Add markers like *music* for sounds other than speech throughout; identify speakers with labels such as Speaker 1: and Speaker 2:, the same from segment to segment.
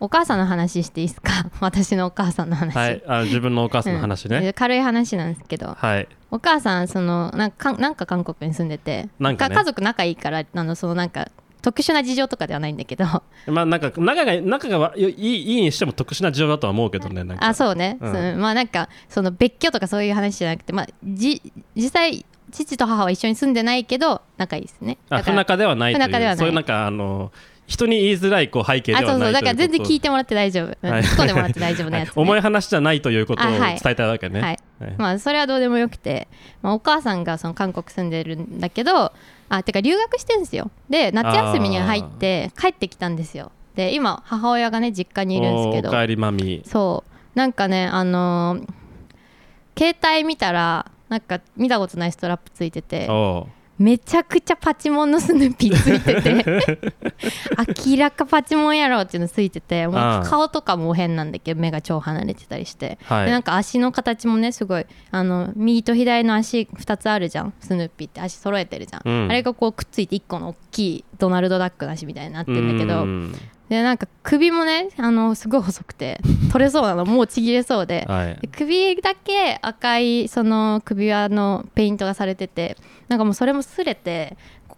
Speaker 1: お母さんの話していいですか *laughs* 私のお母さんの話、
Speaker 2: *laughs* はいあの自分のお母さんの話ね、
Speaker 1: うん軽い話なんですけど
Speaker 2: はい
Speaker 1: お母さんそのなんかかんなんか韓国に住んでて
Speaker 2: なんかね
Speaker 1: 家族仲いいからあのそのなんか特殊な事情とかではないんだけど
Speaker 2: まあなんか仲が仲がわいいいいにしても特殊な事情だとは思うけどねなん
Speaker 1: *laughs*
Speaker 2: か
Speaker 1: あそうね、
Speaker 2: うん
Speaker 1: そのまあなんかその別居とかそういう話じゃなくてまあじ実際父と母は一緒に住んでないけど仲いいですね
Speaker 2: あ
Speaker 1: だか
Speaker 2: 不
Speaker 1: ら
Speaker 2: 仲ではないという
Speaker 1: 不仲ではない
Speaker 2: そういうなんかあの人に言いづらいこう背景で
Speaker 1: あ
Speaker 2: は
Speaker 1: そう
Speaker 2: な
Speaker 1: そう
Speaker 2: い
Speaker 1: だから全然聞い
Speaker 2: て
Speaker 1: てもらって大丈夫、うん
Speaker 2: はい
Speaker 1: 突っ込んでもらって大丈夫なやつ、ね
Speaker 2: 重い話じゃないということを
Speaker 1: あ
Speaker 2: 伝
Speaker 1: はい
Speaker 2: えたいわけね、
Speaker 1: はい
Speaker 2: *laughs* はい
Speaker 1: まあそれはどうでもよくて、まあ、お母さんがその韓国住んでるんだけどあてか留学してんですよで夏休みに入って帰ってきたんですよで今母親がね実家にいるんですけど
Speaker 2: おかえりマミ
Speaker 1: そうなんかねあのー携帯見たらなんか見たことないストラップついてて
Speaker 2: おう
Speaker 1: めちゃくちゃパチモンのスヌーピーついて
Speaker 2: *laughs*
Speaker 1: て明らかパチモンやろっていうのついててもう
Speaker 2: ああ
Speaker 1: 顔とかもお変なんだけど目が超離れてたりして、
Speaker 2: はい
Speaker 1: でなんか足の形もねすごいあの右と左の足2つあるじゃんスヌーピーって足揃えてるじゃん、
Speaker 2: うん
Speaker 1: あれがこうくっついて1個の大きいドナルド・ダックの足みたいになってんだけど
Speaker 2: うん
Speaker 1: でなんか首もねあのすごい細くて取れそうなのもうちぎれそうで
Speaker 2: はい
Speaker 1: で首だけ赤いその首輪のペイントがされててなんかもうそれも擦れてこ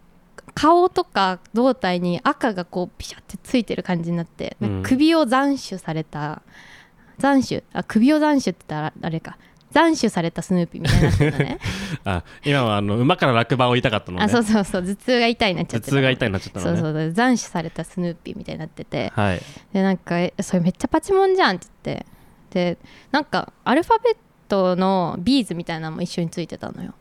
Speaker 1: 顔とか胴体に赤がこうピシャってついてる感じになって、
Speaker 2: うん
Speaker 1: 首を斬首された斬首あ首を斬首って言ったらあれか斬首されたスヌーピーみたいにな
Speaker 2: *laughs*
Speaker 1: ってたね
Speaker 2: あ今はあの馬から落馬を言いたかったのね
Speaker 1: あそうそうそう頭痛が痛いになっちゃ
Speaker 2: 頭
Speaker 1: って
Speaker 2: 痛が痛いになっちゃったの
Speaker 1: そう
Speaker 2: ね
Speaker 1: そうそう斬首されたスヌーピーみたいになってて
Speaker 2: はい
Speaker 1: でなんかえ「それめっちゃパチモンじゃん」って言ってでなんかアルファベットのビーズみたいなのも一緒についてたのよ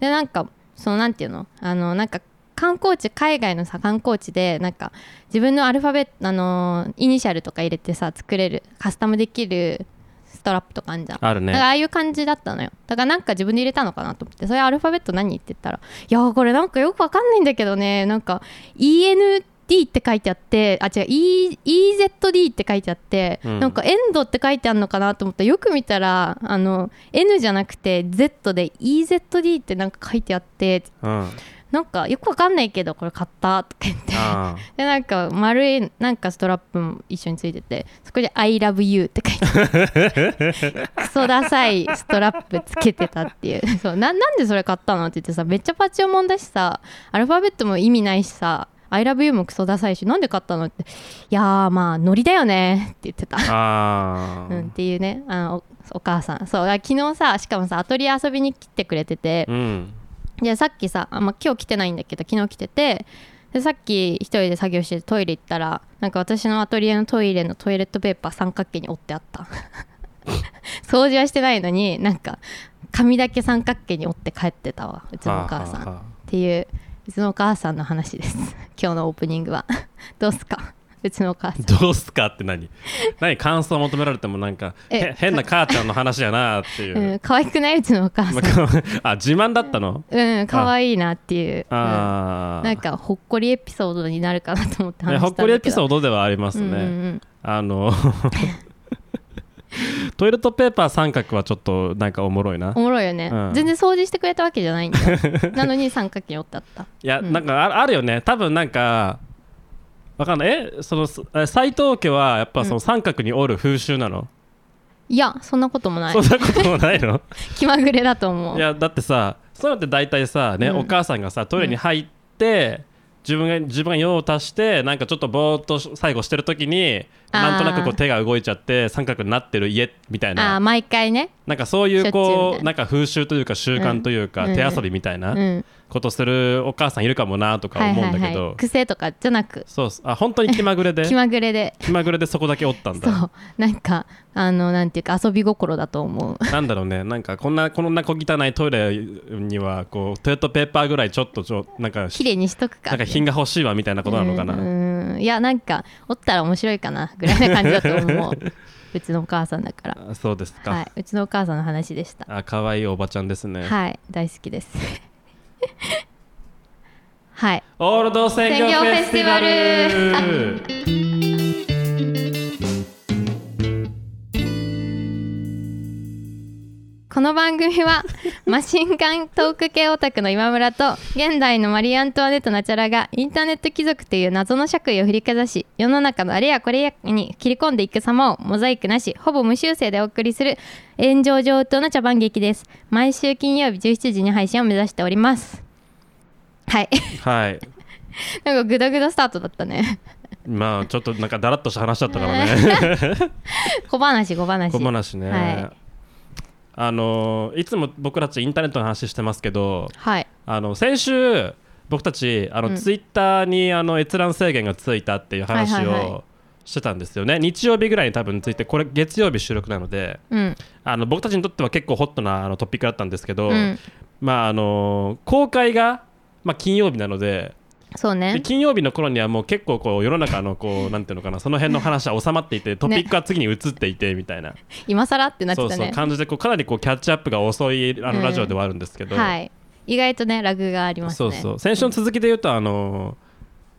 Speaker 1: でなんかそのなんていうのあのなんか観光地海外のさ観光地でなんか自分のアルファベットあのーイニシャルとか入れてさ作れるカスタムできるストラップとかあんじゃん
Speaker 2: ある
Speaker 1: だからあ
Speaker 2: ね
Speaker 1: あいう感じだったのよだからなんか自分で入れたのかなと思ってそれアルファベット何って言ったら「いやこれなんかよくわかんないんだけどねなんか END って書いてあってあ違う、e、EZD って書いてあって、
Speaker 2: うん
Speaker 1: なんかエンドって書いてあるのかなと思ったらよく見たらあの N じゃなくて Z で EZD ってなんか書いてあって
Speaker 2: うんあ
Speaker 1: なんかよくわかんないけどこれ買ったとか言って
Speaker 2: あ
Speaker 1: でなんか丸いなんかストラップも一緒についててそこで「ILOVEYOU」って書いてあ *laughs* るクソダサいストラップつけてたっていう *laughs* そうななんでそれ買ったのって言ってさめっちゃパチオモンだしさアルファベットも意味ないしさ「ILOVEYOU」もクソダサいしなんで買ったのって「いやーまあノリだよね」って言ってた。
Speaker 2: あ
Speaker 1: うん、っ
Speaker 2: ー
Speaker 1: ていうねあのおお母さんそうだ昨日さしかもさアトリエ遊びに来てくれてて、
Speaker 2: うん
Speaker 1: でさっきさあ、まあ、今日来てないんだけど昨日来ててでさっき一人で作業しててトイレ行ったらなんか私のアトリエのトイレのトイレットペーパー三角形に折ってあった *laughs* 掃除はしてないのになんか紙だけ三角形に折って帰ってたわうちのお母さん
Speaker 2: はあはあはあ
Speaker 1: っていううちのお母さんの話です *laughs* 今日のオープニングは *laughs* どうすかうちのお母さん
Speaker 2: *laughs* どうすかっ
Speaker 1: *laughs*
Speaker 2: て何何感想を求められてもなんか
Speaker 1: え
Speaker 2: へ変な母ちゃんの話やなっていう、
Speaker 1: うん可愛くないうちのお母さん
Speaker 2: まあかわいいあ自慢だったの
Speaker 1: うん可愛いなっていう、うん
Speaker 2: ああ、
Speaker 1: なんかほっこりエピソードになるかなと思って
Speaker 2: ね
Speaker 1: 話したんだけど
Speaker 2: ほっこりエピソードではありますね、
Speaker 1: うんうんうん
Speaker 2: あの *laughs* トイレットペーパー三角はちょっとなんかおもろいな
Speaker 1: *laughs* おもろいよね、
Speaker 2: うん
Speaker 1: 全然掃除してくれたわけじゃないん
Speaker 2: *laughs*
Speaker 1: だよなのに三角形に折ってあった
Speaker 2: いや、なんかああるよね多分なんかわかんないえそのすえ斎藤家はやっぱその三角に折る風習なの、
Speaker 1: いやそんなこともない
Speaker 2: そんなこともないの
Speaker 1: 気まぐれだと思う
Speaker 2: いやだってさそういうのって大体さね、
Speaker 1: うん
Speaker 2: お母さんがさトイレに入って、自分が自分が用を足してなんかちょっとぼーっとし最後してる時に
Speaker 1: あー
Speaker 2: なんとなくこう手が動いちゃって三角になってる家みたい
Speaker 1: あ
Speaker 2: な
Speaker 1: あ毎回ね
Speaker 2: なんかそういう
Speaker 1: しょっちゅうみ
Speaker 2: こ
Speaker 1: たいうな
Speaker 2: なんか風習というか習慣というか、
Speaker 1: うん
Speaker 2: 手遊びみたいうなんことするお母さんいるかもなとか思うんだけど、
Speaker 1: 癖とかじゃなく
Speaker 2: そうっすあ本当に気まぐれ
Speaker 1: *laughs*
Speaker 2: で
Speaker 1: 気まぐれで
Speaker 2: 気まぐれでそこだけおった
Speaker 1: そ
Speaker 2: んだ
Speaker 1: うなんかあのなんていうか遊び心だと思う
Speaker 2: なんだろうねなんかこんなこんな小汚いトイレにはこうトイレットペーパーぐらいちょっとちょなんか
Speaker 1: 綺麗にしとくか
Speaker 2: なんか品が欲しいわみたいなことなのかな、
Speaker 1: うんうんいやなんか折ったら面白いかなぐらいな感じだと
Speaker 2: *laughs*
Speaker 1: 思ううちのお母さんだから
Speaker 2: あそうですか、
Speaker 1: はいうちのお母さんの話でした
Speaker 2: あ可愛いおばちゃんですね、
Speaker 1: はい大好きです *laughs* はい
Speaker 2: オールド専業フェスティバル *laughs*
Speaker 1: この番組はマシンガントーク系オタクの今村と現代のマリー・アントワネット・ナチャラがインターネット貴族という謎の爵位を振りかざし世の中のあれやこれやに切り込んでいく様をモザイクなしほぼ無修正でお送りする炎上上等な茶番劇です毎週金曜日17時に配信を目指しておりますはい *laughs*
Speaker 2: はい
Speaker 1: なんかグダグダスタートだったね *laughs*
Speaker 2: まあちょっとなんかだらっとした話だったからね
Speaker 1: 小話小話
Speaker 2: 小話ね、
Speaker 1: はい
Speaker 2: あのいつも僕たちインターネットの話してますけど
Speaker 1: はい
Speaker 2: あの先週僕たちあの、
Speaker 1: うん
Speaker 2: ツイッターにあの閲覧制限がついたっていう話を、
Speaker 1: はいはいはい
Speaker 2: してたんですよね日曜日ぐらいに多分ついてこれ月曜日収録なので
Speaker 1: うん
Speaker 2: あの僕たちにとっては結構ホットなあのトピックだったんですけど、
Speaker 1: うん
Speaker 2: まああの公開が、まあ、金曜日なので
Speaker 1: そう
Speaker 2: で
Speaker 1: ね
Speaker 2: 金曜日の頃にはもう結構こう世の中のこうなんていうのかなその辺の話は収まっていてトピックは次に移っていてみたいな、
Speaker 1: 今更ってなって
Speaker 2: そ
Speaker 1: た
Speaker 2: う
Speaker 1: ね
Speaker 2: そう感じでこうかなりこうキャッチアップが遅いあ
Speaker 1: う
Speaker 2: の
Speaker 1: ん
Speaker 2: ラジオではあるんですけど、
Speaker 1: はい意外とねラグがあります
Speaker 2: そ
Speaker 1: ね
Speaker 2: うそう先週の続きで言うとあの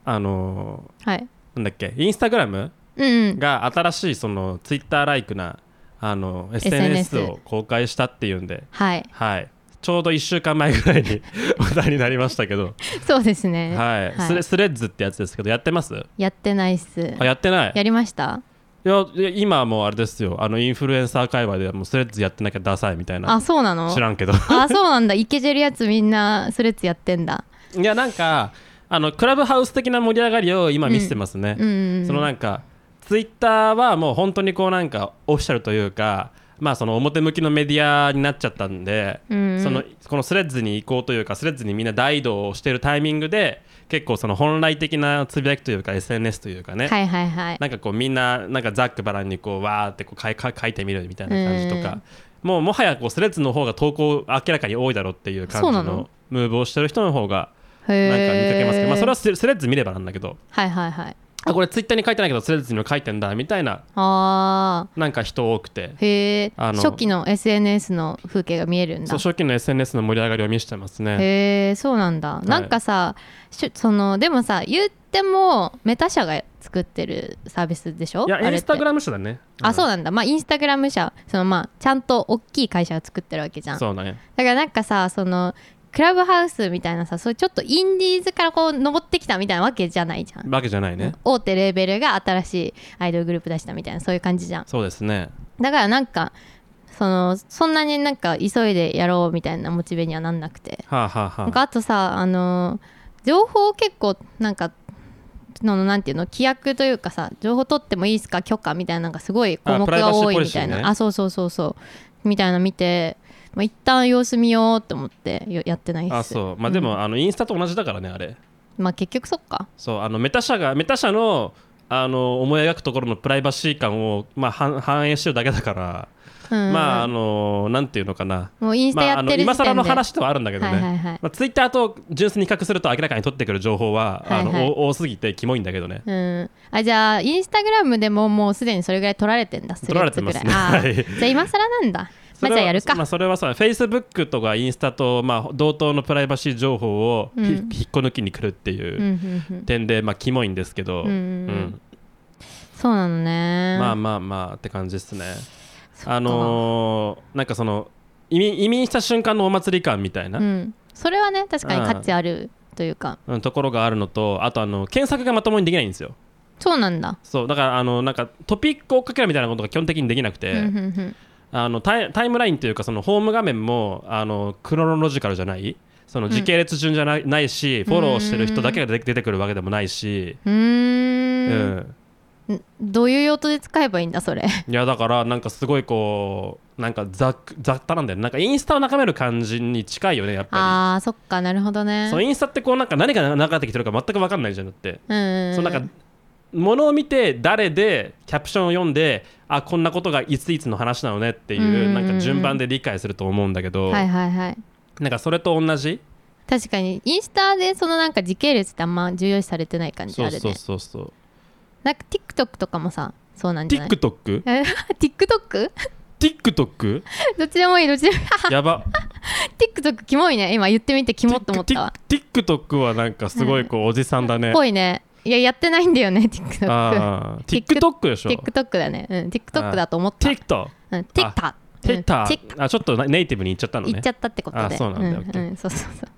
Speaker 2: あの
Speaker 1: はい
Speaker 2: なんだっけインスタグラム
Speaker 1: うんうん
Speaker 2: が新しいそのツイッターライクなあの
Speaker 1: SNS
Speaker 2: SNS を公開したっていうんで、
Speaker 1: はい
Speaker 2: はい、ちょうど1週間前ぐらいに *laughs* 話題になりましたけど、
Speaker 1: そうですね。
Speaker 2: はいスレスレッズってやつですけどやってます
Speaker 1: やってないっす。
Speaker 2: あやってない
Speaker 1: やりました。
Speaker 2: いやいや今はもうあれですよあのインフルエンサー界隈ではもうスレッズやってなきゃダサいみたいな
Speaker 1: あ、そうなの。
Speaker 2: 知らんけ
Speaker 1: *laughs*
Speaker 2: ど *laughs*
Speaker 1: あ、そうなんだ。イケてるやつみんなスレッズやってんだ。
Speaker 2: いやなんかあのクラブハウス的な盛り上がりを今見せてますね、
Speaker 1: うんうんうん。
Speaker 2: そのなんかツイッターはもう本当にこうなんかオフィシャルというかまあその表向きのメディアになっちゃったんで、
Speaker 1: うんうん
Speaker 2: そのこのスレッズに移行というかスレッズにみんな大移動をしてるタイミングで結構その本来的なつぶやきというか SNS というかね、
Speaker 1: はいはいはい。
Speaker 2: なんかこうみんななんかざっくばらんにこうわーってこう書い書いてみるみたいな感じとか、もうもはやこうスレッズの方が投稿明らかに多いだろうっていう感
Speaker 1: そう
Speaker 2: じ
Speaker 1: な
Speaker 2: の
Speaker 1: の
Speaker 2: ムーブをしてる人の方がなんか見か
Speaker 1: へ
Speaker 2: けますけど、まあ、それは
Speaker 1: は。
Speaker 2: スレスレッズ見ればなんだけど
Speaker 1: はいはいはい。
Speaker 2: あこれツイッターに書いてないけどスレッズにも書いてんだみたいな
Speaker 1: あ
Speaker 2: なんか人多くて
Speaker 1: ー。へえ。
Speaker 2: あの
Speaker 1: 初期の SNS の風景が見えるん
Speaker 2: そ
Speaker 1: だ
Speaker 2: う。初期の SNS の盛り上がりを見せてますね
Speaker 1: へえ、そうなんだ。
Speaker 2: い
Speaker 1: なんかさ、しゅそのでもさ、言ってもメタ社が作ってるサービスでしょ？
Speaker 2: いや
Speaker 1: あれって
Speaker 2: インスタグラム社だね
Speaker 1: あ、そうな
Speaker 2: だ
Speaker 1: んだ。まあインスタグラム社、そのまあちゃんと大きい会社が作ってるわけじゃん。
Speaker 2: そうだね
Speaker 1: だからなんかさそのクラブハウスみたいなさそういうちょっとインディーズからこう登ってきたみたいなわけじゃないじゃん、
Speaker 2: わけじゃないね、
Speaker 1: 大手レーベルが新しいアイドルグループ出したみたいなそういう感じじゃん
Speaker 2: そうですね
Speaker 1: だからなんかそのそんなになんか急いでやろうみたいなモチベにはなんなくて
Speaker 2: はあはあはあ
Speaker 1: なんかあとさあの情報を結構なんかのなんていうの規約というかさ情報取ってもいいですか許可みたいなのがすごい項目
Speaker 2: あプライバ
Speaker 1: が
Speaker 2: シー
Speaker 1: 多い
Speaker 2: ポリ
Speaker 1: み
Speaker 2: シ
Speaker 1: た
Speaker 2: ー
Speaker 1: い
Speaker 2: ね
Speaker 1: なあ,、そうそうそうそうみたいなの見て、まあ、一旦様子見ようと思ってよやってないっす
Speaker 2: あそうまあでも、あのインスタと同じだからねあれ
Speaker 1: まあ結局そっか
Speaker 2: そうあのメタ社がメタ社のあの思い描くところのプライバシー感を、まあ、反反映してるだけだから、
Speaker 1: うん
Speaker 2: まああのなんていうのかな、
Speaker 1: もうインス
Speaker 2: ま
Speaker 1: タ
Speaker 2: あ、
Speaker 1: や
Speaker 2: あ
Speaker 1: っ
Speaker 2: の
Speaker 1: てる時点で、
Speaker 2: 今更の話ではあるんだけどね、
Speaker 1: はいはいはい
Speaker 2: まあ、ツイッターと純粋に比較すると明らかに取ってくる情報は、あ
Speaker 1: はいはい
Speaker 2: のお多すぎてキモいんだけどね、
Speaker 1: うん、あじゃあインスタグラムでももうすでにそれぐらい取られてんだ
Speaker 2: 取られてますね
Speaker 1: スレッズぐらいあー
Speaker 2: はい
Speaker 1: じゃあ今更なんだまあじゃあやるか
Speaker 2: まあ、それはさフェイスブックとかインスタと、まあ、同等のプライバシー情報をひ、
Speaker 1: うん
Speaker 2: 引っこ抜きに来るっていううん
Speaker 1: うんうん
Speaker 2: 点で、まあ、キモいんですけど、
Speaker 1: うんうんうんそうなのね
Speaker 2: まあまあまあって感じですね。
Speaker 1: そっか
Speaker 2: あのーなんかその移民移民した瞬間のお祭り感みたいな、
Speaker 1: うん、それはね確かに価値あるというか
Speaker 2: うんところがあるのとあとあの検索がまともにできないんですよ
Speaker 1: そうなんだ、
Speaker 2: そうだからあのなんかトピックを追っかけるみたいなことが基本的にできなくて、
Speaker 1: うんうんうん
Speaker 2: あのタイタイムラインというかそのホーム画面もあのクロロジカルじゃないその時系列順じゃない,、ないしフォローしてる人だけが出て出てくるわけでもないし、
Speaker 1: う
Speaker 2: うん
Speaker 1: ーんどういう用途で使えばいいんだ
Speaker 2: *laughs*
Speaker 1: それ
Speaker 2: いやだからなんかすごいこうなんか雑雑多なんだよねなんかインスタを眺める感じに近いよねやっぱり。
Speaker 1: あーそっかなるほどね
Speaker 2: そうインスタってこうなんか何が流れてきてるか全く分かんないじゃんだって、
Speaker 1: うんうんうん
Speaker 2: そうなんか物を見て誰でキャプションを読んであこんなことがいついつの話なのねっていう,、
Speaker 1: うんうんうん
Speaker 2: なんか順番で理解すると思うんだけど、
Speaker 1: はいはいはい
Speaker 2: なんかそれと同じ
Speaker 1: 確かにインスタでそのなんか時系列ってあんま重要視されてない感じ
Speaker 2: そ
Speaker 1: あ
Speaker 2: う
Speaker 1: るね
Speaker 2: そうそうそう
Speaker 1: なんか TikTok とかもさそうなんじゃない
Speaker 2: TikTok?TikTok?
Speaker 1: *laughs* TikTok? *laughs* どっちでもいいどっちでもいい *laughs*
Speaker 2: やば
Speaker 1: TikTok キモいね今言ってみてキモって思ったわ
Speaker 2: TikTok はなんかすごいこうおじさんだね、
Speaker 1: ぽいねいややってないんだよね TikTok
Speaker 2: ああ TikTok でしょ
Speaker 1: TikTok だねうん TikTok だと思った
Speaker 2: TikTok
Speaker 1: うん、ティッタ
Speaker 2: テッタ
Speaker 1: うんチェッ
Speaker 2: あちょっとなネイティブに言っちゃったの
Speaker 1: 行っ
Speaker 2: ね
Speaker 1: ちゃったってことで
Speaker 2: あそうなんだ
Speaker 1: うん
Speaker 2: OK
Speaker 1: うんそうそう *laughs* そう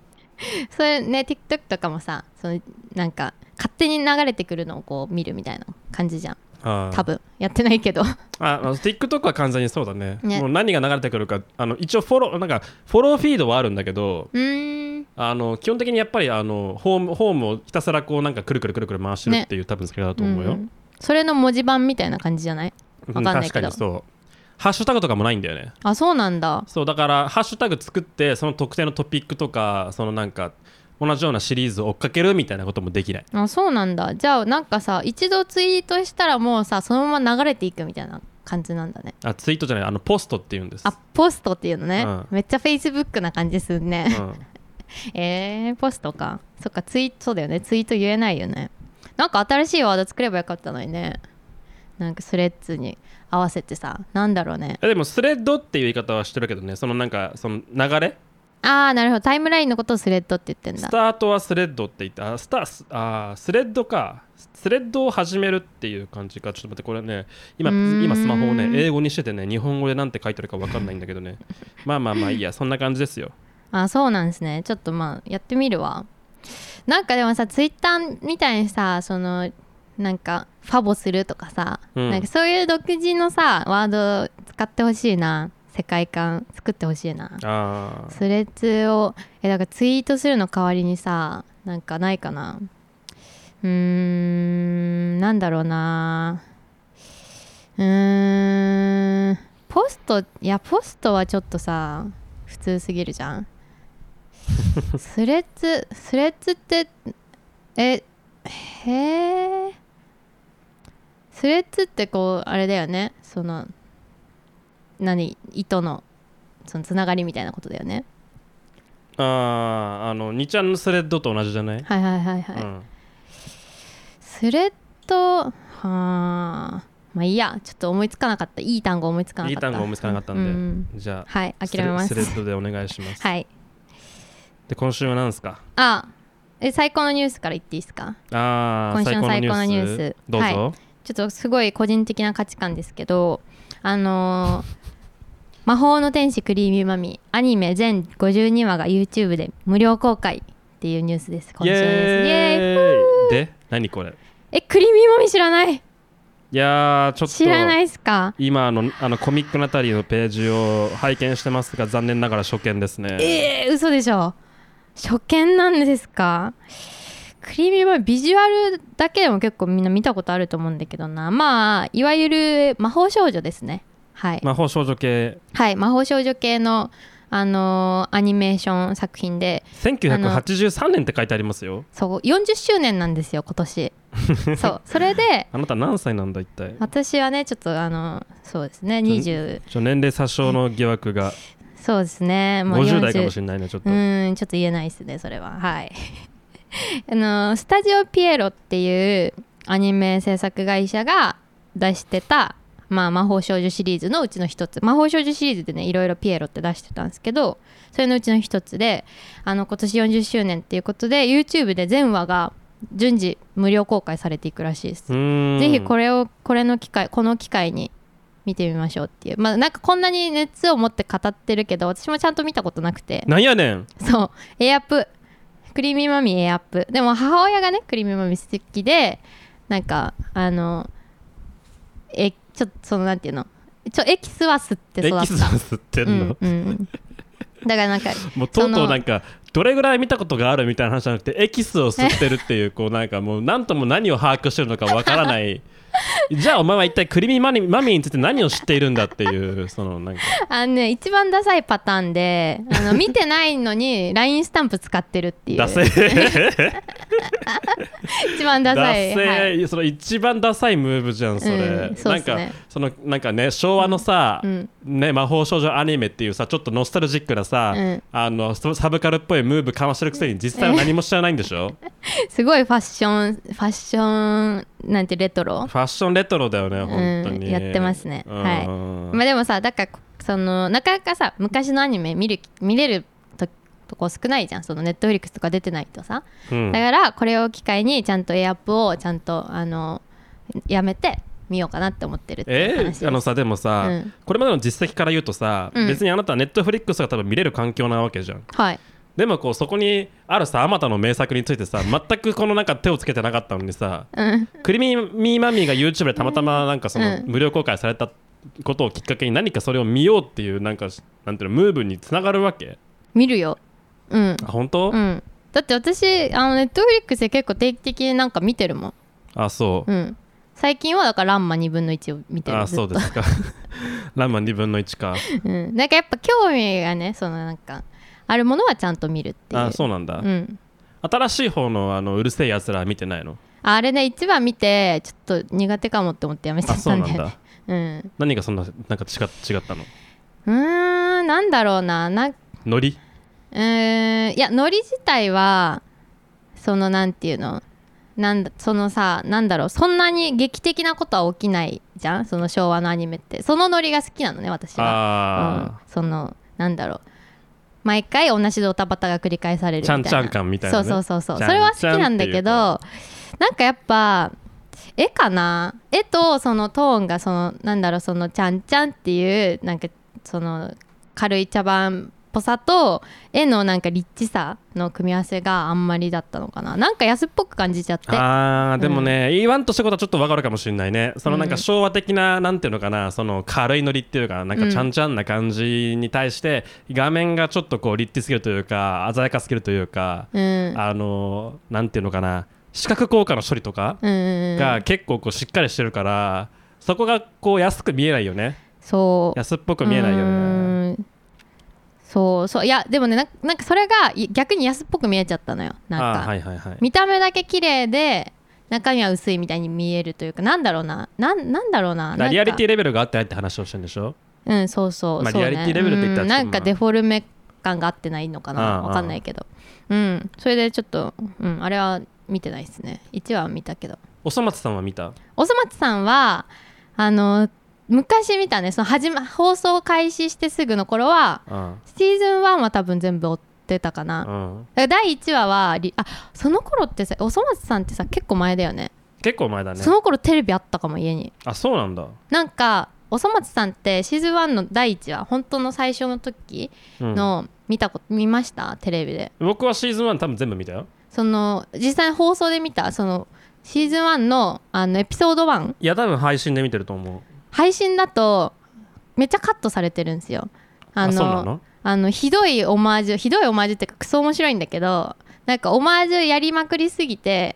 Speaker 1: それね TikTok とかもさそのなんか勝手に流れてくるのをこう見るみたいな感じじゃん
Speaker 2: あー
Speaker 1: 多分やってないけ
Speaker 2: *laughs*
Speaker 1: ど
Speaker 2: ああの TikTok は完全にそうだね
Speaker 1: ね
Speaker 2: もう何が流れてくるかあの一応フォローなんかフォローフィードはあるんだけど
Speaker 1: うーん
Speaker 2: あの基本的にやっぱりあのホームホームをひたすらこうなんかくるくるくるくる回してるっていう、多分それだと思うよ、
Speaker 1: んそれの文字盤みたいな感じじゃない
Speaker 2: うん
Speaker 1: わかんない
Speaker 2: 確
Speaker 1: け
Speaker 2: か
Speaker 1: ど
Speaker 2: にそうハッシュタグとかもないんだよね
Speaker 1: あそうなんだ
Speaker 2: そうだからハッシュタグ作ってその特定のトピックとかそのなんか同じようなシリーズを追っかけるみたいなこともできない
Speaker 1: あそうなんだじゃあなんかさ一度ツイートしたらもうさそのまま流れていくみたいな感じなんだね
Speaker 2: あツイートじゃないあのポストっていうんです
Speaker 1: あポストっていうのね、
Speaker 2: うん
Speaker 1: めっちゃフェイスブックな感じすんね、
Speaker 2: うん
Speaker 1: えー、ポストかそっかツイートそうだよねツイート言えないよねなんか新しいワード作ればよかったのにねなんかスレッズに合わせてさなんだろうね
Speaker 2: えでもスレッドっていう言い方はしてるけどねそのなんかその流れ
Speaker 1: あーなるほどタイムラインのことをスレッドって言ってん
Speaker 2: ス
Speaker 1: だ
Speaker 2: タートはスレッドって言ってあスタスあースレッドかスレッドを始めるっていう感じかちょっと待ってこれね今
Speaker 1: うーん
Speaker 2: 今スマホをね英語にしててね日本語でなんて書いてあるかわかんないんだけどねまあまあまあいいやそんな感じですよ
Speaker 1: あそうなんですねちょっとまあやってみるわなんかでもさツイッターみたいにさそのなんかファボするとかさ、
Speaker 2: うん
Speaker 1: なんかそういう独自のさワード使ってほしいな世界観作ってほしいな
Speaker 2: あー
Speaker 1: スレッズをえだからツイートするの代わりにさなんかないかなうーんなんだろうなうーんポストいやポストはちょっとさ普通すぎるじゃんスレッズスレッズってえへえスレッズってこうあれだよねその何糸のそのつながりみたいなことだよね
Speaker 2: あーあの2ちゃんのスレッドと同じじゃない、
Speaker 1: はいはいはいはい、
Speaker 2: うん
Speaker 1: スレッドはあまあいいやちょっと思いつかなかったいい単語思いつかなかった
Speaker 2: いい単語思いつかなかったんでじゃあ
Speaker 1: はい諦めます
Speaker 2: スレスレッドでお願いします、
Speaker 1: はい
Speaker 2: で今週は何ですか
Speaker 1: あえ最高のニュースから言っていいですか
Speaker 2: あー
Speaker 1: 今週の
Speaker 2: 最高のニュース
Speaker 1: 最高
Speaker 2: どう
Speaker 1: の
Speaker 2: ぞ、
Speaker 1: ニュースちょっとすごい個人的な価値観ですけどあのー魔法の天使クリーミーマミ」アニメ全52話が YouTube で無料公開っていうニュースです今
Speaker 2: イ
Speaker 1: 週のニュースイ
Speaker 2: エ
Speaker 1: エーイ
Speaker 2: ーイで何これ
Speaker 1: えクリーミーマミ知らない
Speaker 2: いやーちょっと
Speaker 1: 知らないっすか
Speaker 2: 今あのあのコミックナタリーのページを拝見してますが残念ながら初見ですね
Speaker 1: えー、嘘でしょ初見なんですかクリーミーマミビジュアルだけでも結構みんな見たことあると思うんだけどなまあいわゆる魔法少女ですねはい、
Speaker 2: 魔法少女系
Speaker 1: はい、魔法少女系のあのーアニメーション作品で
Speaker 2: 1983年って書いてありますよ
Speaker 1: そう40周年なんですよ今
Speaker 2: *laughs*
Speaker 1: 年そうそれで
Speaker 2: あなた何歳なんだ一体
Speaker 1: 私はねちょっとあのそうですね20
Speaker 2: ちょ年齢詐称の疑惑が
Speaker 1: そうですねもう
Speaker 2: 50代かも
Speaker 1: 40
Speaker 2: しれないねちょっと
Speaker 1: うーんちょっと言えないですねそれははい *laughs* あのスタジオピエロっていうアニメ制作会社が出してた、まあ、魔法少女シリーズのうちの一つ魔法少女シリーズでねいろいろピエロって出してたんですけどそれのうちの一つであの今年40周年っていうことで YouTube で全話が順次無料公開されていくらしいです
Speaker 2: うーん
Speaker 1: ぜひこれをこれの機会この機会に見てみましょうっていうまあなんかこんなに熱を持って語ってるけど私もちゃんと見たことなくて
Speaker 2: なんやねん
Speaker 1: そうエアップクリーミーマミーエアップでも母親がねクリーミーマミー好きでなんかあのえちょっとそのなんていうのちょエキスは吸って
Speaker 2: エ
Speaker 1: 育った
Speaker 2: キスを吸ってんの、
Speaker 1: うんうんうんだからなんか
Speaker 2: もうとう
Speaker 1: そ
Speaker 2: とう
Speaker 1: の
Speaker 2: なんかどれぐらい見たことがあるみたいな話じゃなくてエキスを吸ってる
Speaker 1: *laughs*
Speaker 2: っていうこうなんかもう何とも何を把握してるのかわからないじゃあお前は一体クリミーマミマミーについて何を知っているんだっていうそのなんか
Speaker 1: あのね一番ダサいパターンであの見てないのに LINE スタンプ使ってるっていう *laughs*
Speaker 2: ダセー
Speaker 1: 一番ダ
Speaker 2: ダ
Speaker 1: サい
Speaker 2: セ
Speaker 1: はい
Speaker 2: ーその一番ダサいムーブじゃんそれ、
Speaker 1: うんそう
Speaker 2: な
Speaker 1: っ
Speaker 2: ん
Speaker 1: すね
Speaker 2: かそのなんかね昭和のさ、
Speaker 1: うん
Speaker 2: ね、魔法少女アニメっていうさちょっとノスタルジックなさ、
Speaker 1: うん
Speaker 2: あのササブカルっぽいムーブかましてるくせに実際は何も知らないんでしょ *laughs*
Speaker 1: すごいファッションファッションなんてレトロ
Speaker 2: ファッションレトロだよね本当に、
Speaker 1: うんやってますねはい
Speaker 2: うん
Speaker 1: まあでもさだからそのなかなかさ昔のアニメ見る見れるととこ少ないじゃんそのネットフリックスとか出てないとさ、
Speaker 2: うん
Speaker 1: だからこれを機会にちゃんとエアアップをちゃんとあのやめて見ようかなって思ってるっていう話
Speaker 2: え
Speaker 1: です
Speaker 2: ー、あのさでもさ、
Speaker 1: うん
Speaker 2: これまでの実績から言うとさ、
Speaker 1: うん
Speaker 2: 別にあなたはネットフリックスが多分見れる環境なわけじゃん
Speaker 1: はい
Speaker 2: でもこうそこにあるさあまたの名作についてさ全くこのなんか手をつけてなかったのにさ
Speaker 1: うん
Speaker 2: クリミーマミーが YouTube でたまたまなんかその
Speaker 1: うん
Speaker 2: 無料公開されたことをきっかけに何かそれを見ようっていうなんかなんていうのムーブにつながるわけ
Speaker 1: 見るようん
Speaker 2: あ本当、
Speaker 1: うんだって私あのネットフリックスで結構定期的になんか見てるもん
Speaker 2: あそう、
Speaker 1: うん最近はだから「ランマ2分の1」を見てる
Speaker 2: あ
Speaker 1: ずっ
Speaker 2: そう
Speaker 1: と
Speaker 2: ですか *laughs* ランマン2分の1か
Speaker 1: うん、なんかやっぱ興味がねそのなんかあるものはちゃんと見るっていう
Speaker 2: あそうなんだ、
Speaker 1: うん、
Speaker 2: 新しい方のあのうるせえやつらは見てないの
Speaker 1: ああれね一番見てちょっと苦手かもって思ってやめちゃ
Speaker 2: あ
Speaker 1: っ
Speaker 2: そ
Speaker 1: た
Speaker 2: うんな
Speaker 1: だ
Speaker 2: ん
Speaker 1: よ
Speaker 2: だ
Speaker 1: ねうん
Speaker 2: 何がそんななんか違違ったの
Speaker 1: うーんなんだろうななんう
Speaker 2: ノリ
Speaker 1: ーんいやノリ自体はそのなんていうのなんだそのさなんだろうそんなに劇的なことは起きないじゃんその昭和のアニメってそのノリが好きなのね私は
Speaker 2: あ
Speaker 1: うんそのなんだろう毎回同じドタバタが繰り返されるみたいな
Speaker 2: ちゃんちゃん感みたいなね
Speaker 1: そうそうそう
Speaker 2: ち
Speaker 1: そ
Speaker 2: ゃ
Speaker 1: うんそれは好きなんだけど
Speaker 2: ちゃ
Speaker 1: なんかやっぱ絵かな絵とそのトーンがそのなんだろうそのちゃんちゃんっていうなんかその軽い茶番っぽさと絵のなんかリッチさの組み合わせがあんまりだったのかななんか安っぽく感じちゃって
Speaker 2: ああーでもね、言わんとしたことはちょっとわかるかもしれないねそのなん
Speaker 1: う
Speaker 2: か
Speaker 1: ん
Speaker 2: 昭和的な、なんていうのかなその軽いノリっていうかなんかちゃんちゃんな感じに対して、画面がちょっとこう立体すぎるというか鮮やかすぎるというか、
Speaker 1: うん
Speaker 2: あのなんていうのかな視覚効果の処理とか
Speaker 1: うんうんう
Speaker 2: が
Speaker 1: ん
Speaker 2: 結構こうしっかりしてるから、そこがこう安く見えないよね
Speaker 1: そう
Speaker 2: 安っぽく見えないよ
Speaker 1: う
Speaker 2: ね
Speaker 1: ーんそうそういやでもねなんかなんかそれがい逆に安っぽく見えちゃったのよなんか、
Speaker 2: あーはいはいはい
Speaker 1: 見た目だけ綺麗で中身は薄いみたいに見えるというかなんだろうななんなんだろうなな
Speaker 2: だ
Speaker 1: ん
Speaker 2: から
Speaker 1: か
Speaker 2: リアリティレベルがあってないって話をしてるんでしょ
Speaker 1: うんそうそう、
Speaker 2: まあ
Speaker 1: そうね
Speaker 2: リアリティレベルって言ったら
Speaker 1: うん
Speaker 2: ちょ
Speaker 1: な
Speaker 2: っと
Speaker 1: ん
Speaker 2: まあ
Speaker 1: かデフォルメ感があってないのか
Speaker 2: あああ
Speaker 1: な
Speaker 2: あ
Speaker 1: わかんないけどうんそれでちょっと、うん、あれは見てないですね1話は見たけど
Speaker 2: おそ松さんは見た
Speaker 1: おそ松さんはあの昔見たねその始、ま、放送開始してすぐの頃は
Speaker 2: うん
Speaker 1: シーズン1は多分全部追ってたかな、だか
Speaker 2: うん
Speaker 1: ら第1話はリあその頃ってさおそ松さんってさ結構前だよね
Speaker 2: 結構前だね
Speaker 1: その頃テレビあったかも家に
Speaker 2: あそうなんだ、
Speaker 1: なんかおそ松さんってシーズン1の第1話本当の最初の時
Speaker 2: うん、
Speaker 1: の見たこと、見ましたテレビで
Speaker 2: 僕はシーズン1多分全部見たよ
Speaker 1: その実際に放送で見たそのシーズン1のあのエピソード1
Speaker 2: いや多分配信で見てると思う
Speaker 1: 配信だとめっちゃカットされてるんですよ
Speaker 2: あ
Speaker 1: あの
Speaker 2: そうなの
Speaker 1: あのひどいオマージュひどいオマージュっていうかクソ面白いんだけどなんかオマージュやりまくりすぎて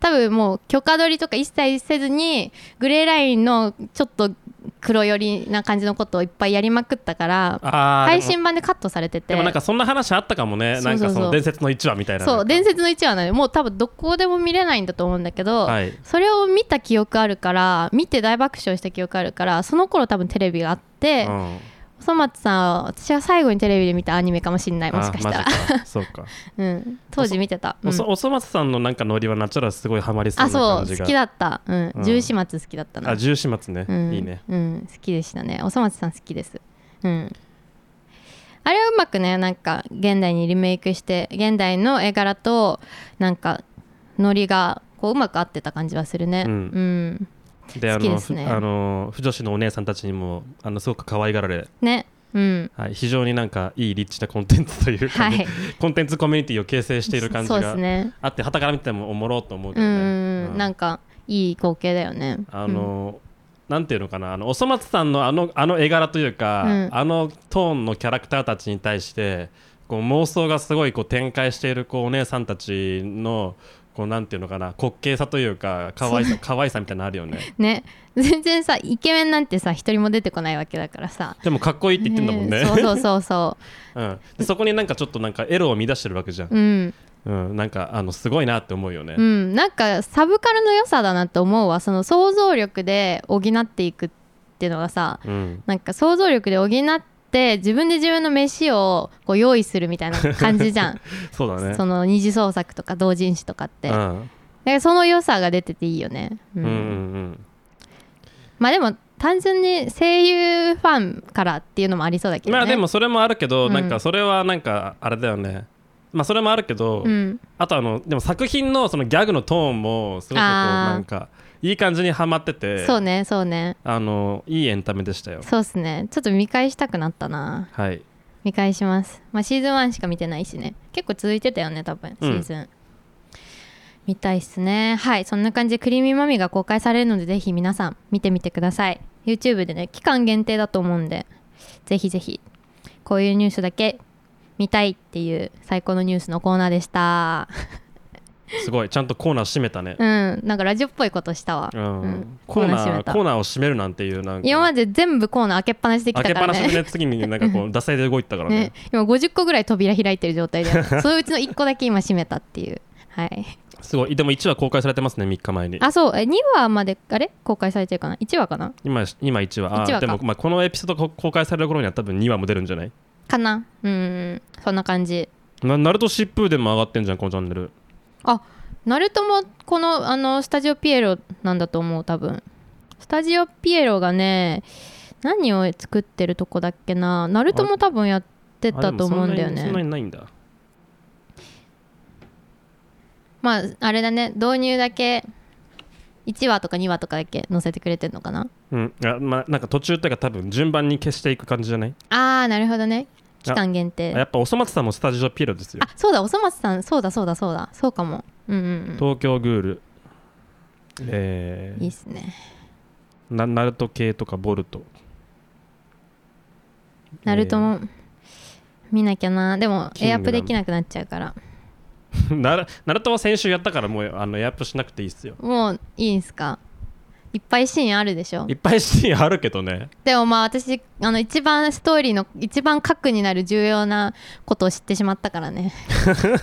Speaker 1: 多分もう許可取りとか一切せずにグレーラインのちょっと黒寄りな感じのことをいっぱいやりまくったから
Speaker 2: あー
Speaker 1: 配
Speaker 2: でも
Speaker 1: 信版でカットされてて
Speaker 2: でもなんかそんな話あったかも
Speaker 1: そ
Speaker 2: ね
Speaker 1: うそうそう
Speaker 2: なんかその伝説の1話みたいな
Speaker 1: そう伝
Speaker 2: 説
Speaker 1: 説の1話なのよもう多分どこでも見れないんだと思うんだけど、
Speaker 2: はい
Speaker 1: それを見た記憶あるから見て大爆笑した記憶あるからその頃多分テレビがあって、
Speaker 2: うん
Speaker 1: おそ松さんは私が最後にテレビで見たアニメかもしれないもしかしたら
Speaker 2: あマジかそうか、
Speaker 1: うん、当時見て *laughs* た、う
Speaker 2: お
Speaker 1: ん、
Speaker 2: そおそ松さんのなんかノリはナチュラルすごいハマりそう
Speaker 1: あ
Speaker 2: な感
Speaker 1: そう
Speaker 2: じが
Speaker 1: 好きだった、うん
Speaker 2: うん
Speaker 1: 十四松好きだったな
Speaker 2: あ重始末ね、
Speaker 1: うん、
Speaker 2: いいね、
Speaker 1: うん、好きでしたねおそ松さん好きですうんあれはうまくねなんか現代にリメイクして現代の絵柄となんかノリがこううまく合ってた感じはするね
Speaker 2: う
Speaker 1: うんん、
Speaker 2: であ
Speaker 1: 好き
Speaker 2: の
Speaker 1: ですね
Speaker 2: ふあの不女子のお姉さんたちにもあのすごく可愛がられ、
Speaker 1: ねうん
Speaker 2: はい、非常になんかいいリッチなコンテンツというか
Speaker 1: は
Speaker 2: ね、
Speaker 1: い
Speaker 2: *laughs* コンテンツコミュニティを形成している感じ
Speaker 1: そうです
Speaker 2: が
Speaker 1: ね
Speaker 2: あってはたから見てもおもろうと思うけ
Speaker 1: う
Speaker 2: ど
Speaker 1: ん
Speaker 2: ね、う
Speaker 1: なんかいい光景だよね
Speaker 2: あの、なんていうのかなあのおそ松さんのあのあの絵柄というか、
Speaker 1: うん
Speaker 2: あのトーンのキャラクターたちに対してこう妄想がすごいこう展開しているこうお姉さんたちのこうなんていうのかな滑稽さというか可愛さ可愛さみたいなのあるよね
Speaker 1: うんね全然さイケメンなんてさ一人も出てこないわけだからさ
Speaker 2: でもかっこいいって言ってんだもんね、
Speaker 1: そうそうそうそ
Speaker 2: うん、でそこになんかちょっとなんかエロを乱してるわけじゃん
Speaker 1: う、
Speaker 2: *laughs*
Speaker 1: うん
Speaker 2: うんなんかあのすごいなって思うよね、
Speaker 1: うん、なんかサブカルの良さだなと思うわその想像力で補っていくっていうのがさ
Speaker 2: うん
Speaker 1: なんか想像力で補って自分で自分の飯をこう用意するみたいな感じじゃん、
Speaker 2: *laughs* そうだね
Speaker 1: その二次創作とか同人誌とかって、
Speaker 2: う
Speaker 1: だか
Speaker 2: ん
Speaker 1: らその良さが出てていいよね、う
Speaker 2: うんんうん
Speaker 1: まあでも単純に声優ファンからっていうのもありそうだけ
Speaker 2: う
Speaker 1: ど
Speaker 2: ん
Speaker 1: ね
Speaker 2: まあでもそれもあるけど、
Speaker 1: うん
Speaker 2: なんかそれはなんかあれだよねまあそれもあるけど、
Speaker 1: うん
Speaker 2: あとあのでも作品のそのギャグのトーンもすごくこう
Speaker 1: あー
Speaker 2: なんかいい感じにはまってて
Speaker 1: そうねそうね
Speaker 2: あのいいエンタメでしたよ
Speaker 1: そうっすねちょっと見返したくなったな
Speaker 2: はい
Speaker 1: 見返しますまあシーズン1しか見てないしね結構続いてたよね多分シ
Speaker 2: うん
Speaker 1: ーズン、見たいっすねはいそんな感じでクリーミーマミが公開されるのでぜひ皆さん見てみてください YouTube でね期間限定だと思うんでぜひぜひこういうニュースだけ見たいっていう最高のニュースのコーナーでした
Speaker 2: すごいちゃんとコーナー閉めたね
Speaker 1: うんなんかラジオっぽいことしたわ、
Speaker 2: うん、
Speaker 1: うんコ
Speaker 2: コー
Speaker 1: ーナー閉
Speaker 2: ナ
Speaker 1: め
Speaker 2: ー
Speaker 1: た
Speaker 2: コーナーを閉めるなんていうなんか
Speaker 1: 今まで全部コーナー開けっぱなしでき
Speaker 2: 開
Speaker 1: た
Speaker 2: けっ
Speaker 1: か
Speaker 2: ぱ
Speaker 1: ら
Speaker 2: なしで
Speaker 1: ね
Speaker 2: ね次になんかこう惰性で動いたからね
Speaker 1: ね今50個ぐらい扉開いてる状
Speaker 2: *laughs*
Speaker 1: 態でそのうちの1個だけ今閉めたっていうはい
Speaker 2: すごいでも1話公開されてますね3日前に
Speaker 1: あそうえ2話まであれ公開されてるかな1話かな
Speaker 2: 今今1話あ
Speaker 1: 一話か
Speaker 2: ーでもまあこのエピソードが公開される頃には多分2話も出るんじゃない
Speaker 1: かなうんそんな感じ
Speaker 2: なナルト疾風でも上がってんじゃんこのチャンネル
Speaker 1: あナルトもこのあのスタジオピエロなんだと思う多分スタジオピエロがね何を作ってるとこだっけなナルトも多分やってたと思うんだよ
Speaker 2: あでもそんなにそんな
Speaker 1: ね
Speaker 2: にないんだ
Speaker 1: まああれだね導入だけ1話とか2話とかだけ載せてくれてるのかな
Speaker 2: うんあまあなんか途中というか多分順番に消していく感じじゃない
Speaker 1: あーなるほどね期間限定
Speaker 2: やっぱおそ松さんもスタジオピエロですよ
Speaker 1: あそうだおそ松さんそうだそうだそうだそうかもうんうん
Speaker 2: 東京グールえ
Speaker 1: うんいいっすね
Speaker 2: ー、なナルト系とかボルト
Speaker 1: ナルト
Speaker 2: え
Speaker 1: も見なきゃなでも
Speaker 2: キング
Speaker 1: エ
Speaker 2: ダ
Speaker 1: ア
Speaker 2: ム
Speaker 1: ップできなくなっちゃうから
Speaker 2: ー *laughs* ナルナルトは先週やったからもうあのエアップしなくていいっすよ
Speaker 1: もういいんすかいっぱいシーンあるでしょ
Speaker 2: いっぱいシーンあるけどね
Speaker 1: でもまあ私あの一番ストーリーの一番核になる重要なことを知ってしまったから
Speaker 2: *laughs*
Speaker 1: ね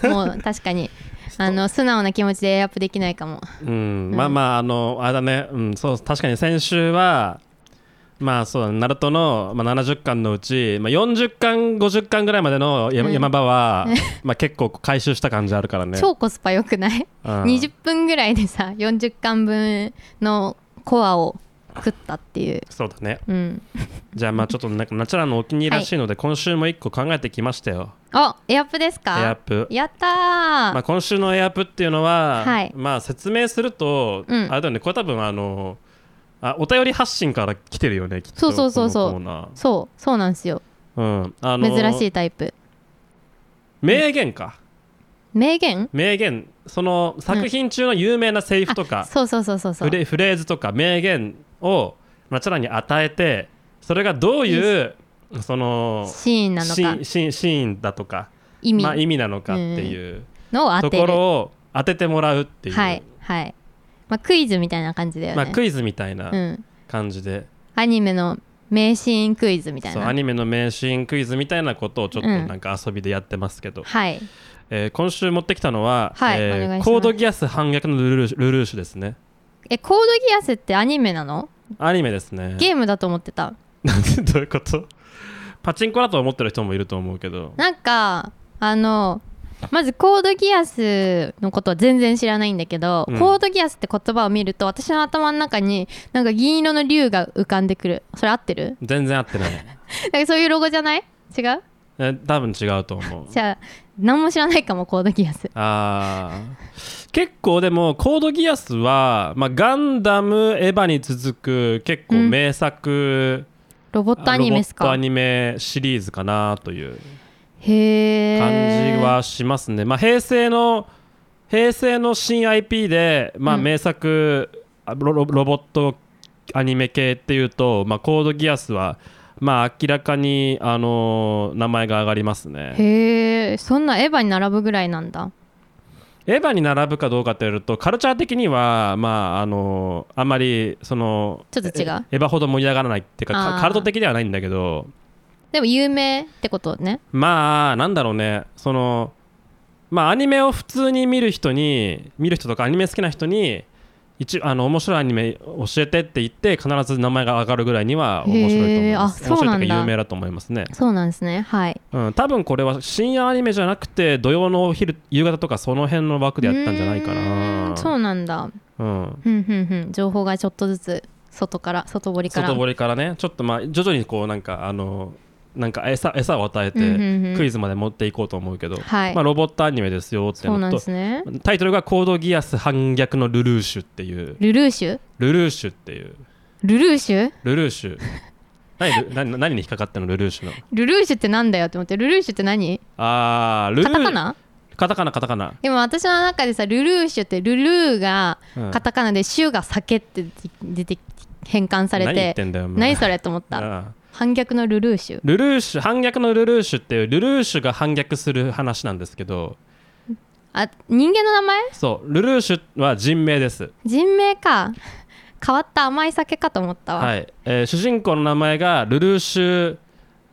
Speaker 1: もう確かにあの素直な気持ちでエアップできないかも
Speaker 2: うん、まあまああのあれだね、うん、そう確かに先週はまあそうだねナルトの、まあ、70巻のうち、まあ、40巻50巻ぐらいまでの山,、
Speaker 1: うん
Speaker 2: 山場は、まあ、結構回収した感じあるからね
Speaker 1: 超コスパ良くない
Speaker 2: うん
Speaker 1: 20分ぐらいでさ40巻分のコアを食ったっていう
Speaker 2: そうだね
Speaker 1: うん
Speaker 2: じゃあまあちょっとなんかナチュラのお気に入りらしいので、今週も1個考えてきましたよ
Speaker 1: あエアップです
Speaker 2: エ
Speaker 1: か
Speaker 2: アップ
Speaker 1: やったー、
Speaker 2: まあ、今週のエアップっていうのは、
Speaker 1: はい
Speaker 2: まあ説明すると、
Speaker 1: うん
Speaker 2: あれだよねこれ多分あのあお便り発信から来てるよねきっと
Speaker 1: そうそうそうそう
Speaker 2: この
Speaker 1: そうそうなんですよ
Speaker 2: コーナー、うん、あの
Speaker 1: 珍しいタイプ
Speaker 2: 名言か、
Speaker 1: 名言
Speaker 2: 名言その作品中の有名なセリフと
Speaker 1: あ
Speaker 2: か、
Speaker 1: そうそうそうそうそう
Speaker 2: フレフレーズとか名言をナチュラに与えてそれがどういうその
Speaker 1: シーンなの
Speaker 2: シー
Speaker 1: か
Speaker 2: ンシーンシーンだとか
Speaker 1: 意味
Speaker 2: まあ、意味なのかっていう
Speaker 1: のを当
Speaker 2: と
Speaker 1: て
Speaker 2: ころ
Speaker 1: る
Speaker 2: を当ててもらうっていう、
Speaker 1: はいはい、まあ、クイズみたいな感じだよね、
Speaker 2: まあ、クイズみたいな
Speaker 1: うん、
Speaker 2: 感じで、
Speaker 1: アニメの名シーンクイズみたい
Speaker 2: そう
Speaker 1: な
Speaker 2: アニメの名シーンクイズみたいなことをちょっと
Speaker 1: うん
Speaker 2: なんか遊びでやってますけど、
Speaker 1: はい
Speaker 2: えー今週持ってきたのは、
Speaker 1: はい
Speaker 2: えー
Speaker 1: お願いします
Speaker 2: コードギアス反逆のルルーシュルルーシュですね
Speaker 1: えコードギアスってアニメなの
Speaker 2: アニメですね
Speaker 1: ゲームだと思ってた
Speaker 2: なんで *laughs* どういうことパチンコだと思ってる人もいると思うけど
Speaker 1: なんかあのまずコードギアスのことは全然知らないんだけど、
Speaker 2: うん
Speaker 1: コードギアスって言葉を見ると私の頭の中になんか銀色の竜が浮かんでくるそれ合ってる
Speaker 2: 全然合ってない
Speaker 1: *laughs* なんかそういうロゴじゃない違う
Speaker 2: え多分違うと思う
Speaker 1: じゃあ何も知らないかもコードギアス
Speaker 2: あー結構でもコードギアスは、まあ、ガンダムエヴァに続く結構名作、
Speaker 1: ロボットアニメです
Speaker 2: ロボットア
Speaker 1: か
Speaker 2: ニメシリーズかなという
Speaker 1: へえ
Speaker 2: 感じはしますね、まあ、平成の平成の新 IP で、まあ、
Speaker 1: うん
Speaker 2: 名作、あロロロボットアニメ系っていうと、まあ、コードギアスは、まあ、明らかに、あのー名前が上がりますね
Speaker 1: へえそんなエヴァに並ぶぐらいなんだ
Speaker 2: エヴァに並ぶかどうかっていうとカルチャー的には、まああのーあんまりその
Speaker 1: ちょっと違う
Speaker 2: エヴァほど盛り上がらないっていうか
Speaker 1: あ
Speaker 2: か
Speaker 1: ー
Speaker 2: カルト的ではないんだけど
Speaker 1: でも有名ってことね
Speaker 2: まあなんだろうねそのまあアニメを普通に見る人に見る人とかアニメ好きな人に一あの面白いアニメ教えてって言って必ず名前が上がるぐらいには面白いと思います
Speaker 1: へーあそうなんだ
Speaker 2: 面白いというか有名だと思いますね、
Speaker 1: そうなんですねはい
Speaker 2: うん、多分これは深夜アニメじゃなくて土曜のお昼夕方とかその辺の枠でやったんじゃないか
Speaker 1: うー
Speaker 2: なん
Speaker 1: そうなんだ
Speaker 2: うん、
Speaker 1: ふんふんふん情報がちょっとずつ外から外堀から
Speaker 2: 外堀からねちょっとまあ徐々にこうなんかあのなんか餌餌を与え
Speaker 1: うんうんう
Speaker 2: て
Speaker 1: ん
Speaker 2: クイズまで持っていこうと思うけど、
Speaker 1: はい
Speaker 2: まあ、ロボットアニメですよって
Speaker 1: そうな
Speaker 2: の
Speaker 1: ん
Speaker 2: と、
Speaker 1: ですね
Speaker 2: タイトルが「コードギアス反逆のルルーシュ」っていう
Speaker 1: ルルーシュ
Speaker 2: ルルーシュっていう
Speaker 1: ルルーシュ
Speaker 2: ルル
Speaker 1: *laughs*
Speaker 2: ーシュ何ル何何に引っかかったのルルーシュの
Speaker 1: ルルーシュってなんだよって思ってルルーシュって何
Speaker 2: あールル
Speaker 1: カタカナ
Speaker 2: カタカナカタカナ、
Speaker 1: でも私の中でさルルーシュってルルーが
Speaker 2: うん
Speaker 1: カタカナで「シュ」が「酒」って出て変換され
Speaker 2: 何言
Speaker 1: て
Speaker 2: ってんだよもう
Speaker 1: 何それと思っ
Speaker 2: う
Speaker 1: た
Speaker 2: ん
Speaker 1: 反逆のルルーシュ
Speaker 2: ルルーシュ反逆のルルーシュっていうルルーシュが反逆する話なんですけど
Speaker 1: あ人間の名前
Speaker 2: そうルルーシュは人名です
Speaker 1: 人名か変わった甘い酒かと思ったわ、
Speaker 2: はい、えー主人公の名前がルルーシュ・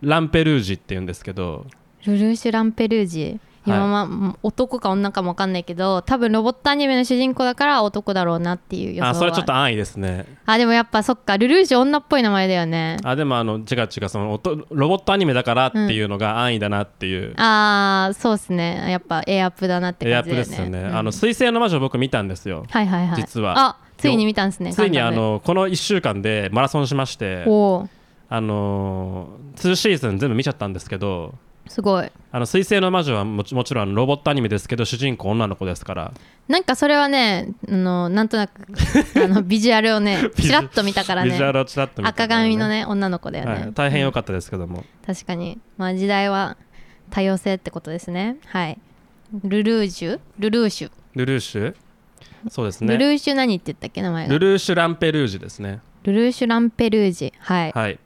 Speaker 2: ランペルージっていうんですけど
Speaker 1: ルルーシュ・ランペルージ今は、男か女かも分かんないけど多分ロボットアニメの主人公だから男だろうなっていう予想は
Speaker 2: あそれちょっと安易ですね
Speaker 1: あでもやっぱそっかルルーシュ女っぽい名前だよね
Speaker 2: あでもあの違う違うそのおとロボットアニメだからっていうのが安易だなっていう、
Speaker 1: ああそうですねやっぱエアップだなって
Speaker 2: エア
Speaker 1: 感
Speaker 2: ッ
Speaker 1: じ
Speaker 2: プ
Speaker 1: だよね
Speaker 2: ですよね、
Speaker 1: うん
Speaker 2: あの水星の魔女僕見たんですよ
Speaker 1: はいはいはい
Speaker 2: 実は
Speaker 1: あついに見たんですね
Speaker 2: ついに
Speaker 1: ガ
Speaker 2: あ
Speaker 1: ンダム
Speaker 2: のこの1週間でマラソンしまして
Speaker 1: おー
Speaker 2: あの2シーズン全部見ちゃったんですけど
Speaker 1: すごい
Speaker 2: あの水星の魔女はもちもちろんあのロボットアニメですけど主人公女の子ですから
Speaker 1: なんかそれはねあのなんとな
Speaker 2: *laughs*
Speaker 1: くあのビジュアルをね
Speaker 2: ビジュ
Speaker 1: ちらっと見たから
Speaker 2: ビジュア
Speaker 1: ね
Speaker 2: ルをちらっと見たか
Speaker 1: 赤
Speaker 2: らね
Speaker 1: 髪のね女の子だよね、
Speaker 2: はい、大変良かったですけども、
Speaker 1: 確かにまあ時代は多様性ってことですねはいルルージュルルーシュ、
Speaker 2: ルルーシュそうです
Speaker 1: ルル
Speaker 2: ね
Speaker 1: ーシュ何って言ったっけ名前が
Speaker 2: ル
Speaker 1: ルル
Speaker 2: ルーシュ・ランペルージュですね
Speaker 1: ーシュランペルージはい、
Speaker 2: はい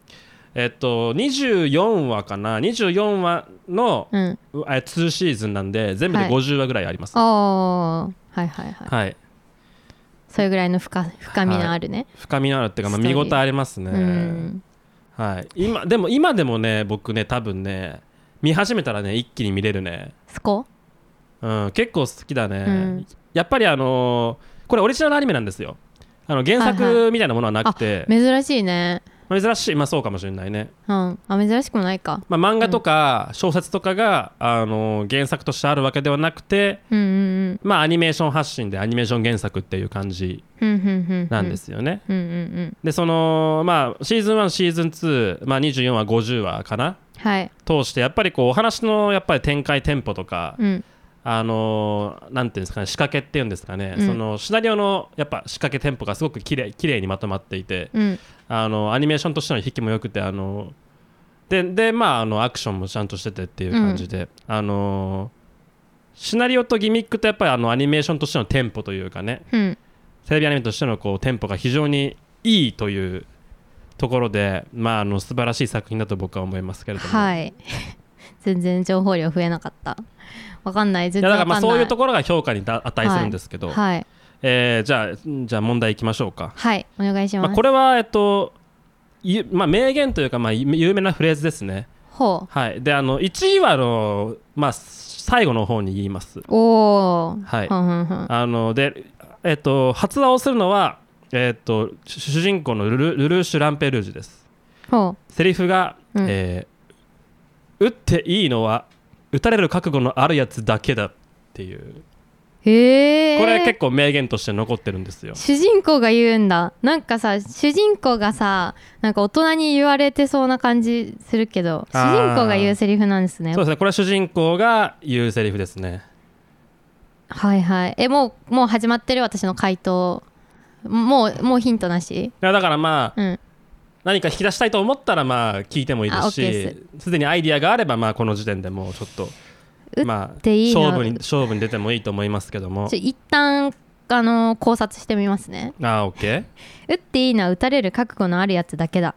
Speaker 2: えっと24話かな24話の、
Speaker 1: うん
Speaker 2: え2シーズンなんで全部で
Speaker 1: はい
Speaker 2: 50話ぐらいあります
Speaker 1: お
Speaker 2: は
Speaker 1: ーはいはいはい
Speaker 2: い、
Speaker 1: それぐらいの深深みのあるね、
Speaker 2: 深みのあるっていうか、まあ、
Speaker 1: ストー
Speaker 2: 見
Speaker 1: リー
Speaker 2: 応えあります
Speaker 1: う
Speaker 2: ね
Speaker 1: ん
Speaker 2: はい今でも今でもね僕ね多分ね見始めたらね一気に見れるね
Speaker 1: そこ
Speaker 2: うん結構好きだね、
Speaker 1: うん
Speaker 2: やっぱりあのーこれオリジナルアニメなんですよあの原
Speaker 1: はい
Speaker 2: 作みたいなものはなくて、
Speaker 1: 珍しいね
Speaker 2: まあ珍しいまあそうかもしれないね
Speaker 1: うんあ珍しくもないか
Speaker 2: まあ、漫画とか小説とかが、あの原作としてあるわけではなくて、
Speaker 1: うんうん
Speaker 2: まあ、アニメーション発信でアニメーション原作っていう感じ
Speaker 1: うんうんうんうん
Speaker 2: なんですよね。
Speaker 1: うんうんうん
Speaker 2: でその、まあ、シーズン1シーズン2、まあ、24話50話かな
Speaker 1: はい
Speaker 2: 通してやっぱりこうお話のやっぱり展開テンポとか、
Speaker 1: うん
Speaker 2: あのなんていうんですかね仕掛けっていうんですかね、
Speaker 1: うん
Speaker 2: そのシナリオのやっぱ仕掛けテンポがすごくきれいきれいにまとまっていて、
Speaker 1: うん
Speaker 2: あのアニメーションとしての引きも良くてあのででまああのアクションもちゃんとしててっていう感じで、あのシナリオとギミックとやっぱりあのアニメーションとしてのテンポというかね
Speaker 1: うん
Speaker 2: テレビアニメとしてのこうテンポが非常にいいというところでまああの素晴らしい作品だと僕は思いますけれども、い、
Speaker 1: はい。 *laughs* 全然情報量増えなかった。わかんない。全然
Speaker 2: やだ
Speaker 1: わ
Speaker 2: か
Speaker 1: からんない。
Speaker 2: まあそういうところが評価にだ値するんですけど、
Speaker 1: はい。
Speaker 2: えーじゃあじゃあ問題いきましょうか、
Speaker 1: はい。お願いします。
Speaker 2: まあ、これはえっとゆまあ、名言というか、まあ、有名なフレーズですね
Speaker 1: ほ
Speaker 2: はい、であの1位はあの、まあ、最後の方に言います。
Speaker 1: う。おー。
Speaker 2: はい
Speaker 1: ふんふんふん
Speaker 2: あので、えっと、発話をするのは、えっと、主主人公のルルルルーシュ・ランペルージュです。
Speaker 1: ほ
Speaker 2: セリフが、
Speaker 1: うん
Speaker 2: えー打っていいのは打たれる覚悟のあるやつだけだっていう
Speaker 1: う。へえ。
Speaker 2: これ結構名言として残ってるんですよ。
Speaker 1: 主人公が言うんだ。なんかさ、主人公がさ、なんか大人に言われてそうな感じするけど、主
Speaker 2: あー
Speaker 1: 人公が言うセリフなんですね
Speaker 2: そう。ですねこれは主人公が言うセリフですね。
Speaker 1: はいはい。え、もう、もう始まってる私の回答。もう、もうヒントなし
Speaker 2: いやだからまあ、
Speaker 1: うん。
Speaker 2: 何か引き出したいと思ったらまあ聞いてもいいで
Speaker 1: あ
Speaker 2: す
Speaker 1: OK で
Speaker 2: しすでにアイディアがあればまあこの時点でもうちょっと
Speaker 1: 打
Speaker 2: まあ
Speaker 1: ていいの
Speaker 2: 勝
Speaker 1: *laughs*
Speaker 2: 負に勝負に出てもいいと思いますけども
Speaker 1: ちょ一旦、あの考察してみますね。
Speaker 2: あー OK
Speaker 1: 打っていいのは打たれる覚悟のあるやつだけだ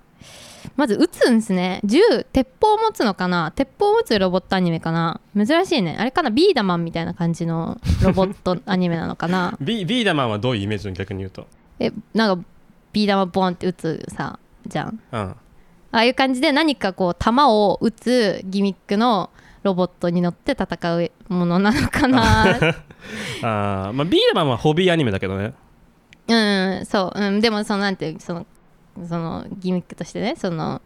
Speaker 1: まず打つんですね銃鉄砲を持つのかな鉄砲を持つロボットアニメかな珍しいねあれかなビーダマンみたいな感じのロボットアニメなのかな *laughs*
Speaker 2: ビビーダマンはどういうイメージの逆に言うと
Speaker 1: えなんかビーダマンボンって打つさじゃん
Speaker 2: うん
Speaker 1: ああいう感じで何かこう弾を撃つギミックのロボットに乗って戦うものなのかな
Speaker 2: あーまあビーダマンはホビーアニメだけどね
Speaker 1: うんそう、うん、でもそのなんていうそのそのギミックとしてねその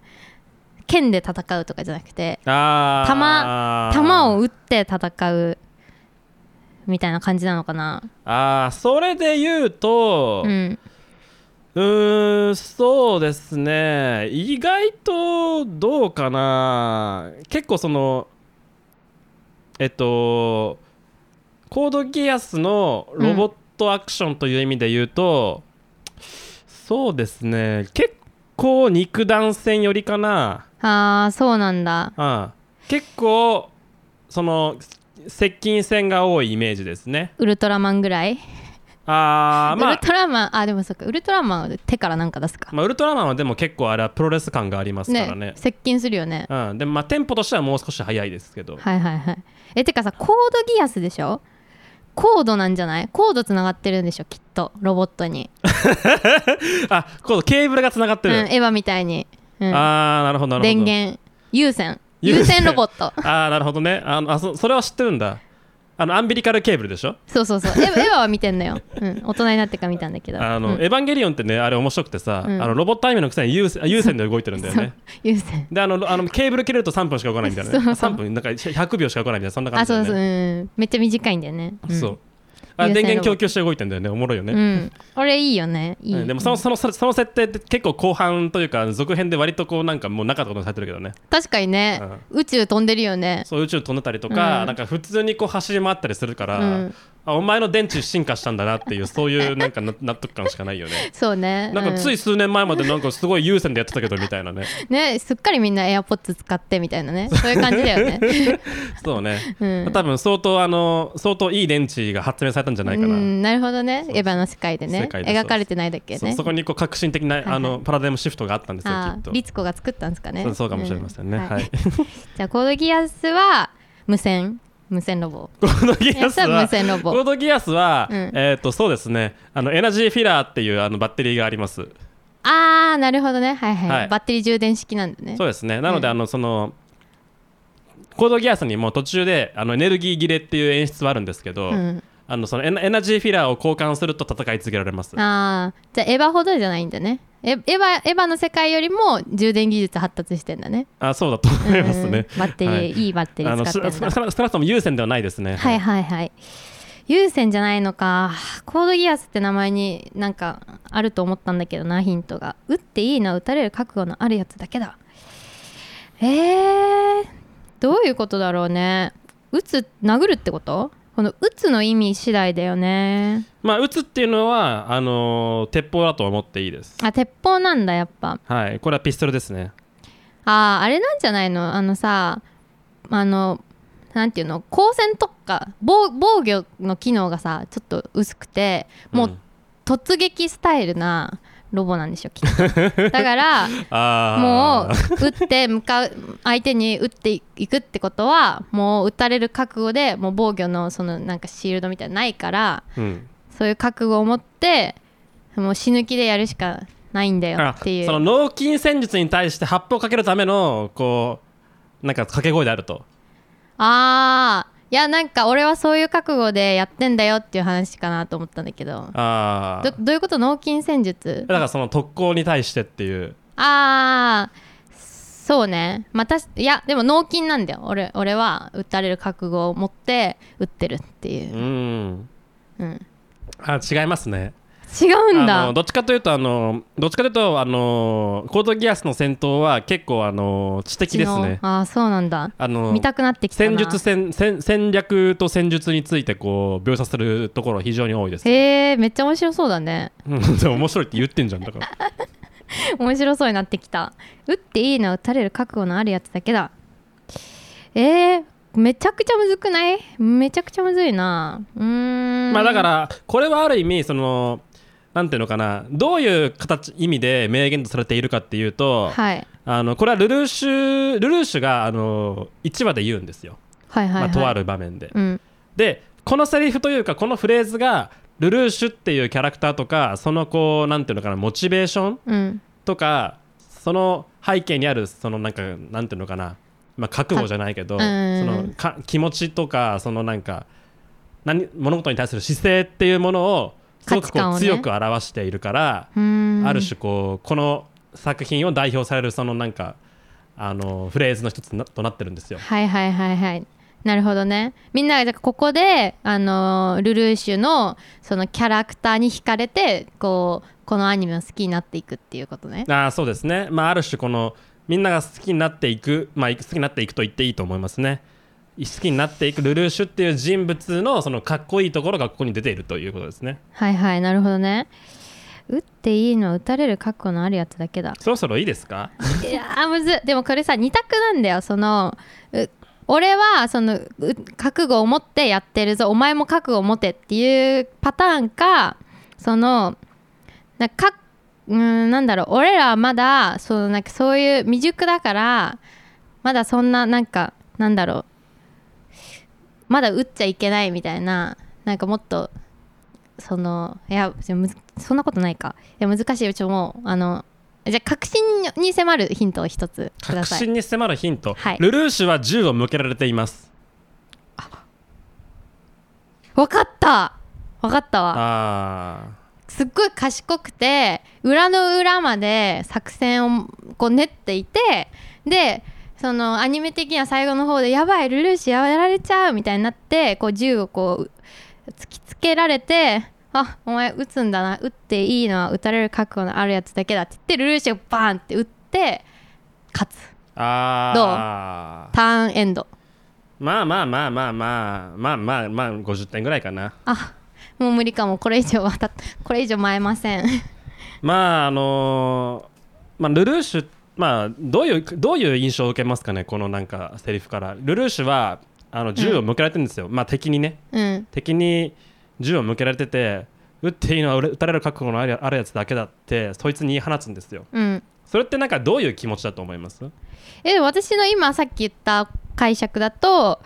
Speaker 1: 剣で戦うとかじゃなくて
Speaker 2: あー
Speaker 1: 弾を撃って戦うみたいな感じなのかな
Speaker 2: あーそれで言うと、
Speaker 1: うん
Speaker 2: うーんそうですね意外とどうかな結構そのえっとコードギアスのロボットアクションという意味で言うと、そうですね結構肉弾戦寄りかな
Speaker 1: ああそうなんだ
Speaker 2: うん結構その接近戦が多いイメージですね
Speaker 1: ウルトラマンぐらい、
Speaker 2: あーま
Speaker 1: ウ
Speaker 2: あ
Speaker 1: ルトラマンあでもそっかウルトラマンは手からなんか出すか、
Speaker 2: まあ、ウルトラマンはでも結構あれはプロレス感がありますからね
Speaker 1: 接近するよね
Speaker 2: うん、でもまあテンポとしてはもう少し早いですけど、
Speaker 1: はいはいはいえてかさコードギアスでしょコードなんじゃないコードつながってるんでしょきっとロボットに、
Speaker 2: あこのケーブルがつながって
Speaker 1: うん、
Speaker 2: る、
Speaker 1: エヴァみたいに、うん、
Speaker 2: ああなるほどなるほど
Speaker 1: 電源有線有
Speaker 2: 有線
Speaker 1: 線ロボット
Speaker 2: ああなるほどねあのあそそれは知ってるんだあのアンビリカルケーブルでしょ
Speaker 1: そうそうそうエヴァエヴァは見てんのよ、うん、大人になってから見たんだけど
Speaker 2: あの、
Speaker 1: うん
Speaker 2: エヴァンゲリオンってねあれ面白くてさ、
Speaker 1: うん
Speaker 2: あのロボットアニメのくせに有線有線で動いてるんだよね
Speaker 1: 有線
Speaker 2: であのあのケーブル切れると3分しか動かないみたいな、ね、
Speaker 1: そう
Speaker 2: 3分なんか100秒しか動かないみたいなそんな感
Speaker 1: あ
Speaker 2: じだ
Speaker 1: そ
Speaker 2: よ
Speaker 1: う
Speaker 2: ね
Speaker 1: そう、うん、めっちゃ短いんだよね、うん、
Speaker 2: そうあ
Speaker 1: 有線
Speaker 2: 電源
Speaker 1: ロボット
Speaker 2: 供給して動いてんだよねおもろいよね、
Speaker 1: うん、俺いいよねいい、
Speaker 2: うんでもそのそのそのその設定って結構後半というか続編で割とこうなんかもうなかったことにされてるけどね
Speaker 1: 確かにね、宇宙飛んでるよね
Speaker 2: そう宇宙飛んでたりとか、
Speaker 1: うん
Speaker 2: なんか普通にこう走り回ったりするから、
Speaker 1: うん
Speaker 2: あお前の電池進化したんだなっていうそ
Speaker 1: *laughs*
Speaker 2: ういうなんかな納得感しかないよね。
Speaker 1: そうね
Speaker 2: なんかつ
Speaker 1: う
Speaker 2: い数年前までなんかすごい優先でやってたけどみたいなね
Speaker 1: ねすっかりみんな AirPods 使ってみたいなねそういう感じだ
Speaker 2: *laughs*
Speaker 1: よね
Speaker 2: そうね、
Speaker 1: うん
Speaker 2: 多分相当あの相当いい電池が発明されたんじゃないか
Speaker 1: う
Speaker 2: な、
Speaker 1: んなるほどね
Speaker 2: そう
Speaker 1: エヴァの世界でね
Speaker 2: 世界でそう
Speaker 1: 描かれてないだけ
Speaker 2: そ
Speaker 1: ね
Speaker 2: そこにこう革新的な、
Speaker 1: いはい
Speaker 2: あのパラダイムシフトがあったんですよ
Speaker 1: あ
Speaker 2: きっと
Speaker 1: ーリツコが作ったんですかね
Speaker 2: そうそうかもしれませんね、
Speaker 1: う
Speaker 2: は
Speaker 1: じ
Speaker 2: い *laughs*
Speaker 1: ゃあコードギアスは無線無線ロボ
Speaker 2: コードギアス
Speaker 1: えそう
Speaker 2: は
Speaker 1: 無線ロボ
Speaker 2: コードギアスは、
Speaker 1: うん
Speaker 2: えっ、とそうですねあのエナジーフィラーっていうあのバッテリーがあります
Speaker 1: ああなるほどねはいはい、
Speaker 2: はい
Speaker 1: バッテリー充電式なんだね
Speaker 2: そうですねなの
Speaker 1: う
Speaker 2: で、
Speaker 1: ん
Speaker 2: あのそのコードギアスにもう途中であのエネルギー切れっていう演出はあるんですけど、
Speaker 1: うん
Speaker 2: あのそのエナエナジーフィラーを交換すると戦い続けられます
Speaker 1: ああじゃあエヴァほどじゃないんだねエエヴァエヴァの世界よりも充電技術発達してんだね
Speaker 2: あそうだと思います
Speaker 1: うん
Speaker 2: ね、
Speaker 1: バッテリー、
Speaker 2: はい
Speaker 1: い、いバッテリ
Speaker 2: あ
Speaker 1: ー
Speaker 2: の
Speaker 1: 使
Speaker 2: す
Speaker 1: ってんだ
Speaker 2: す少な少なくとも優先ではないですね
Speaker 1: はいはいはい有線じゃないのかコードギアスって名前になんかあると思ったんだけどなヒントが打っていいのは打たれる覚悟のあるやつだけだえー、どういうことだろうね打つ殴るってことこの打つの意味次第だよね
Speaker 2: まあ撃つっていうのはあのー鉄砲だと思っていいです
Speaker 1: あ鉄砲なんだやっぱ
Speaker 2: はいこれはピストルですね
Speaker 1: あーあれなんじゃないのあのさあのなんていうの光線特化防防御の機能がさちょっと薄くてもう
Speaker 2: うん
Speaker 1: 突撃スタイルなロボなんでしょき
Speaker 2: *laughs*
Speaker 1: っとだからも
Speaker 2: あー
Speaker 1: う撃って向かう相手に撃っていくってことはもう撃たれる覚悟でもう防御のそのなんかシールドみたいなのないから
Speaker 2: うん
Speaker 1: そういう覚悟を持ってもう死ぬ気でやるしかないんだよ
Speaker 2: あ
Speaker 1: っていう
Speaker 2: その脳筋戦術に対して発砲をかけるためのこうなんか掛け声であると
Speaker 1: ああいやなんか俺はそういう覚悟でやってんだよっていう話かなと思ったんだけど
Speaker 2: ああ
Speaker 1: どどういうこと脳筋戦術
Speaker 2: だからその特攻に対してっていう
Speaker 1: ああそうねまたしいやでも脳筋なんだよ俺俺は打たれる覚悟を持って打ってるっていうう、
Speaker 2: ん
Speaker 1: うん、
Speaker 2: あ違いますね
Speaker 1: 違うん
Speaker 2: あ
Speaker 1: だ
Speaker 2: のどっちかというとあのどっちかというとあのコードギアスの戦闘は結構あの知的ですね
Speaker 1: ああーそうなんだ
Speaker 2: あの
Speaker 1: 見たくなってきたな
Speaker 2: 戦術戦戦戦略と戦術についてこう描写するところ非常に多いです
Speaker 1: へえめっちゃ面白そうだね
Speaker 2: でも面白いって言ってん *laughs* じゃんだから
Speaker 1: *laughs* 面白そうになってきた打っていいのは打たれる覚悟のあるやつだけだえー、めちゃくちゃむずくないめちゃくちゃむずいなうーん
Speaker 2: まあだからこれはある意味そのなんていうのかなどういう形意味で名言とされているかっていうと、
Speaker 1: はい
Speaker 2: あのこれはルルーシュルルーシュがあの1話で言うんですよ、
Speaker 1: はいはいはい、
Speaker 2: まあ、とある場面で。
Speaker 1: うん
Speaker 2: でこのセリフというかこのフレーズがルルーシュっていうキャラクターとかそのこうなんていうのかなモチベーション
Speaker 1: うん
Speaker 2: とかその背景にあるそのなんかなんていうのかな、まあ、覚悟じゃないけど
Speaker 1: か
Speaker 2: そ
Speaker 1: うん
Speaker 2: のか気持ちとかそのなんか何物事に対する姿勢っていうものをすご
Speaker 1: 価
Speaker 2: く
Speaker 1: 値観
Speaker 2: こ
Speaker 1: を
Speaker 2: う
Speaker 1: ね
Speaker 2: 強く表しているから、
Speaker 1: うーん
Speaker 2: ある種こうこの作品を代表されるそのなんかあのフレーズの一つなとなってるんですよ。
Speaker 1: はいはいはいはいなるほどねみんながだからここであのールルーシュのそのキャラクターに惹かれてこうこのアニメを好きになっていくっていうことね
Speaker 2: あーそうですね、まあ、ある種このみんなが好きになっていく、まあ、好きになっていくと言っていいと思いますね好きになっていくルルーシュっていう人物のそのかっこいいところがここに出ているということですね
Speaker 1: はいはいなるほどね打っていいのは打たれる覚悟のあるやつだけだ
Speaker 2: そろそろいいですか
Speaker 1: いやーむずっでもこれさ二択なんだよそのう俺はそのう覚悟を持ってやってるぞお前も覚悟を持てっていうパターンかそのなんかかうーんなんだろう俺らはまだそのなんかそういう未熟だからまだそんななんかなんだろうまだ打っちゃいけないみたいななんかもっとそのいやじゃあむずそんなことないかいや難しいうちょもうあのじゃあ確信に迫るヒントを一つくだ
Speaker 2: 確
Speaker 1: さい
Speaker 2: 信に迫るヒント、
Speaker 1: はい
Speaker 2: ルルーシュは銃を向けられています
Speaker 1: わかったわかったわ
Speaker 2: あ
Speaker 1: すっごい賢くて裏の裏まで作戦をこう練っていてでそのアニメ的には最後の方で「やばいルルーシュやられちゃう」みたいになってこう銃をこう突きつけられて「あお前撃つんだな撃っていいのは撃たれる覚悟のあるやつだけだ」って言ってルルーシュがバーンって撃って勝つ
Speaker 2: ーあー
Speaker 1: ターンエンド
Speaker 2: まあまあまあまあまあまあまあまあ50点ぐらいかな
Speaker 1: あもう無理かもこれ以上はたこれ以上前ません *laughs*
Speaker 2: まああのーまあ、ルルーシュ、まあ、どういうどういう印象を受けますかねこのなんかセリフからルルーシュはあの銃を向けられてるんですよ、まあ敵にね
Speaker 1: うん
Speaker 2: 敵に銃を向けられてて撃っていいのは撃たれる覚悟のあるあるやつだけだってそいつに言い放つんですよ
Speaker 1: うん
Speaker 2: それってなんかどういう気持ちだと思います
Speaker 1: え私の今さっき言った解釈だと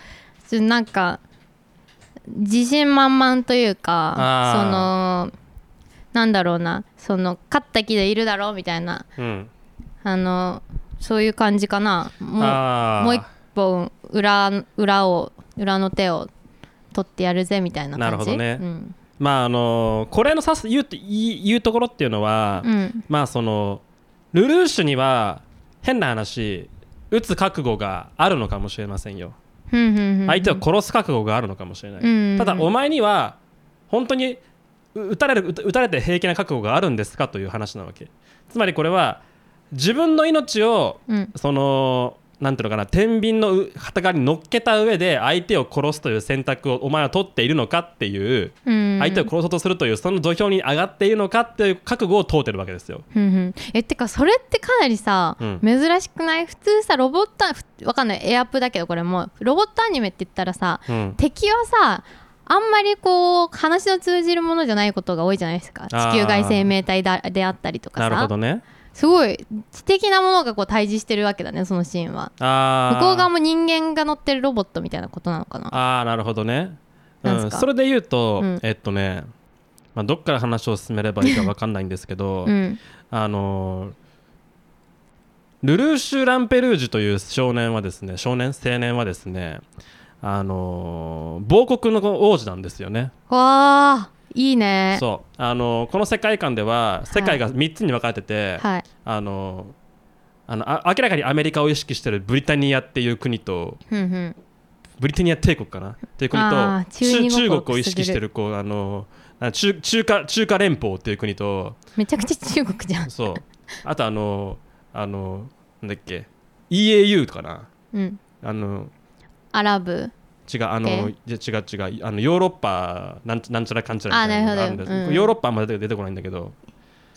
Speaker 1: ちょなんか自信満々というか
Speaker 2: あ
Speaker 1: そのなんだろうなその勝った気でいるだろうみたいな
Speaker 2: うん
Speaker 1: あのそういう感じかなもう
Speaker 2: あー
Speaker 1: もう一本裏裏を裏の手を取ってやるぜみたいな感じ
Speaker 2: なるほどね
Speaker 1: うん
Speaker 2: まああのーこれの指す言う言い言うところっていうのは、
Speaker 1: うん
Speaker 2: まあそのルルーシュには変な話撃つ覚悟があるのかもしれませんよ
Speaker 1: ふんふんふん
Speaker 2: 相手を殺す覚悟があるのかもしれない、
Speaker 1: うん
Speaker 2: ただお前には本当にう撃たれる撃た撃たれて平気な覚悟があるんですかという話なわけつまりこれは自分の命を
Speaker 1: うん
Speaker 2: そのなんていうのかな天秤のう旗側に乗っけた上で相手を殺すという選択をお前は取っているのかっていう
Speaker 1: うん
Speaker 2: 相手を殺そうとするというその土俵に上がっているのかっていう覚悟を問うてるわけですよ
Speaker 1: うんうん、えってかそれってかなりさ、
Speaker 2: うん
Speaker 1: 珍しくない普通さロボットふわかんないエアップだけどこれもロボットアニメって言ったらさ
Speaker 2: うん
Speaker 1: 敵はさあんまりこう話の通じるものじゃないことが多いじゃないですか
Speaker 2: あー
Speaker 1: 地球外生命体だであったりとか
Speaker 2: なるほ
Speaker 1: さ
Speaker 2: どね
Speaker 1: すごい知的なものがこう対峙してるわけだねそのシーンは
Speaker 2: あー
Speaker 1: 向こう側も人間が乗ってるロボットみたいなことなのかな
Speaker 2: あーなるほどね、う
Speaker 1: なんす
Speaker 2: ん、
Speaker 1: か
Speaker 2: それで言うと、
Speaker 1: うん
Speaker 2: えっとね、まあ、どっから話を進めればいいか分かんないんですけど、
Speaker 1: うん
Speaker 2: あのールルーシュ・ランペルージュという少年はですね少年青年はですねあのー亡国の王子なんですよね
Speaker 1: わあいいね
Speaker 2: そうあのーこの世界観では世界が3つに分かれてて、
Speaker 1: はい
Speaker 2: あのあのあ明らかにアメリカを意識してるブリタニアっていう国と
Speaker 1: ふんふん
Speaker 2: ブリタニア帝国かなっていう国
Speaker 1: あー
Speaker 2: と
Speaker 1: 中二心
Speaker 2: 中中
Speaker 1: を
Speaker 2: 国を意識してるこうあのあ中中華中華連邦っていう国と
Speaker 1: めちゃくちゃ中国じゃん *laughs*
Speaker 2: そうあとあのあのなんだっけ EAU かな
Speaker 1: うん
Speaker 2: あの
Speaker 1: アラブ
Speaker 2: 違うあのいや違う違うあのヨーロッパなんちなんちゃらかんちゃらみたいなのがあるんです
Speaker 1: あーなるほどうん
Speaker 2: ヨーロッパまで出てこないんだけど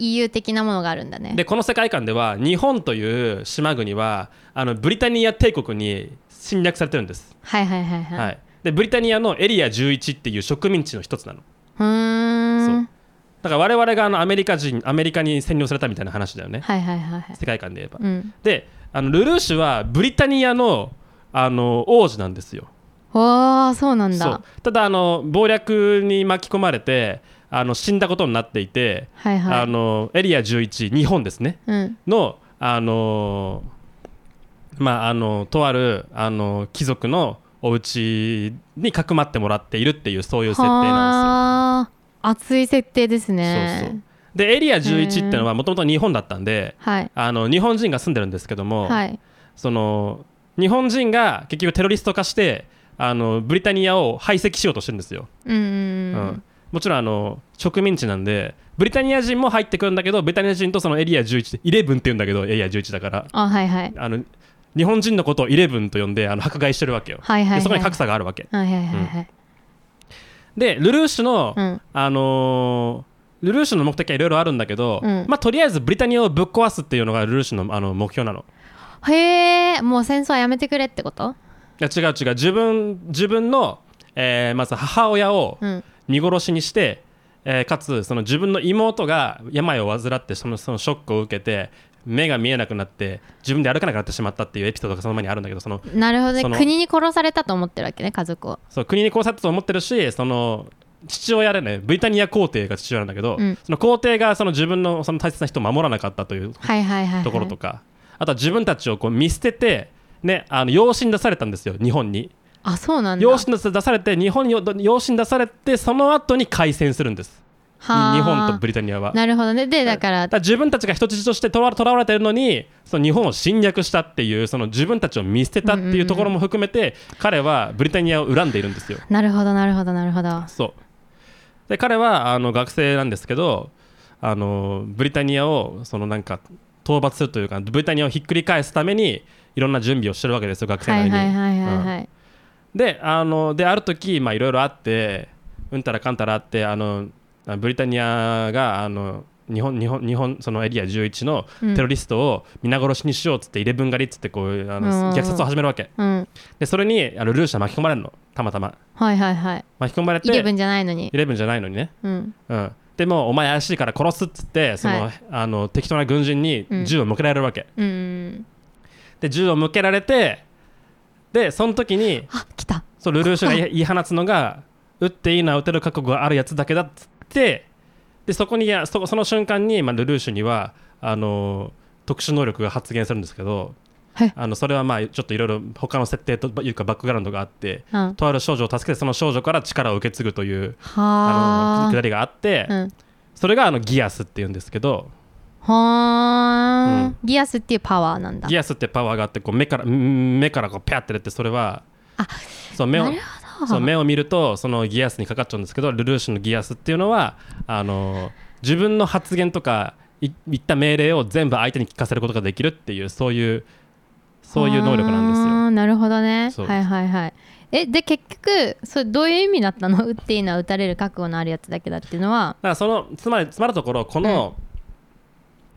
Speaker 1: EU 的なものがあるんだね
Speaker 2: でこの世界観では日本という島国はあのブリタニア帝国に侵略されてるんです、
Speaker 1: はいはいはいはい、
Speaker 2: はい、でブリタニアのエリア11っていう植民地の一つなの
Speaker 1: うーん
Speaker 2: だから我々があのアメリカ人アメリカに占領されたみたいな話だよね
Speaker 1: はいはいはいはい
Speaker 2: 世界観で言えば、
Speaker 1: うん
Speaker 2: であのルルーシュはブリタニアのあの王子なんですよ
Speaker 1: わあそうなんだ
Speaker 2: そうただあの謀略に巻き込まれてあの死んだことになっていて、
Speaker 1: はいはい
Speaker 2: あのエリア11日本ですね
Speaker 1: うん
Speaker 2: のあのーまああのとあるあの貴族のお家にかくまってもらっているっていうそういう設定なんで
Speaker 1: はあ熱い設定です
Speaker 2: すよ。
Speaker 1: ね
Speaker 2: そうそうでエリア11ってのはもともと日本だったんで
Speaker 1: はい
Speaker 2: あの日本人が住んでるんですけども、
Speaker 1: はい
Speaker 2: その日本人が結局テロリスト化してあのブリタニアを排斥しようとしてるんですよ、
Speaker 1: うんう
Speaker 2: うんん
Speaker 1: うん
Speaker 2: もちろんあの植民地なんでブリタニア人も入ってくるんだけどブリタニア人とそのエリア11 11って言うんだけどエリア11だから
Speaker 1: あはいはい
Speaker 2: あの日本人のことを11と呼んであの迫害してるわけよ、
Speaker 1: はいはいはい
Speaker 2: でそこに格差があるわけ
Speaker 1: はいはいはいはい
Speaker 2: でルルーシュの、
Speaker 1: うん
Speaker 2: あのールルーシュの目的はいろいろあるんだけど、
Speaker 1: うん
Speaker 2: まあ、とりあえずブリタニアをぶっ壊すっていうのがルルーシュのあの目標なの
Speaker 1: へえもう戦争はやめてくれってこと
Speaker 2: いや違う違う自分自分の、えーまず母親を
Speaker 1: うん
Speaker 2: 見殺しにして、えーかつその自分の妹が病を患ってそのそのショックを受けて目が見えなくなって自分で歩かなくなってしまったっていうエピソードがその前にあるんだけどその
Speaker 1: なるほどね
Speaker 2: その
Speaker 1: 国に殺されたと思ってるわけね家族を
Speaker 2: そう国に殺されたと思ってるしその父親でねブリタニア皇帝が父親なんだけど、
Speaker 1: うん
Speaker 2: その皇帝がその自分のその大切な人を守らなかったという
Speaker 1: はいはいはいはい
Speaker 2: ところとか、あとは自分たちをこう見捨てて、ね、あの養子に出されたんですよ日本に
Speaker 1: あそうなんだ
Speaker 2: 養子に出されて日本に養子に出されてその後に開戦するんですに
Speaker 1: はあ
Speaker 2: 日本とブリタニアは
Speaker 1: なるほどねでだから
Speaker 2: だから自分たちが人質としてとらとらわれてるのにその日本を侵略したっていうその自分たちを見捨てたっていうところも含めて、彼はブリタニアを恨んでいるんですよ
Speaker 1: なるほどなるほどなるほど
Speaker 2: そうで彼はあの学生なんですけどあのブリタニアをそのなんか討伐するというかブリタニアをひっくり返すためにいろんな準備をしてるわけですよ学生な
Speaker 1: は
Speaker 2: り
Speaker 1: い
Speaker 2: に。
Speaker 1: はいはいはい
Speaker 2: うん
Speaker 1: はい
Speaker 2: であのである時まあいろいろあってうんたらかんたらあってあのブリタニアがあの日本日本日本そのエリア11の
Speaker 1: うん
Speaker 2: テロリストを皆殺しにしようっつって、イレブン狩りっつってこうあ
Speaker 1: うんうんう
Speaker 2: の
Speaker 1: ん
Speaker 2: 虐殺を始めるわけ
Speaker 1: うん
Speaker 2: でそれにあのルーシャ巻き込まれるのたまたま
Speaker 1: はいはいはい
Speaker 2: 巻き込まれて
Speaker 1: イレブンじゃないのに
Speaker 2: イレブンじゃないのにね
Speaker 1: うん
Speaker 2: うん、でもお前怪しいから殺すっつってその、
Speaker 1: は
Speaker 2: あの適当な軍人に
Speaker 1: うん
Speaker 2: 銃を向けられるわけ、
Speaker 1: うん
Speaker 2: で銃を向けられてでその時に
Speaker 1: あ来た
Speaker 2: そうルルーシュが言い言い放つのが撃っていいのは撃てる覚悟があるやつだけだっつってでそこにいやそその瞬間に、まあ、ルルーシュにはあの特殊能力が発現するんですけど
Speaker 1: はい
Speaker 2: あのそれはまあちょっといろいろ他の設定というかバックグラウンドがあって
Speaker 1: うんは
Speaker 2: とある少女を助けてその少女から力を受け継ぐというあ
Speaker 1: あ
Speaker 2: のくだりがあって、
Speaker 1: うん
Speaker 2: それがあのギアスっていうんですけど
Speaker 1: は
Speaker 2: う
Speaker 1: あギアスっていうパワーなんだ
Speaker 2: ギアスってパワーがあってこう目からん目からこうペアって出てそれは
Speaker 1: あ
Speaker 2: そう目を
Speaker 1: なるほど
Speaker 2: そう目を見るとそのギアスにかかっちゃうんですけどルルーシュのギアスっていうのはあの自分の発言とかい言った命令を全部相手に聞かせることができるっていうそういうそういう能力なんですよ。
Speaker 1: あーなるほどね
Speaker 2: そう
Speaker 1: はいはいはいえで結局それどういう意味だったの打っていいのは打たれる覚悟のあるやつだけだっていうのは
Speaker 2: だからそのつまりつまるところこの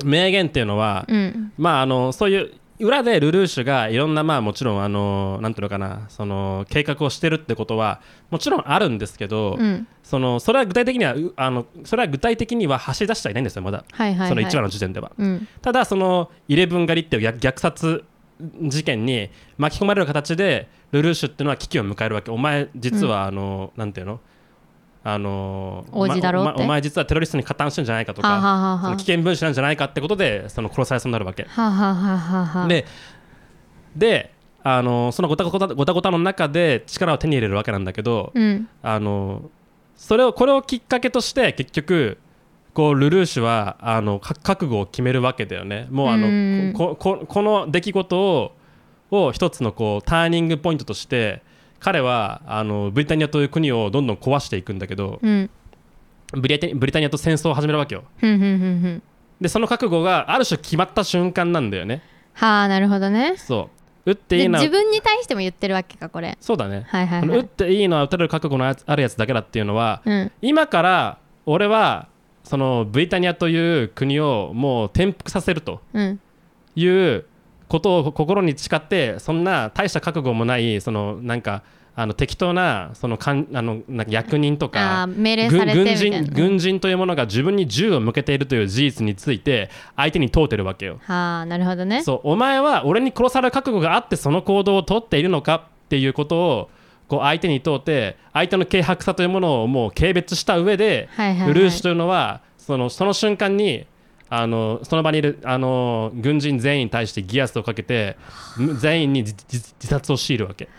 Speaker 2: 名言っていうのは、
Speaker 1: うん
Speaker 2: まああのそういう裏でルルーシュがいろんなまあもちろんあのなんていうのかなその計画をしてるってことはもちろんあるんですけど、
Speaker 1: うん
Speaker 2: そのそれは具体的にはうあのそれは具体的には走り出してはいないんですよまだ、
Speaker 1: はいはいはい
Speaker 2: その1話の時点では
Speaker 1: うん
Speaker 2: ただそのイレブン狩りっていう虐虐殺事件に巻き込まれる形でルルーシュっていうのは危機を迎えるわけお前実はあの、なんていうのあの
Speaker 1: 王子だろうって
Speaker 2: お前お前実はテロリストに加担してるんじゃないかと
Speaker 1: はあは
Speaker 2: か
Speaker 1: あはあ
Speaker 2: その危険分子なんじゃないかってことでその殺されそうになるわけ
Speaker 1: はあはあはあはあはあ
Speaker 2: でであのそのごたごたごたごたの中で力を手に入れるわけなんだけど、
Speaker 1: うん
Speaker 2: あのそれをこれをきっかけとして結局こうルルーシュはあのか覚悟を決めるわけだよねもうあ
Speaker 1: うん
Speaker 2: のこここの出来事をを一つのこうターニングポイントとして彼はあのブリタニアという国をどんどん壊していくんだけど
Speaker 1: うん
Speaker 2: ブリタニブリタニアと戦争を始めるわけよ
Speaker 1: ふんふんふんふん
Speaker 2: でその覚悟がある種決まった瞬間なんだよね
Speaker 1: はあなるほどね
Speaker 2: そう打ってい
Speaker 1: で
Speaker 2: いな
Speaker 1: 自分に対しても言ってるわけかこれ
Speaker 2: そうだね、
Speaker 1: はいはい
Speaker 2: あの
Speaker 1: は
Speaker 2: 打
Speaker 1: い
Speaker 2: っていいのは打たれる覚悟のああるやつだけだっていうのは、
Speaker 1: うん
Speaker 2: 今から俺はそのブリタニアという国をもう転覆させると
Speaker 1: うん
Speaker 2: いうことを心に誓ってそんな大した覚悟もないそのなんかあの適当なそのかんあのなんか役人と
Speaker 1: あ
Speaker 2: か
Speaker 1: あ命令さ
Speaker 2: 軍
Speaker 1: れてみ
Speaker 2: 軍
Speaker 1: たい
Speaker 2: 人
Speaker 1: な
Speaker 2: 軍人というものが自分に銃を向けているという事実について相手に問うてるわけよ。
Speaker 1: はあなるほどね
Speaker 2: そうお前は俺に殺される覚悟があってその行動をとっているのかっていうことをこう相手に問うて相手の軽薄さというものをもう軽蔑した上で、
Speaker 1: はいはいはい
Speaker 2: ルルーシュというのはそのその瞬間にあのその場にいるあの軍人全員に対してギアスをかけてむ全員に自自自殺を強いるわけ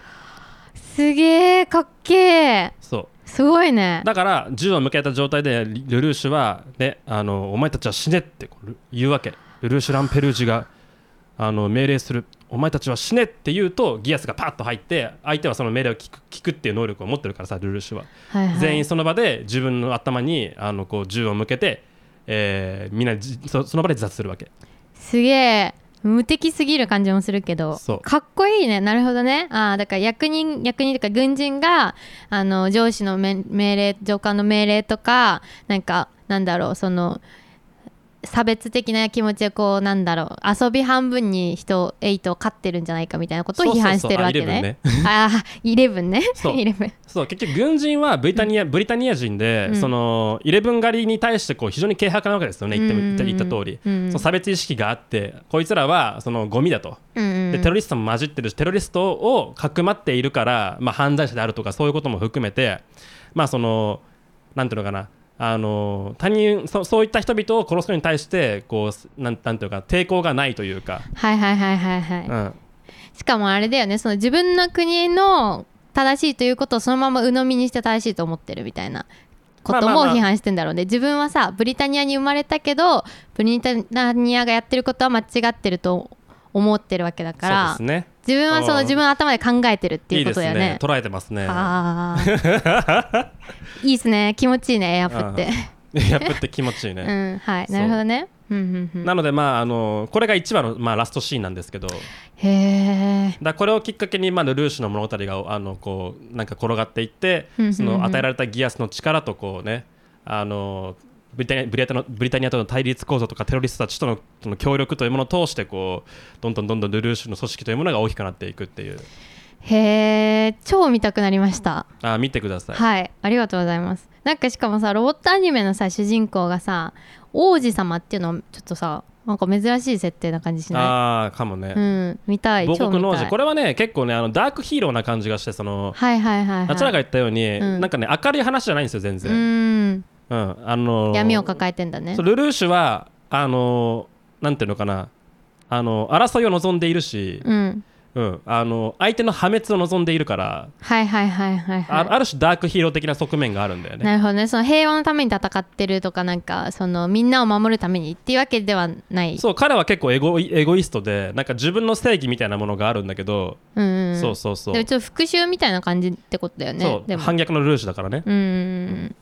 Speaker 1: すげえかっけえ
Speaker 2: そう
Speaker 1: すごいね
Speaker 2: だから銃を向けた状態でルルルーシュは、ね、あのお前たちは死ねってこう言うわけルルーシュ・ランペルージュがあの命令するお前たちは死ねって言うとギアスがパッと入って相手はその命令を聞く聞くっていう能力を持ってるからさルルーシュは、
Speaker 1: はいはい、
Speaker 2: 全員その場で自分の頭にあのこう銃を向けて、えーみんなじそその場で自殺するわけ
Speaker 1: すげえ無敵すぎる感じもするけど
Speaker 2: そう
Speaker 1: かっこいいねなるほどねあーだから役人役人とか軍人があの上司のめ命令上官の命令とかなんかなんだろうその差別的な気持ちでこうなんだろう遊び半分に人8を勝ってるんじゃないかみたいなことを批判してるわけねあー11ね *laughs*
Speaker 2: そう
Speaker 1: 11
Speaker 2: そう結局軍人はブリタニア、ブリタニア人で、
Speaker 1: うん
Speaker 2: そのイレブン狩りに対してこう非常に軽薄なわけですよね言って
Speaker 1: うんうん
Speaker 2: み
Speaker 1: うん
Speaker 2: 言った通り、
Speaker 1: うんうん
Speaker 2: その差別意識があってこいつらはそのゴミだと
Speaker 1: うんうん
Speaker 2: でテロリストも混じってるしテロリストをかくまっているから、まあ、犯罪者であるとかそういうことも含めてまあそのなんていうのかなあの他人そそういった人々を殺すのに対してこうなんなんていうか抵抗がないというか、
Speaker 1: はいはいはいはいはい、
Speaker 2: うん、
Speaker 1: しかもあれだよねその自分の国の正しいということをそのまま鵜呑みにして正しいと思ってるみたいなこと
Speaker 2: まあま
Speaker 1: も
Speaker 2: あまあ
Speaker 1: 批判してんだろうね、自分はさブリタニアに生まれたけどブリタニアがやってることは間違ってると思ってるわけだか
Speaker 2: そう
Speaker 1: ら
Speaker 2: ですね
Speaker 1: 自分はその
Speaker 2: うん
Speaker 1: 自分の頭で考えてるってい
Speaker 2: いうい
Speaker 1: こ
Speaker 2: で
Speaker 1: と
Speaker 2: す
Speaker 1: だよ
Speaker 2: ね
Speaker 1: ね。
Speaker 2: 捉えてますね
Speaker 1: あ
Speaker 2: *laughs*
Speaker 1: あいいですね気持ちいいねエアプって、
Speaker 2: やっぱって気持ちいいうね、
Speaker 1: ん、はい
Speaker 2: そう
Speaker 1: なるほどねうんうんうん
Speaker 2: なので、まあ、あのこれが一番の、まあ、ラストシーンなんですけど
Speaker 1: へえ
Speaker 2: だこれをきっかけに、まあ、ルルーシュの物語があのこうなんか転がっていって
Speaker 1: うんうんうん
Speaker 2: その与えられたギアスの力とこうねあのブリタニアブリタニアのブリタニアとの対立構造とかテロリストたちとのその協力というものを通してこうどんどんどんどんルルーシュの組織というものが大きくなっていくっていう
Speaker 1: へえ超見たくなりました
Speaker 2: あ見てください、
Speaker 1: はい、ありがとうございます。なんかしかもさ、ロボットアニメのさ、主人公がさ、王子様っていうの、ちょっとさ、なんか珍しい設定な感じしな
Speaker 2: ああかもね
Speaker 1: い。うん、見たい。
Speaker 2: 母
Speaker 1: 超
Speaker 2: 国の王
Speaker 1: 見た
Speaker 2: 子
Speaker 1: い。
Speaker 2: これはね結構ねあのダークヒーローな感じがしてその、
Speaker 1: はいはいはい、はい。
Speaker 2: あちらが言ったように、
Speaker 1: うん
Speaker 2: なんかね明るい話じゃないんですよ全
Speaker 1: う
Speaker 2: 然、
Speaker 1: ーん、
Speaker 2: うんあのー
Speaker 1: 闇を抱えてんだね
Speaker 2: そう。ルルーシュはあのーなんていうのかなあの争いを望んでいるし、
Speaker 1: うん、
Speaker 2: うんあの相手の破滅を望んでいるから、
Speaker 1: はいはいはいはいはい。
Speaker 2: あある種ダークヒーロー的な側面があるんだよね。
Speaker 1: なるほどねその平和のために戦ってるとかなんかそのみんなを守るためにっていうわけではない
Speaker 2: そう彼は結構エゴイエゴイストでなんか自分の正義みたいなものがあるんだけど、
Speaker 1: うんうんん
Speaker 2: そうそうそう,、
Speaker 1: でもちょっと復讐みたいな感じってことだよね
Speaker 2: そう
Speaker 1: でも
Speaker 2: 反逆のルルーシュだからね、
Speaker 1: うんうんうん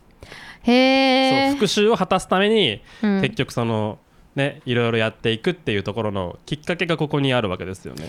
Speaker 1: へえ
Speaker 2: そう復讐を果たすために、
Speaker 1: うん
Speaker 2: 結局そのねいろいろやっていくっていうところのきっかけがここにあるわけですよね。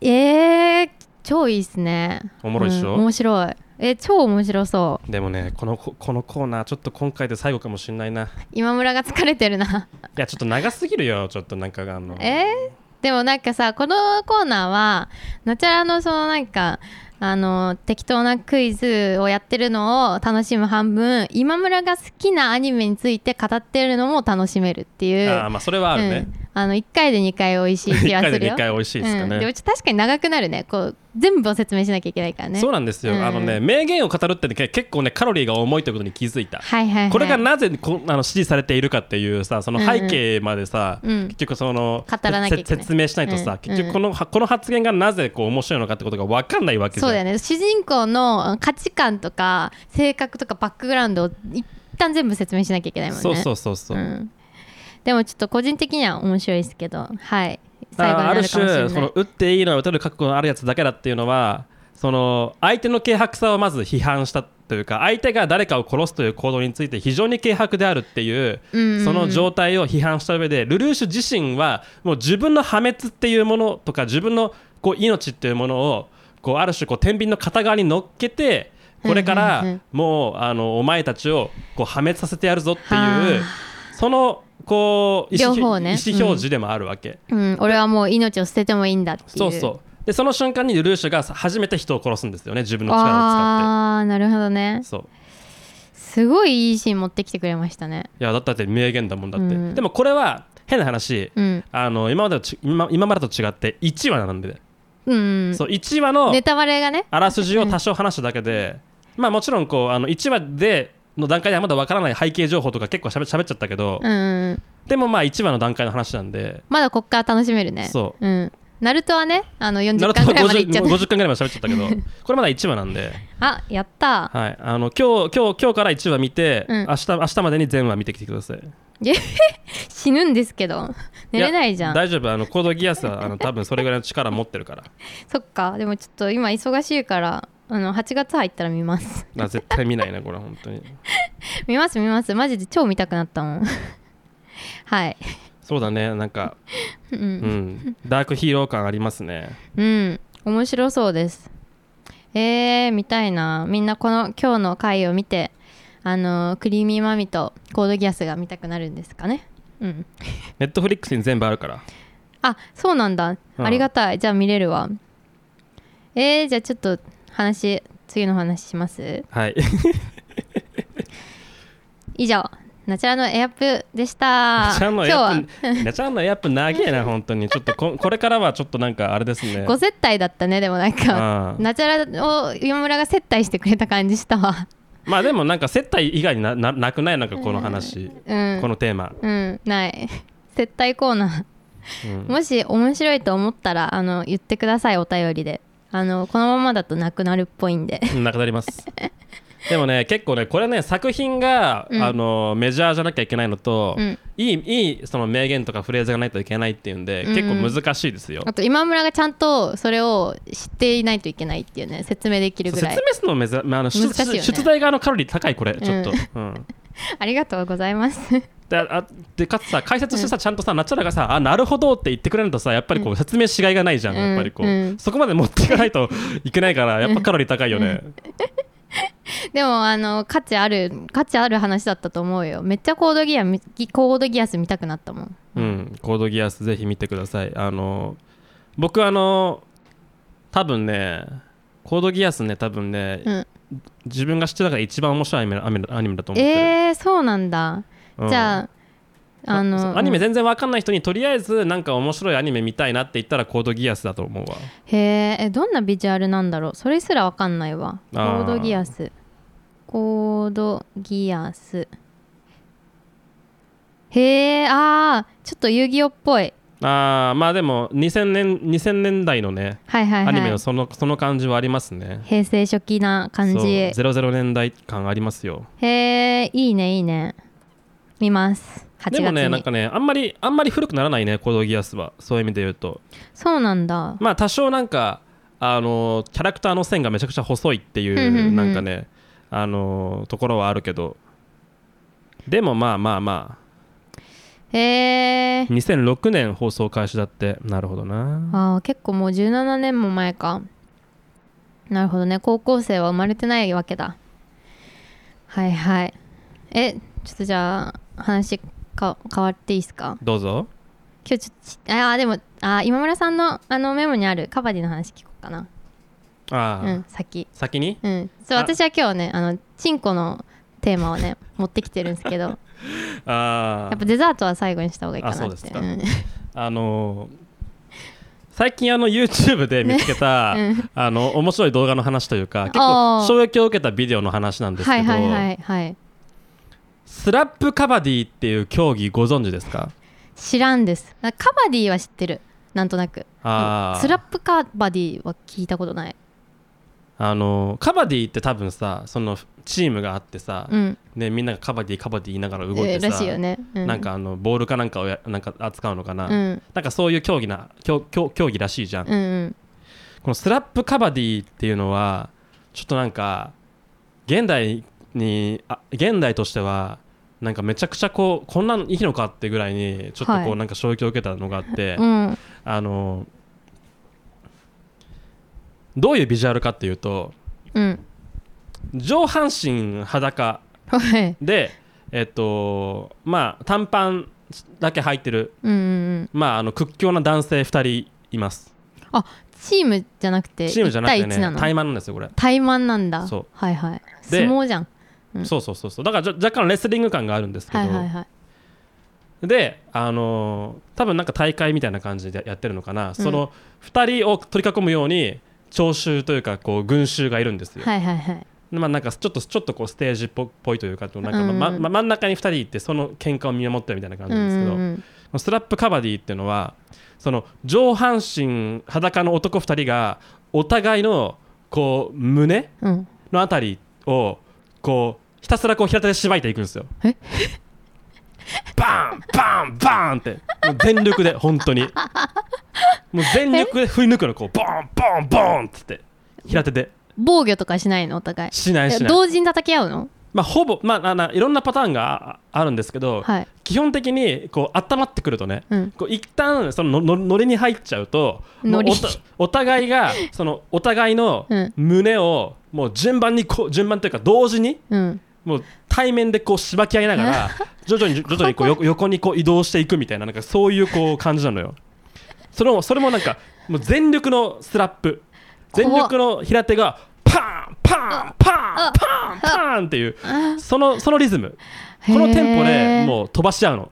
Speaker 1: えー、超いいっすね
Speaker 2: おもろいっしょ
Speaker 1: うん面白いえ超面白そう
Speaker 2: でもねこのここのコーナーちょっと今回で最後かもしれないな。
Speaker 1: 今村が疲れてる
Speaker 2: *laughs*
Speaker 1: な
Speaker 2: いやちょっと長すぎるよちょっとなんかあの
Speaker 1: えーでもなんかさこのコーナーはナチャラのそのなんかあの適当なクイズをやってるのを楽しむ半分今村が好きなアニメについて語ってるのも楽しめるっていう
Speaker 2: あーまあそれはあるね、
Speaker 1: うん、あの1回で2回美味しい気がするよ
Speaker 2: *laughs* 一回で二回美味しいですかね
Speaker 1: うんもちょっと確かに長くなるねこう全部を説明しなきゃいけないからね
Speaker 2: そうなんですよ、
Speaker 1: うん
Speaker 2: あのね名言を語るってねけ結構ねカロリーが重いということに気づいた、
Speaker 1: はいはい、はい、
Speaker 2: これがなぜこあの支持されているかっていうさその背景までさ、
Speaker 1: うん
Speaker 2: 結局その
Speaker 1: 語らなきゃいけない
Speaker 2: せ説明しないとさ、
Speaker 1: うん
Speaker 2: 結局このはこの発言がなぜこう面白いのかってことが分かんないわけじゃ
Speaker 1: そ
Speaker 2: ん
Speaker 1: うだよね主人公の価値観とか性格とかバックグラウンドを一旦全部説明しなきゃいけないもんね
Speaker 2: そうそうそうそう、
Speaker 1: うんでもちょっと個人的には面白いですけどはい最後に
Speaker 2: だから
Speaker 1: な
Speaker 2: あ
Speaker 1: る
Speaker 2: る
Speaker 1: かもしれ
Speaker 2: 種そ
Speaker 1: ない
Speaker 2: の打っていいのは打てる覚悟のあるやつだけだっていうのはその相手の軽薄さをまず批判したというか相手が誰かを殺すという行動について非常に軽薄であるっていう
Speaker 1: うんうんうん
Speaker 2: その状態を批判した上でルルーシュ自身はもう自分の破滅っていうものとか自分のこう命っていうものをこうある種こう天秤の片側に乗っけてこれか
Speaker 1: うんうんうん
Speaker 2: らもうあのお前たちをこう破滅させてやるぞってい
Speaker 1: は
Speaker 2: うそのこう意思
Speaker 1: 両方ね
Speaker 2: 意思表示でもあるわけ。
Speaker 1: うん、俺はもう命を捨ててもいいんだっていう
Speaker 2: そうそうでその瞬間にルルーシュが初めて人を殺すんですよね自分の力を使っ
Speaker 1: ああーなるほどね
Speaker 2: てそう
Speaker 1: すごいいいシーン持ってきてくれましたね
Speaker 2: いやだってだって名言だもんだって、
Speaker 1: うん
Speaker 2: でもこれは変な話、
Speaker 1: うん
Speaker 2: あの今までとち今今までと違って1話なんで、
Speaker 1: うん
Speaker 2: そう1話の
Speaker 1: ネタバレがね
Speaker 2: あらすじを多少話しただけで、まあもちろんこうあの1話での段階ではまだわからない背景情報とか結構しゃべっちゃったけど、
Speaker 1: うんうん
Speaker 2: でもまあ1話の段階の話なんで
Speaker 1: まだこっから楽しめるね、
Speaker 2: そう
Speaker 1: ん、ナルトはねあの
Speaker 2: な
Speaker 1: 40
Speaker 2: ると
Speaker 1: 巻ぐらいまでいっちゃっ
Speaker 2: 50 50巻ぐらいまで喋っちゃったけど
Speaker 1: *laughs*
Speaker 2: これまだ1話なんで、
Speaker 1: た *laughs* あやった
Speaker 2: はい、あの今日今日今日から1話見て、
Speaker 1: うん
Speaker 2: 明日明日までに全話見てきてください
Speaker 1: *laughs* 死ぬんですけど寝れないじゃん
Speaker 2: や大丈夫あのコードギアスはあの多分それぐらいの力持ってるから
Speaker 1: そっかでもちょっと今忙しいからあの8月入ったら見ます *laughs*
Speaker 2: な絶対見ないなこれ本当に
Speaker 1: 見ます見ますマジで超見たくなったもん *laughs* はい
Speaker 2: そうだねなんか
Speaker 1: う、
Speaker 2: うんんダークヒーロー感ありますね
Speaker 1: うん、面白そうですえー、見たいなみんなこの今日の回を見てあのクリーミーマミとコードギアスが見たくなるんですかねうん
Speaker 2: ネットフリックスに全部あるから
Speaker 1: あそうなんだ、
Speaker 2: うん
Speaker 1: ありがたいじゃあ見れるわえー、じゃあちょっと話次の話します
Speaker 2: はい
Speaker 1: 以上ナチュラのエアップでした
Speaker 2: *laughs* ナチャンの
Speaker 1: 今
Speaker 2: エ
Speaker 1: 日
Speaker 2: ア
Speaker 1: は
Speaker 2: ップナチャンのエアップ長えな本当にちょっとここれからはちょっとなんかあれですね
Speaker 1: ご接待だったねでもなんか
Speaker 2: ああ
Speaker 1: ナチュラを今村が接待してくれた感じしたわ
Speaker 2: まあでもなんか接待以外になななくないなんかこの話
Speaker 1: うん
Speaker 2: このテーマ、
Speaker 1: うんない接待コーナ
Speaker 2: うん
Speaker 1: ーもし面白いと思ったらあの言ってくださいお便りであのこのままだとなくなるっぽいんで
Speaker 2: *laughs* なくなりますでもね結構ねこれね作品が、
Speaker 1: うん
Speaker 2: あのメジャーじゃなきゃいけないのと、
Speaker 1: うん
Speaker 2: いいいいその名言とかフレーズがないといけないっていうん
Speaker 1: う
Speaker 2: で、
Speaker 1: んうん
Speaker 2: 結構難しいですよ
Speaker 1: あと今村がちゃんとそれを知っていないといけないっていうね説明できるぐ
Speaker 2: 説
Speaker 1: らい
Speaker 2: 明するのめず、まあ、あの出
Speaker 1: 難しいよね
Speaker 2: 出題側のカロリー高いこれちょっと、うん
Speaker 1: ありがとうございます
Speaker 2: であでかつさ解説してさ、ちゃんとさナチュラがさ「あなるほど」って言ってくれるとさやっぱりこう説明しがいがないじゃん、
Speaker 1: うん
Speaker 2: やっぱりこう、
Speaker 1: うん
Speaker 2: そこまで持っていかないといけないからやっぱカロリー高いよね、
Speaker 1: でもあの価値ある価値ある話だったと思うよめっちゃコードギアみコードギアス見たくなったもん
Speaker 2: うん、コードギアスぜひ見てください。あの僕あの多分ねコードギアスね多分ね、
Speaker 1: うん
Speaker 2: 自分が知ってた中で一番面白いアニメアニメアニメだと思ってる。
Speaker 1: えー、そうなんだ、
Speaker 2: うん
Speaker 1: じゃああ
Speaker 2: そ
Speaker 1: の
Speaker 2: うアニメ全然わかんない人にとりあえずなんか面白いアニメ見たいなって言ったらコードギアスだと思うわ。
Speaker 1: へーえどんなビジュアルなんだろうそれすらわかんないわコ
Speaker 2: あー
Speaker 1: ードギアスコードギアスへえあーちょっと遊戯王っぽい
Speaker 2: あーまあでも2000年2000年代のね
Speaker 1: はいはい
Speaker 2: アニメ
Speaker 1: は
Speaker 2: の
Speaker 1: い
Speaker 2: そのその感じはありますね。
Speaker 1: 平成初期な感
Speaker 2: そう
Speaker 1: じ
Speaker 2: 00年代感ありますよ。
Speaker 1: へえいいねいいね見ます8月に
Speaker 2: でもねなんかねあんまりあんまり古くならないねコードギアスはそういう意味で言うと。
Speaker 1: そうなんだ
Speaker 2: まあ多少なんかあのキャラクターの線がめちゃくちゃ細いってい
Speaker 1: うんうんう
Speaker 2: うんなんかねあのところはあるけどでもまあまあま
Speaker 1: へえ
Speaker 2: あ2006年放送開始だってなるほどな
Speaker 1: あー結構もう17年も前かなるほどね高校生は生まれてないわけだはいはいえちょっとじゃあ話か変わっていいですか
Speaker 2: どうぞ
Speaker 1: 今日ちょっとちあーでもあー今村さんのあのメモにあるカバディの話聞こうかな
Speaker 2: ああ、
Speaker 1: うん先
Speaker 2: 先に
Speaker 1: うんそう
Speaker 2: あ
Speaker 1: 私は今日ねあのチンコのテーマをね持ってきてるんですけどや
Speaker 2: *laughs* あ
Speaker 1: っぱデザートは最後にした方がいいかなって
Speaker 2: あそうですか
Speaker 1: ん
Speaker 2: ああのー最近あの YouTube で見つけた、
Speaker 1: *laughs* うん
Speaker 2: あの面白い動画の話というか結
Speaker 1: あ
Speaker 2: 構
Speaker 1: ー
Speaker 2: 衝撃を受けたビデオの話なんです
Speaker 1: は
Speaker 2: け
Speaker 1: い
Speaker 2: ど、
Speaker 1: はいはいはい
Speaker 2: スラップカバディっていう競技ご存知ですか
Speaker 1: 知らんですあカバディは知ってるなんとなく
Speaker 2: あー
Speaker 1: スラップカバディは聞いたことない
Speaker 2: あのカバディって多分さそのチームがあってさ、
Speaker 1: うん
Speaker 2: ね、みんながカバディカバディ言いながら動い
Speaker 1: え
Speaker 2: て
Speaker 1: ー
Speaker 2: さ、
Speaker 1: らしいよね、う
Speaker 2: なんかあのボールかなんかをやなんか扱うのかな、
Speaker 1: うんうん
Speaker 2: なんかそういう競技な競競競技らしいじゃん、こ
Speaker 1: うんうん
Speaker 2: のスラップカバディっていうのはちょっとなんか現代にあ現代としてはなんかめちゃくちゃこうこんなんいいのかってぐらいにちょっとこ
Speaker 1: は
Speaker 2: う
Speaker 1: い
Speaker 2: なんか衝撃を受けたのがあって、
Speaker 1: うん
Speaker 2: あのどういうビジュアルかっていうと
Speaker 1: うん
Speaker 2: 上半身裸
Speaker 1: はい
Speaker 2: でえっとまあ短パンだけ履いてる
Speaker 1: うんうんうん
Speaker 2: まああの屈強な男性2人います
Speaker 1: チームじゃなくて
Speaker 2: チームじゃなくて
Speaker 1: 1対1な
Speaker 2: ね
Speaker 1: の
Speaker 2: 怠慢なんですよこれ、
Speaker 1: 対マンなんだ
Speaker 2: そう
Speaker 1: はいはい相
Speaker 2: で
Speaker 1: 撲じゃんうん
Speaker 2: そうそうそうそうだからじゃ若干レスリング感があるんですけど、
Speaker 1: はいはいはい
Speaker 2: であのー多分なんか大会みたいな感じでやってるのかな、その2人を取り囲むように聴衆というかこう群衆がいるんですよ、
Speaker 1: はいはいはい
Speaker 2: まあなんかちょっとちょっとこうステージっぽっぽいというかなんかま、
Speaker 1: うん
Speaker 2: まま真ん中に2人いてその喧嘩を見守ってるみたいな感じ
Speaker 1: う
Speaker 2: なんですけど、
Speaker 1: んうん
Speaker 2: スラップカバディっていうのはその上半身裸の男2人がお互いのこう胸
Speaker 1: うんうん
Speaker 2: のあたりをこうひたすらこう平手でしばいていくんですよ。バンバンバンってもう全力で本当にもう全力で振り抜くのこうボンボンボンっつって平手で
Speaker 1: 防御とかしないのお互い
Speaker 2: しないしない
Speaker 1: 同時に叩き合うの
Speaker 2: まあほぼまああのいろんなパターンがああるんですけど、
Speaker 1: はい
Speaker 2: 基本的にこう温まってくるとね、
Speaker 1: うん
Speaker 2: こう一旦そののののれに入っちゃうとも
Speaker 1: ノ
Speaker 2: う
Speaker 1: リ
Speaker 2: おたお互いがそのお互いの
Speaker 1: うん
Speaker 2: 胸をもう順番にこう順番というか同時に
Speaker 1: うん
Speaker 2: もう対面でこうしばき合いながら徐々に徐々にこう横横にこう移動していくみたいななんかそういうこう感じなのよそれもそれもなんかもう全力のスラップ全力の平手がパーンパーンパーンパーンパーンっていうそのそのリズムこのテンポでもう飛ばし合うの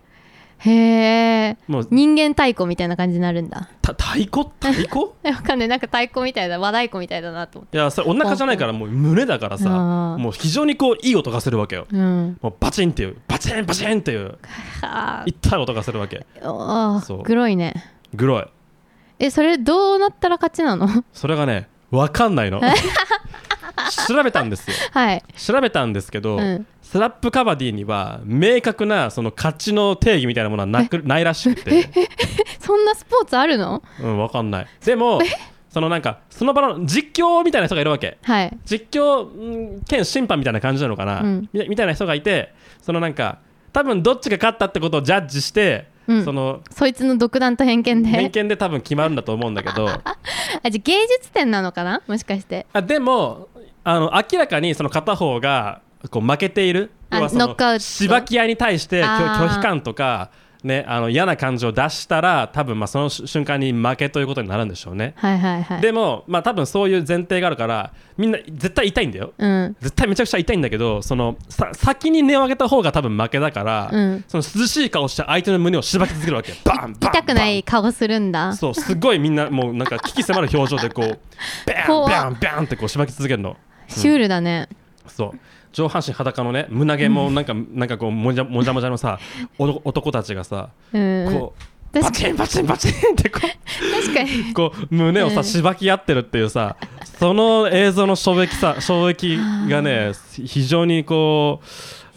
Speaker 1: へえ
Speaker 2: もう
Speaker 1: 人間太鼓みたいな感じになるんだ
Speaker 2: た太鼓太鼓
Speaker 1: えわかんないなんか太鼓みたいだ和太鼓みたいだなと思っ
Speaker 2: いやそれお腹じゃないからもう胸だからさ
Speaker 1: あー
Speaker 2: もう非常にこういい音がするわけよ
Speaker 1: てうん
Speaker 2: もうバチンっていうバチンバチンっていう
Speaker 1: はあ
Speaker 2: いったい音がするわけ
Speaker 1: あ
Speaker 2: そう
Speaker 1: グロいね
Speaker 2: グロい
Speaker 1: えそれどうなったら勝ちなの
Speaker 2: それがね分かんない *laughs* の調べたんですよ
Speaker 1: はい
Speaker 2: 調べたんですけど、
Speaker 1: うん
Speaker 2: スラップカバディには明確なその勝ちの定義みたいなものはなくないらしくて、
Speaker 1: そんなスポーツあるの
Speaker 2: うん、分かんないでもそのなんかその場の実況みたいな人がいるわけ
Speaker 1: はい
Speaker 2: 実況うん兼審判みたいな感じなのかな、
Speaker 1: うん
Speaker 2: みみたいな人がいてそのなんか多分どっちが勝ったってことをジャッジして、
Speaker 1: うん
Speaker 2: その
Speaker 1: そいつの独断と偏見で
Speaker 2: 偏見で多分決まるんだと思うんだけ
Speaker 1: *laughs*
Speaker 2: ど
Speaker 1: あじゃあ芸術点なのかなもしかして
Speaker 2: あでもあの明らかにその片方がこう負けている
Speaker 1: あ
Speaker 2: 要はその
Speaker 1: ノックアウト
Speaker 2: しばき合いに対して拒
Speaker 1: あー
Speaker 2: 拒否感とか、ね、あの嫌な感情を出したら多分まあその瞬瞬間に負けということになるんでしょうね。
Speaker 1: はいはいはい
Speaker 2: でも、まあ、多分そういう前提があるからみんな絶対痛いんだよ
Speaker 1: うん
Speaker 2: 絶対めちゃくちゃ痛いんだけどそのさ先に値を上げた方が多分負けだから、
Speaker 1: うん
Speaker 2: その涼しい顔して相手の胸をしばき続けるわ
Speaker 1: *laughs*
Speaker 2: けバンバンバン
Speaker 1: 痛くない顔するんだ
Speaker 2: そうすごいみんなもうなんか危機迫る表情で
Speaker 1: *laughs*
Speaker 2: こうバ
Speaker 1: 怖
Speaker 2: ン
Speaker 1: っ
Speaker 2: バンバンってこうしばき続けるの
Speaker 1: シュールだね
Speaker 2: そう上半身裸のね胸毛もなんか、なんかこうもじゃもじゃもじゃのさおど男たちがさ
Speaker 1: うん
Speaker 2: こう
Speaker 1: 確か
Speaker 2: バチンバチンバチンってこ
Speaker 1: 確かに
Speaker 2: う *laughs* こう胸を
Speaker 1: う
Speaker 2: さ
Speaker 1: ん
Speaker 2: しばき合ってるっていうさその映像の衝撃
Speaker 1: *laughs*
Speaker 2: さ衝撃がね非常にこ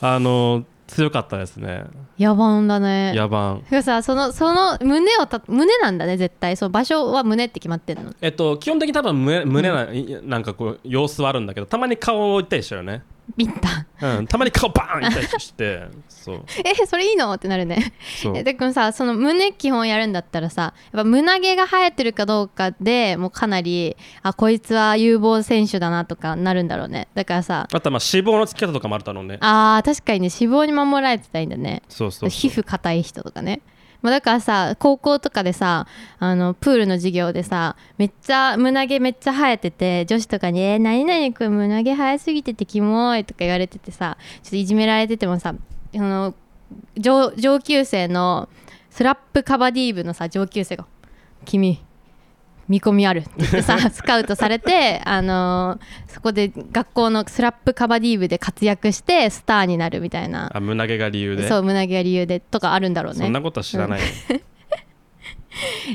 Speaker 2: うあの強かったですね
Speaker 1: 野蛮だね
Speaker 2: 野蛮
Speaker 1: てかさそのその胸をた胸なんだね絶対そう場所は胸って決まってんの
Speaker 2: えっと基本的に多分胸胸な,、なんかこう様子はあるんだけどたまに顔を置いたりしてるよね
Speaker 1: ビンタ *laughs*
Speaker 2: うん、たまに顔バーンいったりして、そう、
Speaker 1: えそれいいのってなるね
Speaker 2: そう
Speaker 1: え、でもさその胸基本やるんだったらさやっぱ胸毛が生えてるかどうかでもうかなりあこいつは有望選手だなとかなるんだろうねだからさ
Speaker 2: あとはまあ脂肪のつき方とかもあるだろうね。
Speaker 1: あー確かにね脂肪に守られてたいんだね
Speaker 2: そうそう
Speaker 1: 皮膚硬い人とかね、まあ、だからさ高校とかでさあのプールの授業でさめっちゃ胸毛めっちゃ生えてて女子とかに「えー、何々くん胸毛生えすぎててキモい」とか言われててさちょっといじめられててもさあの上上級生のスラップカバディー部のさ上級生が「君見込みある」って言
Speaker 2: *laughs*
Speaker 1: ってさスカウトされて、あのーそこで学校のスラップカバディー部で活躍してスターになるみたいな
Speaker 2: あ胸毛が理由で。
Speaker 1: そう胸毛が理由でとかあるんだろう
Speaker 2: そん
Speaker 1: ね
Speaker 2: なことは知らない。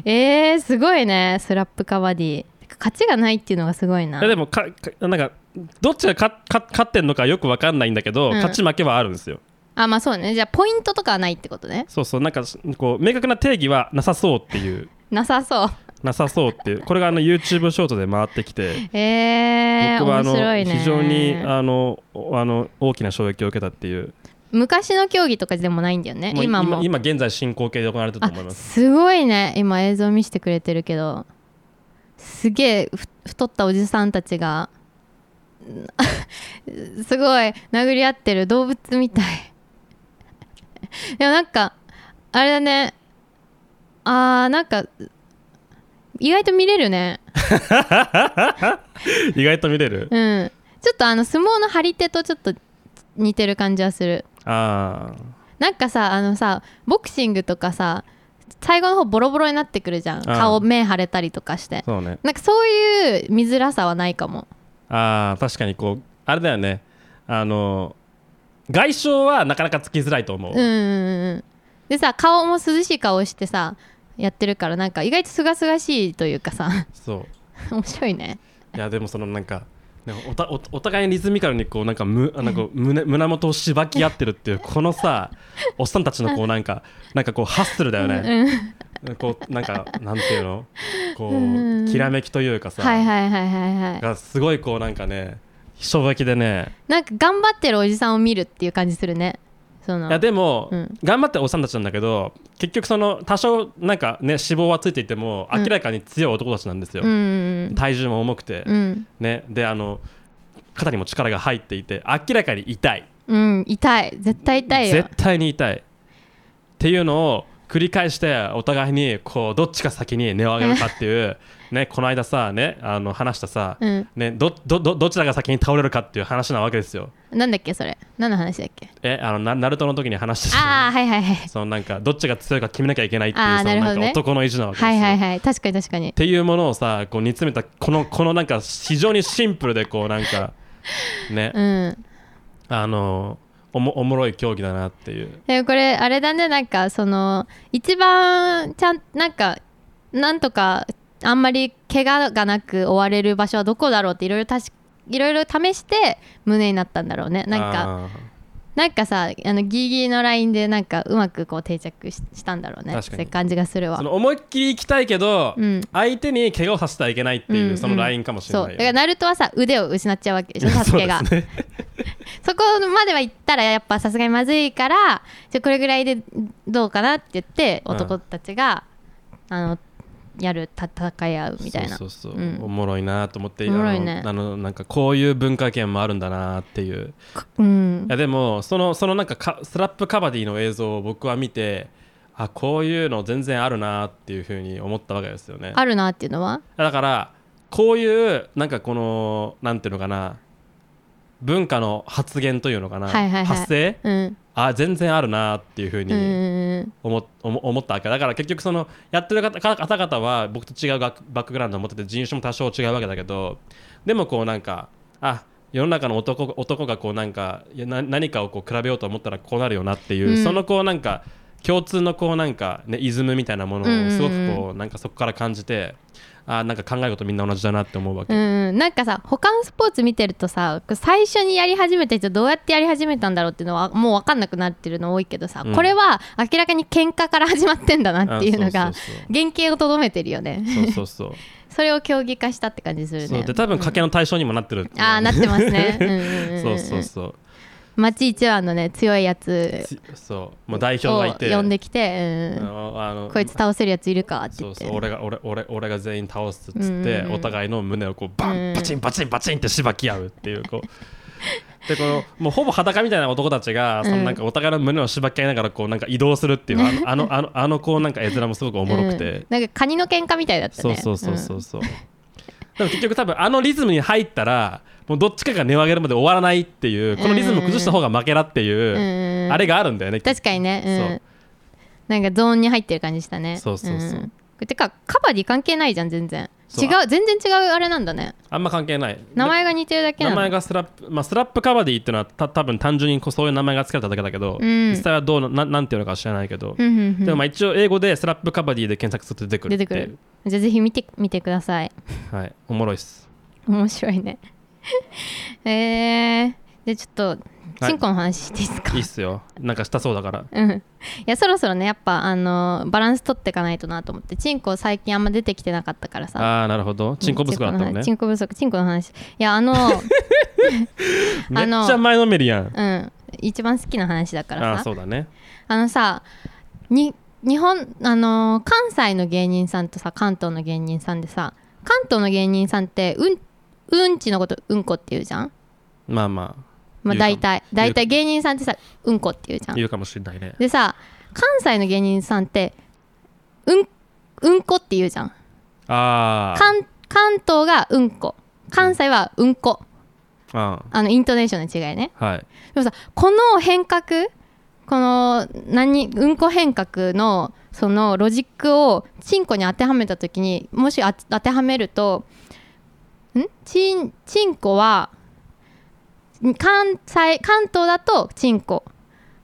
Speaker 1: えー、すごいねスラップカバディてか勝ちがないっていうのがすごいない
Speaker 2: やでもかかなんかどっちがかか勝ってんのかよくわかんないんだけど、
Speaker 1: うん
Speaker 2: 勝ち負けはあるんですよ。
Speaker 1: あまあそうねじゃあポイントとかはないってことね
Speaker 2: そうそうなんかこう明確な定義はなさそうっていう
Speaker 1: なさ
Speaker 2: *laughs*
Speaker 1: そう
Speaker 2: なさそうっていうこれがあの YouTube ショートで回ってきて。
Speaker 1: えー、
Speaker 2: 僕はあ
Speaker 1: 面
Speaker 2: の
Speaker 1: 白いね
Speaker 2: 非常にあのおあの大きな衝撃を受けたっていう
Speaker 1: 昔の競技とかでもないんだよね
Speaker 2: う
Speaker 1: 今も
Speaker 2: 今現在進行形で行われてると思い
Speaker 1: あ
Speaker 2: ます
Speaker 1: すごいね今映像見せてくれてるけどすげえふ太ったおじさんたちが *laughs* うんすごい殴り合ってる動物みたい *laughs* でもなんかあれだねあーなんか意外と見れるね
Speaker 2: 意外と見れる
Speaker 1: うんちょっとあの相撲の張り手とちょっと似てる感じはする
Speaker 2: ああ
Speaker 1: なんかさあのさボクシングとかさ最後の方ボロボロになってくるじゃん顔目腫れたりとかして
Speaker 2: そうね
Speaker 1: なんかそういう見づらさはないかも
Speaker 2: あー確かにこうあれだよねあの外傷はなかなかつきづらいと思う、
Speaker 1: うんうんうんうんでさ顔も涼しい顔してさやってるからなんか意外とすがすがしいというかさ *laughs*
Speaker 2: そ
Speaker 1: 面白いね
Speaker 2: ういやでもそのなんかなんかおたおお互いにリズミカルにこうなんかむあなんか
Speaker 1: *laughs*
Speaker 2: 胸胸元をしばき合ってるっていうこのさおっさんたちのこうなんかなんかこうハッスルだよね、
Speaker 1: うん
Speaker 2: こうなんかなんていうのこ
Speaker 1: う
Speaker 2: うんきらめきというかさ、
Speaker 1: はいはいはいはいはい
Speaker 2: がすごいこうなんかね衝撃でね
Speaker 1: なんか頑張ってるおじさんを見るっていう感じするねその
Speaker 2: いやでも、
Speaker 1: うん
Speaker 2: 頑張っておっさんたちなんだけど結局その多少なんかね脂肪はついていても
Speaker 1: うん
Speaker 2: 明らかに強い男たちなんですよ、
Speaker 1: うん
Speaker 2: 体重も重くて、
Speaker 1: うん
Speaker 2: ねであの肩にも力が入っていて明らかに痛い
Speaker 1: うん痛い絶対痛いよ
Speaker 2: 絶対に痛いっていうのを繰り返してお互いにこうどっちが先に値を上げるかっ
Speaker 1: *laughs*
Speaker 2: ていう、ね、この間さ、ね、あの話したさ、
Speaker 1: うん
Speaker 2: ね、どどどどちらが先に倒れるかっていう話なわけですよ。
Speaker 1: なんだっけそれ何の話だっ
Speaker 2: *laughs*
Speaker 1: け
Speaker 2: えあのなナルトの時に話したし
Speaker 1: ああはいはいはい
Speaker 2: そのなんかどっちが強いか決めなきゃいけないっていう
Speaker 1: あー
Speaker 2: そ
Speaker 1: な
Speaker 2: の
Speaker 1: るほ
Speaker 2: な
Speaker 1: ど
Speaker 2: ん
Speaker 1: ね
Speaker 2: か男の意地なわけですよ。
Speaker 1: はいはい
Speaker 2: っ
Speaker 1: はい確かに確かに
Speaker 2: ていうものをさこう煮詰めたこのこのなんか非常にシンプルでこうなんかね、
Speaker 1: うん
Speaker 2: あのおもおもろい競技だなっていう。
Speaker 1: でもこれあれだねなんかその一番ちゃんなんかなんとかあんまり怪我がなく終われる場所はどこだろうっていろいろ確かいろいろ試して胸になったんだろうねなんか
Speaker 2: あ
Speaker 1: なんかさあのギリギリのラインでなんかうまくこう定着ししたんだろうね
Speaker 2: 確かに
Speaker 1: そういう感じがする
Speaker 2: ー
Speaker 1: わ
Speaker 2: その思いっきり行きたいけど、
Speaker 1: うん
Speaker 2: 相手に怪我をさせてはいけないっていう、
Speaker 1: うん
Speaker 2: そのラインかもしれ
Speaker 1: そう
Speaker 2: ない
Speaker 1: だ
Speaker 2: よ
Speaker 1: か
Speaker 2: ね、
Speaker 1: らナルトはさ腕を失っちゃうわ
Speaker 2: *laughs*
Speaker 1: けでしょサス
Speaker 2: そう
Speaker 1: ケ
Speaker 2: で
Speaker 1: が
Speaker 2: すね
Speaker 1: そこまでは行ったらやっぱさすがにまずいからじゃあこれぐらいでどうかなって言って
Speaker 2: うん
Speaker 1: 男たちが、あのやる戦い合うみたいな
Speaker 2: そうそうそう、
Speaker 1: うん
Speaker 2: おもろいなと思って
Speaker 1: おもろいね
Speaker 2: あのあのなんかこういう文化圏もあるんだなっていう
Speaker 1: うん
Speaker 2: いやでもそのそのなんかかスラップカバディの映像を僕は見てあこういうの全然あるなっていうふうに思ったわけですよね
Speaker 1: あるなっていうのは
Speaker 2: だからこういうなんかこのなんていうのかな文化の発言というのかな、
Speaker 1: はいはいはい
Speaker 2: 発生
Speaker 1: うん
Speaker 2: あ全然あるなっていうふう
Speaker 1: うんう
Speaker 2: に
Speaker 1: ん
Speaker 2: 思っ思思ったわけだから結局そのやってる方方々は僕と違う学バックグラウンドを持ってて人種も多少違うわけだけどでもこうなんかあ世の中の男男がこうなんかいやな何かをこう比べようと思ったらこうなるよなっていう、
Speaker 1: うん
Speaker 2: そのこうなんか共通のこうなんか、ね、イズムみたいなものをすごくこう、なんかそこから感じてあなんか考えることみんな同じだなって思うわけ、
Speaker 1: うんうん、なんかさ他のスポーツ見てるとさ最初にやり始めた人どうやってやり始めたんだろうっていうのはもう分かんなくなってるの多いけどさ、
Speaker 2: うん
Speaker 1: これは明らかに喧嘩から始まってんだなっていうの
Speaker 2: あ
Speaker 1: が
Speaker 2: そう
Speaker 1: 原型をとどめてるよね *laughs*
Speaker 2: そうそうそうそう
Speaker 1: それを競技化したって感じす
Speaker 2: そう
Speaker 1: る
Speaker 2: そう
Speaker 1: ね
Speaker 2: で多分賭けの対象にもなってるっていうね、
Speaker 1: ああなってます
Speaker 2: *laughs*
Speaker 1: ね、うんうんうん、
Speaker 2: そうそうそう
Speaker 1: 町一番のね強いやつ
Speaker 2: つそうもう代表
Speaker 1: を
Speaker 2: がいて
Speaker 1: 呼んできて、
Speaker 2: あ
Speaker 1: うん
Speaker 2: のあの
Speaker 1: こいつ倒せるやついるかって
Speaker 2: そ
Speaker 1: 言っ
Speaker 2: う
Speaker 1: て
Speaker 2: そう俺が俺俺俺が全員倒すっつって、
Speaker 1: うんうんうん
Speaker 2: お互いの胸をこうバ
Speaker 1: う
Speaker 2: ン
Speaker 1: ん
Speaker 2: バチンバチンバチンってしばき合うっていうこう *laughs* でこのもうほぼ裸みたいな男たちがその
Speaker 1: うん
Speaker 2: なんかお互いの胸をしばき合いながらこうなんか移動するっていう
Speaker 1: *laughs*
Speaker 2: あのあのあのあのこうなんか絵面もすごくおもろくて、
Speaker 1: うん、なんかカニの喧嘩みたいだった
Speaker 2: そう
Speaker 1: ね
Speaker 2: そうそうそううんそう、でも結局多分あのリズムに入ったらもうどっちかが値を上げるまで終わらないっていうこのリズムを崩した方が負けだっていう、
Speaker 1: うん
Speaker 2: あれがあるんだよね
Speaker 1: 確かに
Speaker 2: そ
Speaker 1: ね
Speaker 2: う、
Speaker 1: うん、なんかゾーンに入ってる感じしたね
Speaker 2: そうそうそうん
Speaker 1: てかカバディ関係ないじゃん全然
Speaker 2: そう
Speaker 1: 違う全然違うあれなんだね
Speaker 2: あんま関係ない
Speaker 1: 名前が似てるだけな
Speaker 2: 名
Speaker 1: の
Speaker 2: 前がスラップ、まあ、スラップカバディっていうのはた多分単純にこうそういう名前がつけられただけだけど、
Speaker 1: うん
Speaker 2: 実際はどうなななんていうのかは知らないけど、
Speaker 1: うんうんうん
Speaker 2: でもまあ一応英語でスラップカバディで検索すると出てくる
Speaker 1: 出
Speaker 2: って
Speaker 1: て
Speaker 2: いう
Speaker 1: くるじゃあぜひ見てみてください
Speaker 2: はい、おもろいっす
Speaker 1: 面白いね *laughs* えー、でちょっと
Speaker 2: はい
Speaker 1: チンコの話していいですか、
Speaker 2: いいっすよなんかしたそうだから
Speaker 1: うん、いやそろそろねやっぱあのバランス取っていかないとなと思ってチンコ最近あんま出てきてなかったからさ
Speaker 2: ああなるほどチンコ不足だったのね
Speaker 1: チンコの話チンコ不足チンコの話いや
Speaker 2: *laughs*
Speaker 1: あの
Speaker 2: めっ
Speaker 1: あの
Speaker 2: ちゃ前のめりやん
Speaker 1: うん一番好きな話だか
Speaker 2: あ
Speaker 1: ら
Speaker 2: あー
Speaker 1: さ
Speaker 2: そうだね
Speaker 1: あのさに日本あのー関西の芸人さんとさ関東の芸人さんでさ関東の芸人さんってうんうんちのことうんこって言うじゃん、
Speaker 2: まあま
Speaker 1: まあ、
Speaker 2: 言う
Speaker 1: 大
Speaker 2: か
Speaker 1: 体
Speaker 2: 言うか
Speaker 1: 大体芸人さんってさうんこって言うじゃ
Speaker 2: あ
Speaker 1: ん
Speaker 2: 言うかもしれないね
Speaker 1: でさ関西の芸人さんってうんうんこって言うじゃん
Speaker 2: あ
Speaker 1: 関関東がうんこ関西はうんこ
Speaker 2: あ
Speaker 1: あのイントネーションの違いね
Speaker 2: うんはい
Speaker 1: でもさこの変革この何うんこ変革のそのロジックをチンコに当てはめた時にもしあ当てはめるとんチンチンコは関西関東だとチンコ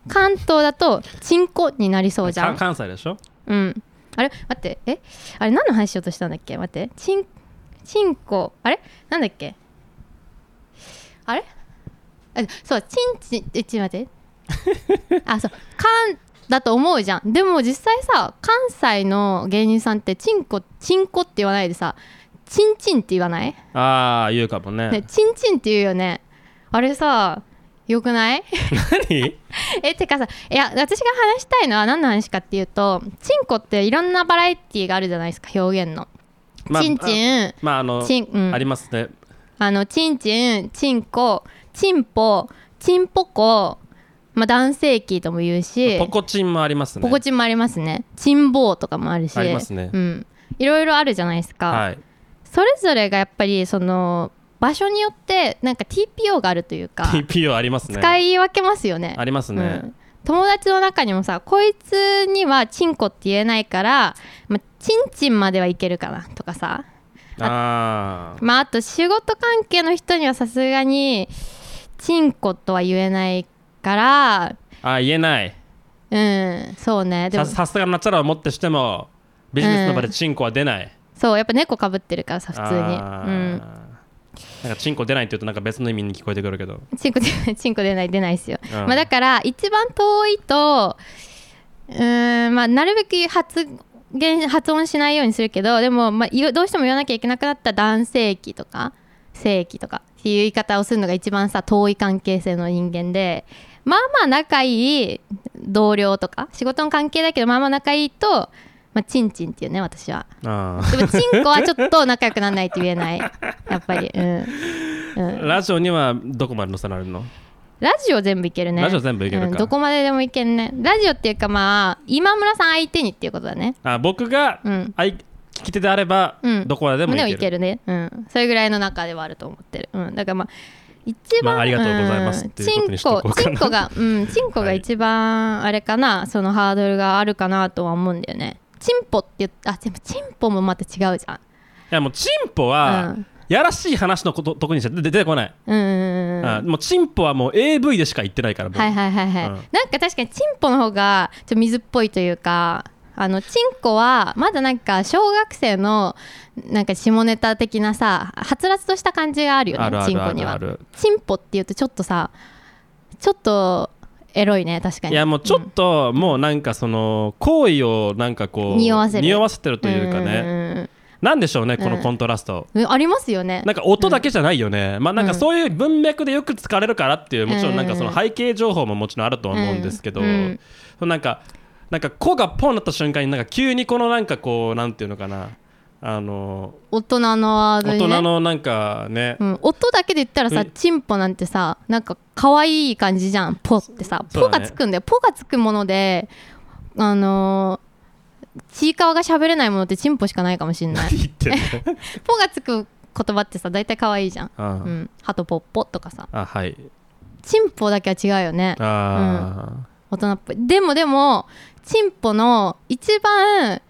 Speaker 1: 関東だとチンコになりそうじゃ
Speaker 2: か
Speaker 1: ん
Speaker 2: 関西でしょ
Speaker 1: うん。あれ待って、えあれ何の話しようとしたんだっけ待って。チン、チンコ、あれなんだっけあれあそうチンチンえちょっと待ってあそう関だと思うじゃんでも実際さ関西の芸人さんってチンコチンコって言わないでさチンチンって言わない
Speaker 2: ああ言うかもね
Speaker 1: ねチンチンって言うよねあれさよくない *laughs*
Speaker 2: 何
Speaker 1: えてかさいや私が話したいのは何の話かっていうとチンコっていろんなバラエティーがあるじゃないですか表現の、チンチン
Speaker 2: あまああの
Speaker 1: チンうん
Speaker 2: ありますね
Speaker 1: あのチンチンチンコチンポチンポコ、まあ、男性器とも言うし
Speaker 2: ポコチンもありますね
Speaker 1: ポコチンもありますねチンボウとかもあるし
Speaker 2: ありますね
Speaker 1: うん、いろいろあるじゃないですか、
Speaker 2: はい
Speaker 1: それぞれがやっぱりその場所によってなんか TPO があるというか
Speaker 2: TPO ありますね
Speaker 1: 使い分けますよね
Speaker 2: ありますね、
Speaker 1: うん友達の中にもさこいつにはチンコって言えないから、まあ、チンチンまではいけるかなとかさ
Speaker 2: あ
Speaker 1: まああと仕事関係の人にはさすがにチンコとは言えないから
Speaker 2: ーあー言えない
Speaker 1: うんそうねでも
Speaker 2: ささすがナチュラルをもってしてもビジネスの場でチンコは出ない、
Speaker 1: そうやっぱ猫かぶってるからさ普通
Speaker 2: あ
Speaker 1: に
Speaker 2: ーなんかチンコ出ないって言うとなんか別の意味に聞こえてくるけど
Speaker 1: うんチンコ出 *laughs* チンコ出ない出ないですよ、
Speaker 2: うん
Speaker 1: まあだから一番遠いとうーんまあなるべく発言発音しないようにするけどでも、まあ、言うどうしても言わなきゃいけなくなった男性器とか性器とかっていう言い方をするのが一番さ遠い関係性の人間でまあまあ仲いい同僚とか仕事の関係だけどまあまあ仲いいと、まあ、チンチンっていうね私は
Speaker 2: あ
Speaker 1: でもチンコはちょっと仲良くならないと言えないやっぱりうん
Speaker 2: ー *laughs* ラジオにはどこまで載せられるの
Speaker 1: ラジオ全部いけるね
Speaker 2: ラジオ全部いけるか
Speaker 1: うんどこまででもいけるねラジオっていうかまあ今村さん相手にっていうことだね
Speaker 2: あ僕が、
Speaker 1: うん
Speaker 2: あい聞き手であれば、
Speaker 1: うん
Speaker 2: どこまででもいける
Speaker 1: いけるねうんそれぐらいの中ではあると思ってるうんだからまあ一番、
Speaker 2: まあありがとうございます
Speaker 1: うん
Speaker 2: っていうことにしとこうかな
Speaker 1: チンコチンコがうんチンコが一番あれかな、そのハードルがあるかなとは思うんだよねチンポって言っあでもチンポもまた違うじゃん
Speaker 2: いやもうチンポは、
Speaker 1: うん
Speaker 2: やらしい話のこと特にしか出て出てこない、
Speaker 1: うんうんうんうん
Speaker 2: あもうチンポはもう AV でしか言ってないから僕
Speaker 1: はいはいはいはい、
Speaker 2: う
Speaker 1: な
Speaker 2: ん
Speaker 1: んか確かにチンポの方がちょっと水っぽいというかあのチンコはまだなんか小学生のなんか下ネタ的なさはつらつとした感じがあるよね
Speaker 2: あるある
Speaker 1: チンコには
Speaker 2: あるある
Speaker 1: チンポっていうとちょっとさちょっとエロいね確かに
Speaker 2: いやもうちょっと、もうなんかその行為をなんかこう
Speaker 1: 匂わせる
Speaker 2: てるというか
Speaker 1: ん
Speaker 2: ね、
Speaker 1: うん
Speaker 2: なんでしょうねこ
Speaker 1: う
Speaker 2: の
Speaker 1: ん
Speaker 2: コントラスト、
Speaker 1: うんうんありますよね
Speaker 2: なんか音だけじゃないよね、まあなんかそういう文脈でよく使われるからっていうもちろんなんかその背景情報ももちろんあるとは思うんですけど、
Speaker 1: うんうん
Speaker 2: そのなんかなんか「子」がポンなった瞬間になんか急にこのなんかこうなんていうのかなあの
Speaker 1: 大人のワードに、
Speaker 2: 大
Speaker 1: ね、
Speaker 2: 人のなんかね、
Speaker 1: うん、音だけで言ったら
Speaker 2: う
Speaker 1: さ
Speaker 2: ん
Speaker 1: チンポなんてさなんか可愛い感じじゃんポってさ、
Speaker 2: そう
Speaker 1: ポ
Speaker 2: だね
Speaker 1: がつくんだよポがつくものであのーちいかわが喋れないものってチンポしかないかもしんな
Speaker 2: *laughs*
Speaker 1: い
Speaker 2: *laughs* 言ってる、
Speaker 1: ポがつく言葉ってさ大体可愛いじゃん
Speaker 2: あー
Speaker 1: うん、ハトポッポとかさ
Speaker 2: あはい
Speaker 1: チンポだけは違うよね
Speaker 2: あ
Speaker 1: 大人っぽいでもでもチンポの一番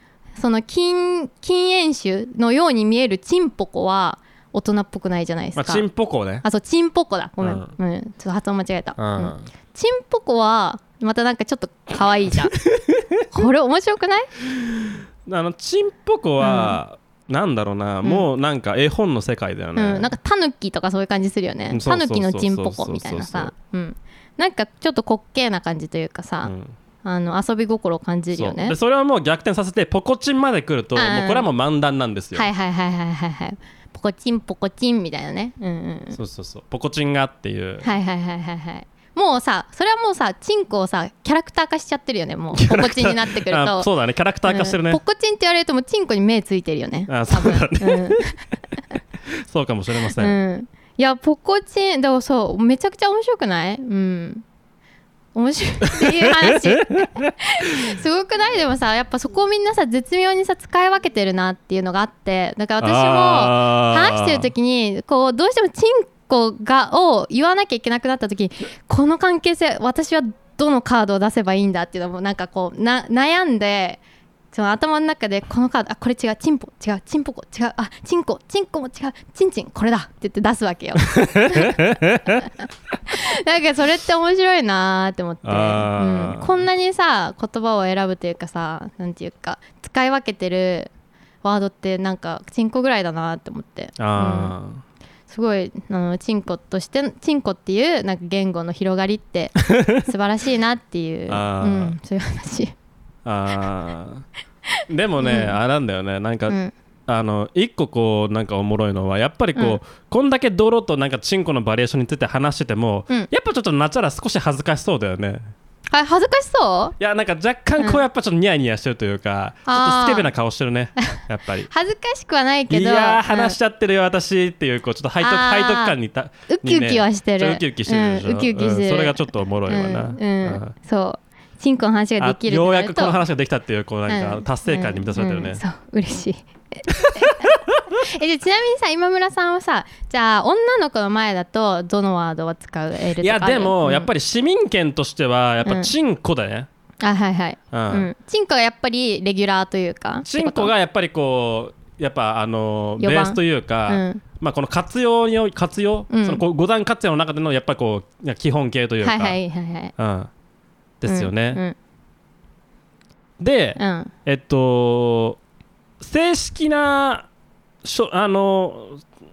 Speaker 1: その禁禁煙酒のように見えるチンポコは大人っぽくないじゃないで
Speaker 2: ー、ます
Speaker 1: か、
Speaker 2: あ、チンポコね
Speaker 1: あそうチンポコだごめん、
Speaker 2: う
Speaker 1: うんんちょっと発音間違えた、
Speaker 2: う
Speaker 1: うん
Speaker 2: ん、
Speaker 1: チンポコはまたなんかちょっと可愛い
Speaker 2: *laughs*
Speaker 1: じゃんこれ面白くない
Speaker 2: あのチンポコは、なんだろうな、
Speaker 1: ん
Speaker 2: もうなんか絵本の世界だよ
Speaker 1: う
Speaker 2: ね、
Speaker 1: ん、なんかタヌキとかそういう感じするよ
Speaker 2: う
Speaker 1: ね
Speaker 2: んそう
Speaker 1: タ
Speaker 2: そう
Speaker 1: ヌ
Speaker 2: そう
Speaker 1: キ
Speaker 2: そ
Speaker 1: の
Speaker 2: う
Speaker 1: チンポコみたいな
Speaker 2: そう
Speaker 1: さ、うん、なんかちょっと滑稽な感じというかさ、
Speaker 2: うん
Speaker 1: あの遊び心を感じるよ
Speaker 2: そう
Speaker 1: ね
Speaker 2: でそれはもう逆転させてポコチンまで来ると、
Speaker 1: うん
Speaker 2: もうこれはもう漫談なんですよ、
Speaker 1: はいはいはいはいはいはいポコチンポコチンみたいなねうんうん
Speaker 2: そうそうそうポコチンがっていう、
Speaker 1: はいはいはいはいはいもうさそれはもうさチンコをさキャラクター化しちゃってるよねもうポコチンになってくる
Speaker 2: *laughs* あ
Speaker 1: と
Speaker 2: そうだねキャラクター化してるね、
Speaker 1: うんポコチンって言われるともうチンコに目ついてるよね
Speaker 2: あそうだね
Speaker 1: 多分
Speaker 2: そうかもしれませ、
Speaker 1: うんん、うんいやポコチンでもそうめちゃくちゃ面白くないうん面白いっていう話 *laughs* すごくないでもさやっぱそこをみんなさ絶妙にさ使い分けてるなっていうのがあってだから私も話してる
Speaker 2: 時
Speaker 1: 時にこうどうしてもチンコがを言わなきゃいけなくなった時にこの関係性私はどのカードを出せばいいんだっていうのもなんかこうな悩んでその頭の中でこのカードあこれ違うチンポ違うチンポコ違うあチンコチンコも違うチンチンこれだって言って出すわけよ *laughs* なんかそれって面白いなーって思って、
Speaker 2: あー
Speaker 1: うんこんなにさ言葉を選ぶというかさなんていうか使い分けてるワードってなんかチンコぐらいだなって思って、うん
Speaker 2: あー、
Speaker 1: すごいあのチンコとしてチンコっていうなんか言語の広がりって
Speaker 2: *laughs*
Speaker 1: 素晴らしいなっていう、う
Speaker 2: あー
Speaker 1: ん、そういう話、
Speaker 2: あーでもね、
Speaker 1: うん
Speaker 2: あれなんだよねなんか、
Speaker 1: うん、
Speaker 2: あの一個こうなんかおもろいのはやっぱりこう、
Speaker 1: うん
Speaker 2: こんだけ泥となんかチンコのバリエーションについて話してても、
Speaker 1: うん
Speaker 2: やっぱちょっとナチャラ少し恥ずかしそうだよね
Speaker 1: あれ恥ずかしそう
Speaker 2: いやなんか若干こ
Speaker 1: う
Speaker 2: うんやっぱちょっとニヤニヤしてるというか、ちょっとスケベな顔してるねやっぱり
Speaker 1: 恥ずかしくは *laughs* ないけ
Speaker 2: い
Speaker 1: ど
Speaker 2: やー話し
Speaker 1: し
Speaker 2: ちゃってるよ私っていうこうちょっと背徳
Speaker 1: あー
Speaker 2: 背徳感にた
Speaker 1: ウキウキはしてる
Speaker 2: にねちょっとウキウキしてるでしょ、
Speaker 1: うんウキウキしてる
Speaker 2: それがちょっとおもろいわな、
Speaker 1: うん
Speaker 2: うん
Speaker 1: うん、そうチンコの話が
Speaker 2: あ
Speaker 1: できる
Speaker 2: よ
Speaker 1: と
Speaker 2: う
Speaker 1: な
Speaker 2: や
Speaker 1: る
Speaker 2: く
Speaker 1: と
Speaker 2: この話ができたっていうこうな
Speaker 1: うんん
Speaker 2: か達成感に満たされてるね、
Speaker 1: うんうんそう嬉しいえじゃあちなみにさ今村さんはさじゃあ女の子の前だとどのワードは使う L とか
Speaker 2: いやでも、やっぱ
Speaker 1: り
Speaker 2: り市民権としてはやっ
Speaker 1: う
Speaker 2: ぱ
Speaker 1: ん
Speaker 2: チンコだね、
Speaker 1: あはいはい、
Speaker 2: う
Speaker 1: うんん、チンコがやっぱりレギュラーというか
Speaker 2: チンコがやっぱりこうやっぱあのベ
Speaker 1: 四番
Speaker 2: ースという
Speaker 1: う
Speaker 2: か、
Speaker 1: ん
Speaker 2: まあこの活用におい活用、
Speaker 1: うん
Speaker 2: そのこう五段活用の中でのやっぱりこう基本形というか、
Speaker 1: はいはいはいはい
Speaker 2: うん、ですよね、
Speaker 1: うん
Speaker 2: で、
Speaker 1: うんうん
Speaker 2: えっと正式なしょあの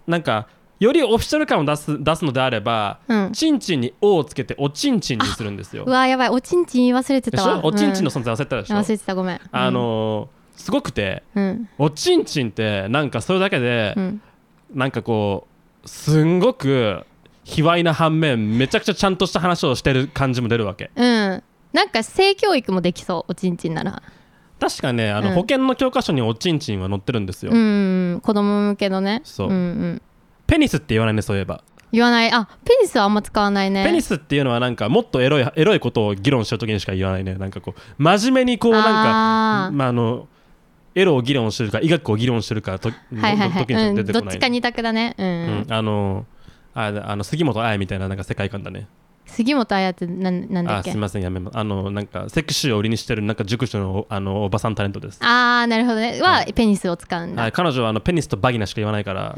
Speaker 2: なんかよりオフィシャル感を出す出すのであれば、
Speaker 1: うん
Speaker 2: チンチンに「お」をつけて「おちんちん」にするんですよ
Speaker 1: う。わやばいおちんちん言い忘れて
Speaker 2: で
Speaker 1: た
Speaker 2: しょ
Speaker 1: わ
Speaker 2: おちんちんの
Speaker 1: う
Speaker 2: 存在忘れてたでしょ、
Speaker 1: 忘れてたごめん
Speaker 2: あのーすごくて
Speaker 1: うん
Speaker 2: おちんちんってなんかそれだけで
Speaker 1: う、ん
Speaker 2: なんかこうすんごく卑猥な反面めちゃくちゃちゃんとした話をしてる感じも出るわけ
Speaker 1: うんなんか性教育もできそうおちんちんなら
Speaker 2: 確かねあの、
Speaker 1: うん
Speaker 2: 保険の教科書におちんちんは載ってるんですよ、
Speaker 1: うん子供向けのね
Speaker 2: そうん
Speaker 1: うん
Speaker 2: ペニスって言わないねそういえば、
Speaker 1: 言わないあペニスはあんま使わないね
Speaker 2: ペニスっていうのはなんかもっとエロいエロいことを議論してる時にしか言わないねなんかこう真面目にこうなんか
Speaker 1: あー
Speaker 2: まああのエロを議論してるか医学を議論してるかと、
Speaker 1: はいはい
Speaker 2: の時に
Speaker 1: は
Speaker 2: し
Speaker 1: い、
Speaker 2: か
Speaker 1: うん、
Speaker 2: 出て
Speaker 1: ど
Speaker 2: こ
Speaker 1: っ
Speaker 2: ない、
Speaker 1: ちか二択だねうん、
Speaker 2: うん、あのああの杉本愛みたいななんか世界観だね
Speaker 1: 杉本彩ってなんなんだ
Speaker 2: あ
Speaker 1: っけ
Speaker 2: すみませんやめますあのなんかセクシーを売りにしてるなんか塾長のあのおばさんタレントです
Speaker 1: ああなるほどねは、ペニスを使うんだ、
Speaker 2: はい、彼女はあのペニスとバギナしか言わな
Speaker 1: *laughs*
Speaker 2: いから、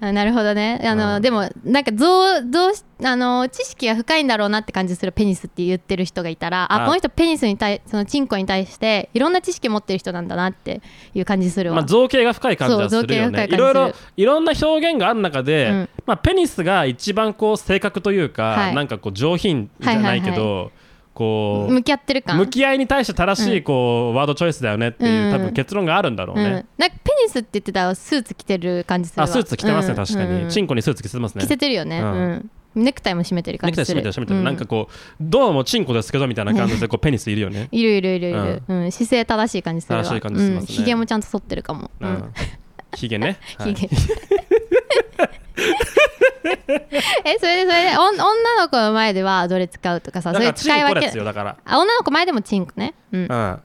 Speaker 1: あなるほどねあの、
Speaker 2: うん
Speaker 1: でもなんか増増しあの知識が深いんだろうなって感じするペニスって言ってる人がいたらあ
Speaker 2: あ
Speaker 1: この人ペニスに対そのチンコに対していろんな知識持ってる人なんだなっていう感じするわ、
Speaker 2: まあ、造形が深い感じはす
Speaker 1: そ
Speaker 2: るよね
Speaker 1: う造形が深い感じす
Speaker 2: い
Speaker 1: る
Speaker 2: ろいろいろんな表現がある中で、
Speaker 1: うん
Speaker 2: まあ、ペニスが一番こう正確というか、
Speaker 1: はい
Speaker 2: なんかこう上品じゃないけど、
Speaker 1: はいは
Speaker 2: こ
Speaker 1: 向き合ってる
Speaker 2: う
Speaker 1: 感
Speaker 2: 向き合いに対して正しいこう、ワードチョイスだよねっていう、
Speaker 1: うん
Speaker 2: 多分結論があるんだろう
Speaker 1: うん、な
Speaker 2: ね
Speaker 1: ん、かペニスって言ってたらスーツ着てる感じするわ
Speaker 2: あスーツ着てます
Speaker 1: う
Speaker 2: ね、
Speaker 1: ん
Speaker 2: 確かに、
Speaker 1: うん
Speaker 2: チンコにスーツ着てますね
Speaker 1: 着せてるよね、
Speaker 2: う
Speaker 1: うんんネクタイも締めてる
Speaker 2: ネ
Speaker 1: 感
Speaker 2: クタ
Speaker 1: じする
Speaker 2: イ締めてる締めてる、
Speaker 1: うん
Speaker 2: なんかこうどうもチンコですけどみたいな感じでこうペニスいるよね
Speaker 1: いるいるいるいる、うん姿勢正しい感じするわ
Speaker 2: 正しい感じしますね
Speaker 1: うん、ひげもちゃんと剃ってるかも、う
Speaker 2: うんんヒ
Speaker 1: *laughs*
Speaker 2: ゲね、は
Speaker 1: ひ
Speaker 2: い
Speaker 1: げえそれでそれでおん女の子の前ではどれ使うとかさ
Speaker 2: だか
Speaker 1: そういう
Speaker 2: らチ
Speaker 1: 使い
Speaker 2: ンコ
Speaker 1: 分
Speaker 2: です
Speaker 1: け
Speaker 2: よだから
Speaker 1: あ女の子前でもチンコね、うん
Speaker 2: うん。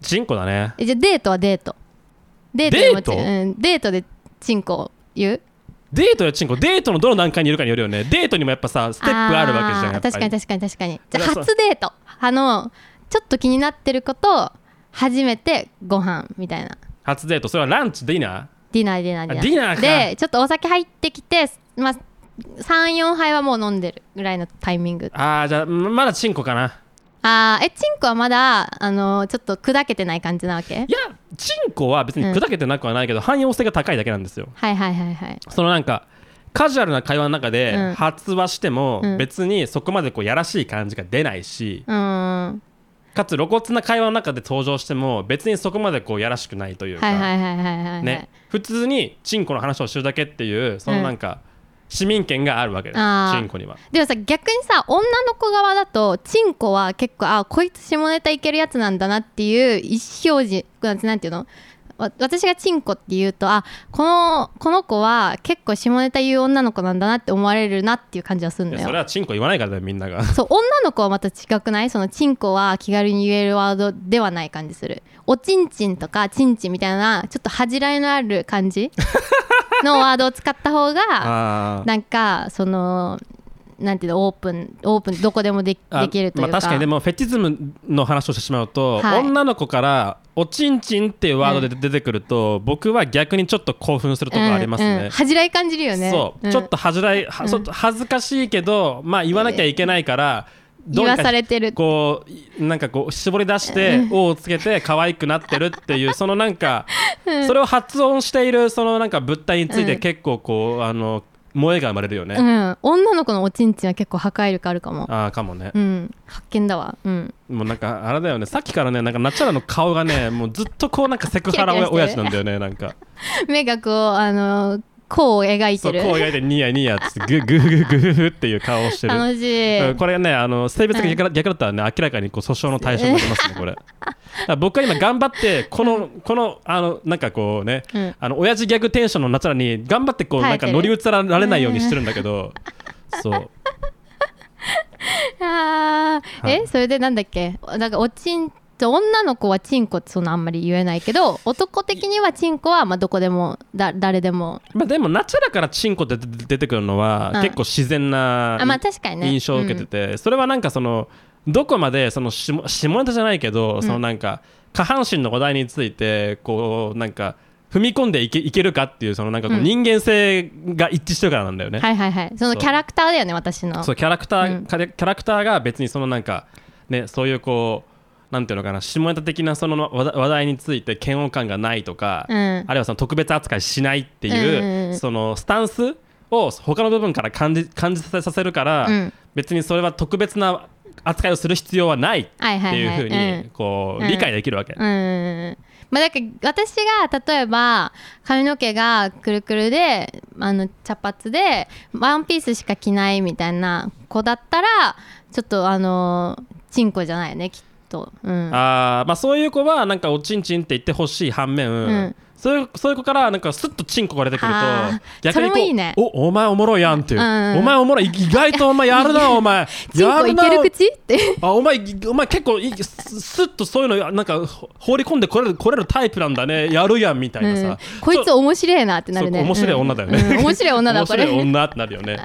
Speaker 2: チンコだね。
Speaker 1: えじゃあデートはデートデでもチン
Speaker 2: デー
Speaker 1: うん、デートでチンコ言う
Speaker 2: デートやチンコ、デートのどの段階にいるかによるよね。デートにもやっぱさ、ステップあるわけじゃん。
Speaker 1: あー
Speaker 2: やっぱり
Speaker 1: 確かに確かに確かにじゃあ
Speaker 2: だから
Speaker 1: 初デートあのちょっと気になってることを初めてご飯みたいな
Speaker 2: 初デート、それはランチ、ディナ
Speaker 1: ディナーディナーディナー
Speaker 2: ディナーか
Speaker 1: でちょっとお酒入ってきて、まあ、34杯はもう飲んでるぐらいのタイミング
Speaker 2: ーああ、じゃあ、うんまだチンコかな。
Speaker 1: あーえチンコはまだあのちょっと砕けてない感じなわけ
Speaker 2: いや、チンコは別に砕けてなくはないけど、汎用性が高いだけなんですよ。
Speaker 1: はいはいはいはい
Speaker 2: そのなんか、カジュアルな会話の中
Speaker 1: う
Speaker 2: で
Speaker 1: ん
Speaker 2: 発話しても
Speaker 1: うん
Speaker 2: 別にそこまでこうやらしい感じが出ないし
Speaker 1: うーん
Speaker 2: かつ露骨な会話の中で登場しても別にそこまでこうやらしくないというか
Speaker 1: はいはいはいはいはいはい
Speaker 2: ね、普通にチンコの話をしてるだけっていうそのなんか、市民権があるわけです
Speaker 1: あー
Speaker 2: チンコには
Speaker 1: でもさ逆にさ女の子側だとチンコは結構あこいつ下ネタいけるやつなんだなっていう意思表示なんてなんていうのわ私がチンコって言うとあこのこの子は結構下ネタ言う女の子なんだなって思われるなっていう感じはするん
Speaker 2: い
Speaker 1: だ
Speaker 2: や
Speaker 1: よ
Speaker 2: それはチンコ言わないからだよみんなが
Speaker 1: そう女の子はまた違くないそのチンコは気軽に言えるワードではない感じするおちんちんとかちんちんみたいなちょっと恥じらいのある感じのワードを使った方
Speaker 2: *laughs*
Speaker 1: が
Speaker 2: あー
Speaker 1: なんかそのなんていうのオープンオープンどこでもでき
Speaker 2: あ
Speaker 1: できるというか、
Speaker 2: まあ、確かにでもフェチズムの話をしてしまうと、
Speaker 1: はい
Speaker 2: 女の子から「おちんちん」っていうワードで
Speaker 1: う
Speaker 2: 出てくると、僕は逆にちょっと興奮するとこあります
Speaker 1: うんうん
Speaker 2: ね、
Speaker 1: 恥じらい感じるよね
Speaker 2: そう、
Speaker 1: ん
Speaker 2: ちょっと恥ずらいは
Speaker 1: うん
Speaker 2: ちょっと恥ずかしいけどまあ言わなきゃいけないから、
Speaker 1: 言
Speaker 2: どうに
Speaker 1: わ
Speaker 2: か
Speaker 1: されてるって
Speaker 2: こうなんかこう絞り出して「お」をつけて可愛くなってるっ
Speaker 1: *laughs*
Speaker 2: ていうそのなんかそれを発音しているそのなんか物体についうて
Speaker 1: ん
Speaker 2: 結構こうあの萌えが生まれるよね、
Speaker 1: うん、女の子のおちんちんは結構破壊力あるかも、
Speaker 2: ああかもね
Speaker 1: う、ん、発見だわ、うん、
Speaker 2: もうなんかあれだよねさっきからねなんかナチュラの顔がねもうずっとこうなんかセクハラ
Speaker 1: キラキラしてる
Speaker 2: 親父なんだよねなんか
Speaker 1: 目がこうあの弧を描い
Speaker 2: そ
Speaker 1: て
Speaker 2: う
Speaker 1: る
Speaker 2: こうやってニヤニヤってググググググっていう顔をしてる
Speaker 1: 楽しい、
Speaker 2: うんこれねあの性別が逆,、逆だったらね明らかにこう訴訟の対象にな
Speaker 1: *laughs*
Speaker 2: りますねこれだから僕は今頑張ってこのこのあのなんかこうね、
Speaker 1: うん
Speaker 2: あの親父ギャグテンションのナチュラに頑張ってこう
Speaker 1: 耐
Speaker 2: なん
Speaker 1: えて
Speaker 2: か
Speaker 1: る
Speaker 2: 乗り移られないようにしてるんだけど、そう
Speaker 1: あー
Speaker 2: はい
Speaker 1: えそれでなんだっけなんかおちん女の子はチンコってそんなあんまり言えないけど男的にはチンコはまあどこでもだ誰でも
Speaker 2: まあでもナチュラからチンコって出て出てくるのは、
Speaker 1: うん
Speaker 2: 結構自然な
Speaker 1: あまあ確かにね
Speaker 2: 印象を受けてて、それはなんかそのどこまでその下下ネタじゃないけど、そのなんか下半身の話題についてこうなんか踏み込んでいけいけるかっていうそのなんかこう
Speaker 1: うん
Speaker 2: 人間性が一致してるからなんだよね、
Speaker 1: はいはいはいそのキャラクターだよね私の
Speaker 2: そうキャラクター、
Speaker 1: うん
Speaker 2: キャラキャラクターが別にそのなんかねそういうこうなんていうのかな下ネタ的なその話題話題について嫌悪感がないとか、
Speaker 1: うん
Speaker 2: あるいはその特別扱いしないって
Speaker 1: うんうん
Speaker 2: いううんそのスタンスを他の部分から感じ感じさせさせるから、
Speaker 1: うん
Speaker 2: 別にそれは特別な扱いをする必要はないって
Speaker 1: はいはい
Speaker 2: いう
Speaker 1: はい
Speaker 2: ふうにこう
Speaker 1: うん
Speaker 2: 理解できるわけ。
Speaker 1: うんまあ、だけど私が例えば髪の毛がくるくるであの茶髪でワンピースしか着ないみたいな子だったらちょっとあのチンコじゃないよねきっと、うん、
Speaker 2: あーまあ、そういう子はなんかおちんちんって言ってほしい反面、
Speaker 1: ん
Speaker 2: そういうそういう子からなんかスッとチンコが出てくると
Speaker 1: あーそ
Speaker 2: 逆にこ
Speaker 1: れ
Speaker 2: う
Speaker 1: もいいね
Speaker 2: おお前おもろいやんっていう、
Speaker 1: うんうんうん
Speaker 2: お前おもろい意外とお前や
Speaker 1: *laughs*
Speaker 2: るなお前
Speaker 1: チン
Speaker 2: や
Speaker 1: コい
Speaker 2: るな
Speaker 1: ける口って
Speaker 2: あお前お前結構いいススッとそういうのなんかほ放り込んでこれるこれるタイプなんだねやるやんみたいなさ、
Speaker 1: うんこいつ
Speaker 2: そう
Speaker 1: 面白いなってなるね
Speaker 2: そう面白い女だよね、
Speaker 1: うんうん面白い女だこれ
Speaker 2: 面白い女ってなるよね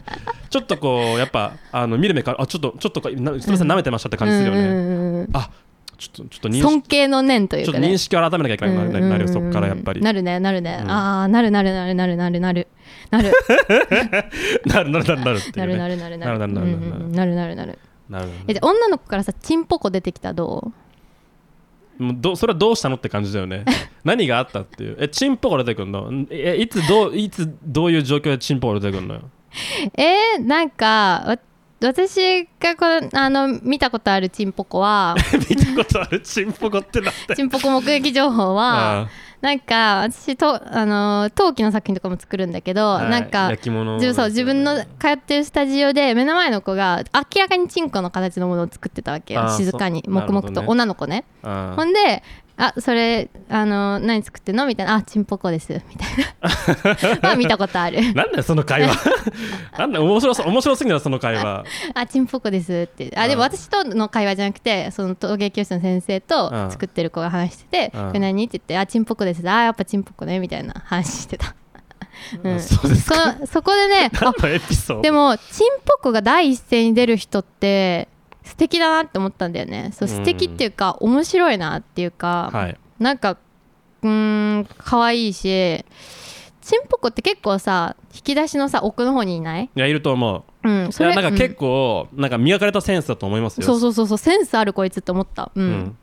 Speaker 2: ちょっとこうやっぱあの見る目からあちょっとちょっとかなすみません舐めてましたって感じするよね、
Speaker 1: うんうんうん
Speaker 2: あちょっとちょっと認
Speaker 1: 尊
Speaker 2: 識
Speaker 1: 敬の念とい
Speaker 2: ち
Speaker 1: う
Speaker 2: ょっと
Speaker 1: かね
Speaker 2: 認識を改めなきゃいけなくなる,、なるよそこからやっぱり
Speaker 1: なるねなるね、
Speaker 2: うん
Speaker 1: ああなるなるなるなるなるなるなる
Speaker 2: なるなるなるなるってい
Speaker 1: な
Speaker 2: う
Speaker 1: る
Speaker 2: ね
Speaker 1: なるなるなる
Speaker 2: なるなるなるなる
Speaker 1: うんうんなるなるなる
Speaker 2: なる
Speaker 1: えじゃあ女の子からさチンポコ出てきたらど
Speaker 2: もうどそれはどうしたのって感じだよね何があったっていうえチンポが出てくるのんえいつどういつどういう状況でチンポが出てく
Speaker 1: *laughs*
Speaker 2: るのよ
Speaker 1: うえー、なんかわ私がこのあの見たことあるチンポコ
Speaker 2: *laughs*
Speaker 1: は
Speaker 2: 見たことあるチンポコってなって
Speaker 1: チンポコ目撃情報は
Speaker 2: あ
Speaker 1: なんか私とあの陶器の作品とかも作るんだけど、
Speaker 2: はい
Speaker 1: なんか
Speaker 2: 焼き物
Speaker 1: 自分そう
Speaker 2: です
Speaker 1: 自
Speaker 2: よ
Speaker 1: 分
Speaker 2: ね
Speaker 1: の通ってるスタジオで目の前の子が明らかにチンコの形のものを作ってたわけよ
Speaker 2: あー
Speaker 1: 静かに
Speaker 2: そう
Speaker 1: 黙々
Speaker 2: なるほ
Speaker 1: と、
Speaker 2: どね
Speaker 1: 女の子ね
Speaker 2: あ
Speaker 1: ほんで「あそれあの何作ってんの?」みたいな「あチンポコです」みた
Speaker 2: *laughs*
Speaker 1: いなは見たことある
Speaker 2: なんだよその会
Speaker 1: *laughs*
Speaker 2: 話なんだよ面白そう面白すぎるなその会話
Speaker 1: 「あチンポコです」ってあでも
Speaker 2: うん
Speaker 1: 私との会話じゃなくてその陶芸教室の先生
Speaker 2: うん
Speaker 1: と作ってる子が話してて「
Speaker 2: うん
Speaker 1: これ何?」って言って「あチンポコです」あやっぱチンポコねみたいな話してた、うん、
Speaker 2: そうですか
Speaker 1: そそこで
Speaker 2: *laughs*
Speaker 1: ねあ
Speaker 2: 何のエピソード
Speaker 1: でもチンポコが第一声に出る人って素敵だなって思ったんだよねそう
Speaker 2: うん
Speaker 1: 素敵っていうか、面白いなっていうか、
Speaker 2: はい
Speaker 1: なんかうーん可愛いしチンポコって結構さ引き出しのさ奥の方にいない
Speaker 2: いやいると思う
Speaker 1: うん
Speaker 2: いやなんか結構、なんか磨かれたセンスだと思います
Speaker 1: うん
Speaker 2: よ
Speaker 1: そうそうそうそうセンスあるこいつって思ったう
Speaker 2: うんん、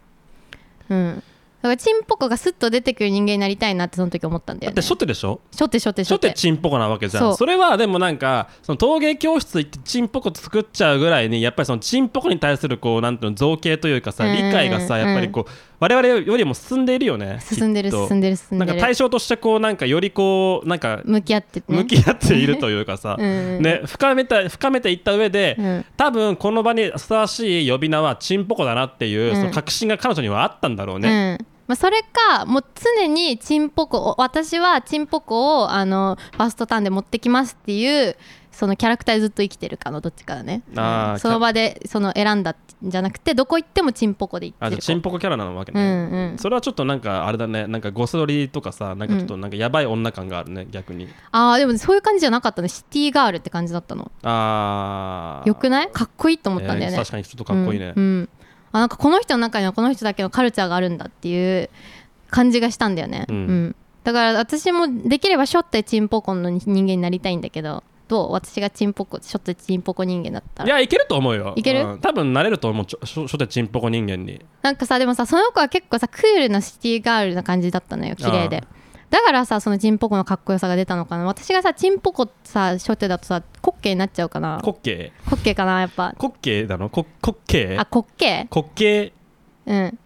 Speaker 1: うん、だからチンポコがスッと出てくる人間になりたいなってその時思ったんだ
Speaker 2: だ
Speaker 1: よね
Speaker 2: って初手でしょ
Speaker 1: 初手初手
Speaker 2: 初
Speaker 1: 初
Speaker 2: 手
Speaker 1: 手
Speaker 2: チンポコなわけじゃ
Speaker 1: そ
Speaker 2: ん
Speaker 1: う
Speaker 2: それはでもなんかその陶芸教室行ってチンポコ作っちゃうぐらいにやっぱりそのチンポコに対するこうなんていうの造形というかさ
Speaker 1: うん
Speaker 2: 理解がさやっぱりこう我々よりも進んでいるよね
Speaker 1: 進んでる
Speaker 2: きっと
Speaker 1: 進んでる進ん
Speaker 2: なん
Speaker 1: で
Speaker 2: か
Speaker 1: る
Speaker 2: 対象としてこうなんかよりこうなんか
Speaker 1: 向き合ってね
Speaker 2: 向き合っているというかさ、
Speaker 1: うん
Speaker 2: ね、深めた深めていった上で、
Speaker 1: うん
Speaker 2: 多分この場にふさわしい呼び名はチンポコだなってい
Speaker 1: う
Speaker 2: う、
Speaker 1: ん
Speaker 2: その確信が彼女にはあったんだろうね、
Speaker 1: うんまあ、それかもう常にチンポコを私はチンポコをあのファーストターンで持ってきますっていうそのキャラクターでずっと生きてるかのどっちかだね
Speaker 2: あー
Speaker 1: うんその場でその選んだんじゃなくてどこ行ってもチンポコで行
Speaker 2: あ
Speaker 1: って
Speaker 2: じゃあ
Speaker 1: る
Speaker 2: チンポコキャラなわけ
Speaker 1: う
Speaker 2: ね、
Speaker 1: んうん、
Speaker 2: それはちょっとなんかあれだねなんかゴスロリとかさなんかちょっとなんかやばい女感があるね逆に
Speaker 1: あーでもそういう感じじゃなかったねシティガールって感じだったの
Speaker 2: あー
Speaker 1: よくないかっこいいと思ったんだよ
Speaker 2: え
Speaker 1: ね、
Speaker 2: ー確かにちょっとかっこいいね、
Speaker 1: うんうんあなんかこの人の中にはこの人だけのカルチャーがあるんだっていう感じがしたんだよね、
Speaker 2: うん
Speaker 1: だから私もできればしょってチンポコンの人間になりたいんだけどと私がチンポコちょっとチンポコ人間だった
Speaker 2: い
Speaker 1: ら
Speaker 2: やいけると思うよ
Speaker 1: いける
Speaker 2: うん多分慣れると思うちょしょ初手ちんぽこ人間に
Speaker 1: なんかさでもさその子は結構さクールなシティガールな感じだったのよ綺麗でだからさそのチンポコのかっこよさが出たのかな私がさチンポコさ初手だとさ滑稽になっちゃうかな
Speaker 2: 滑稽
Speaker 1: 滑稽かなやっぱ
Speaker 2: 滑稽なのこ滑稽
Speaker 1: あ滑稽
Speaker 2: 滑稽
Speaker 1: うん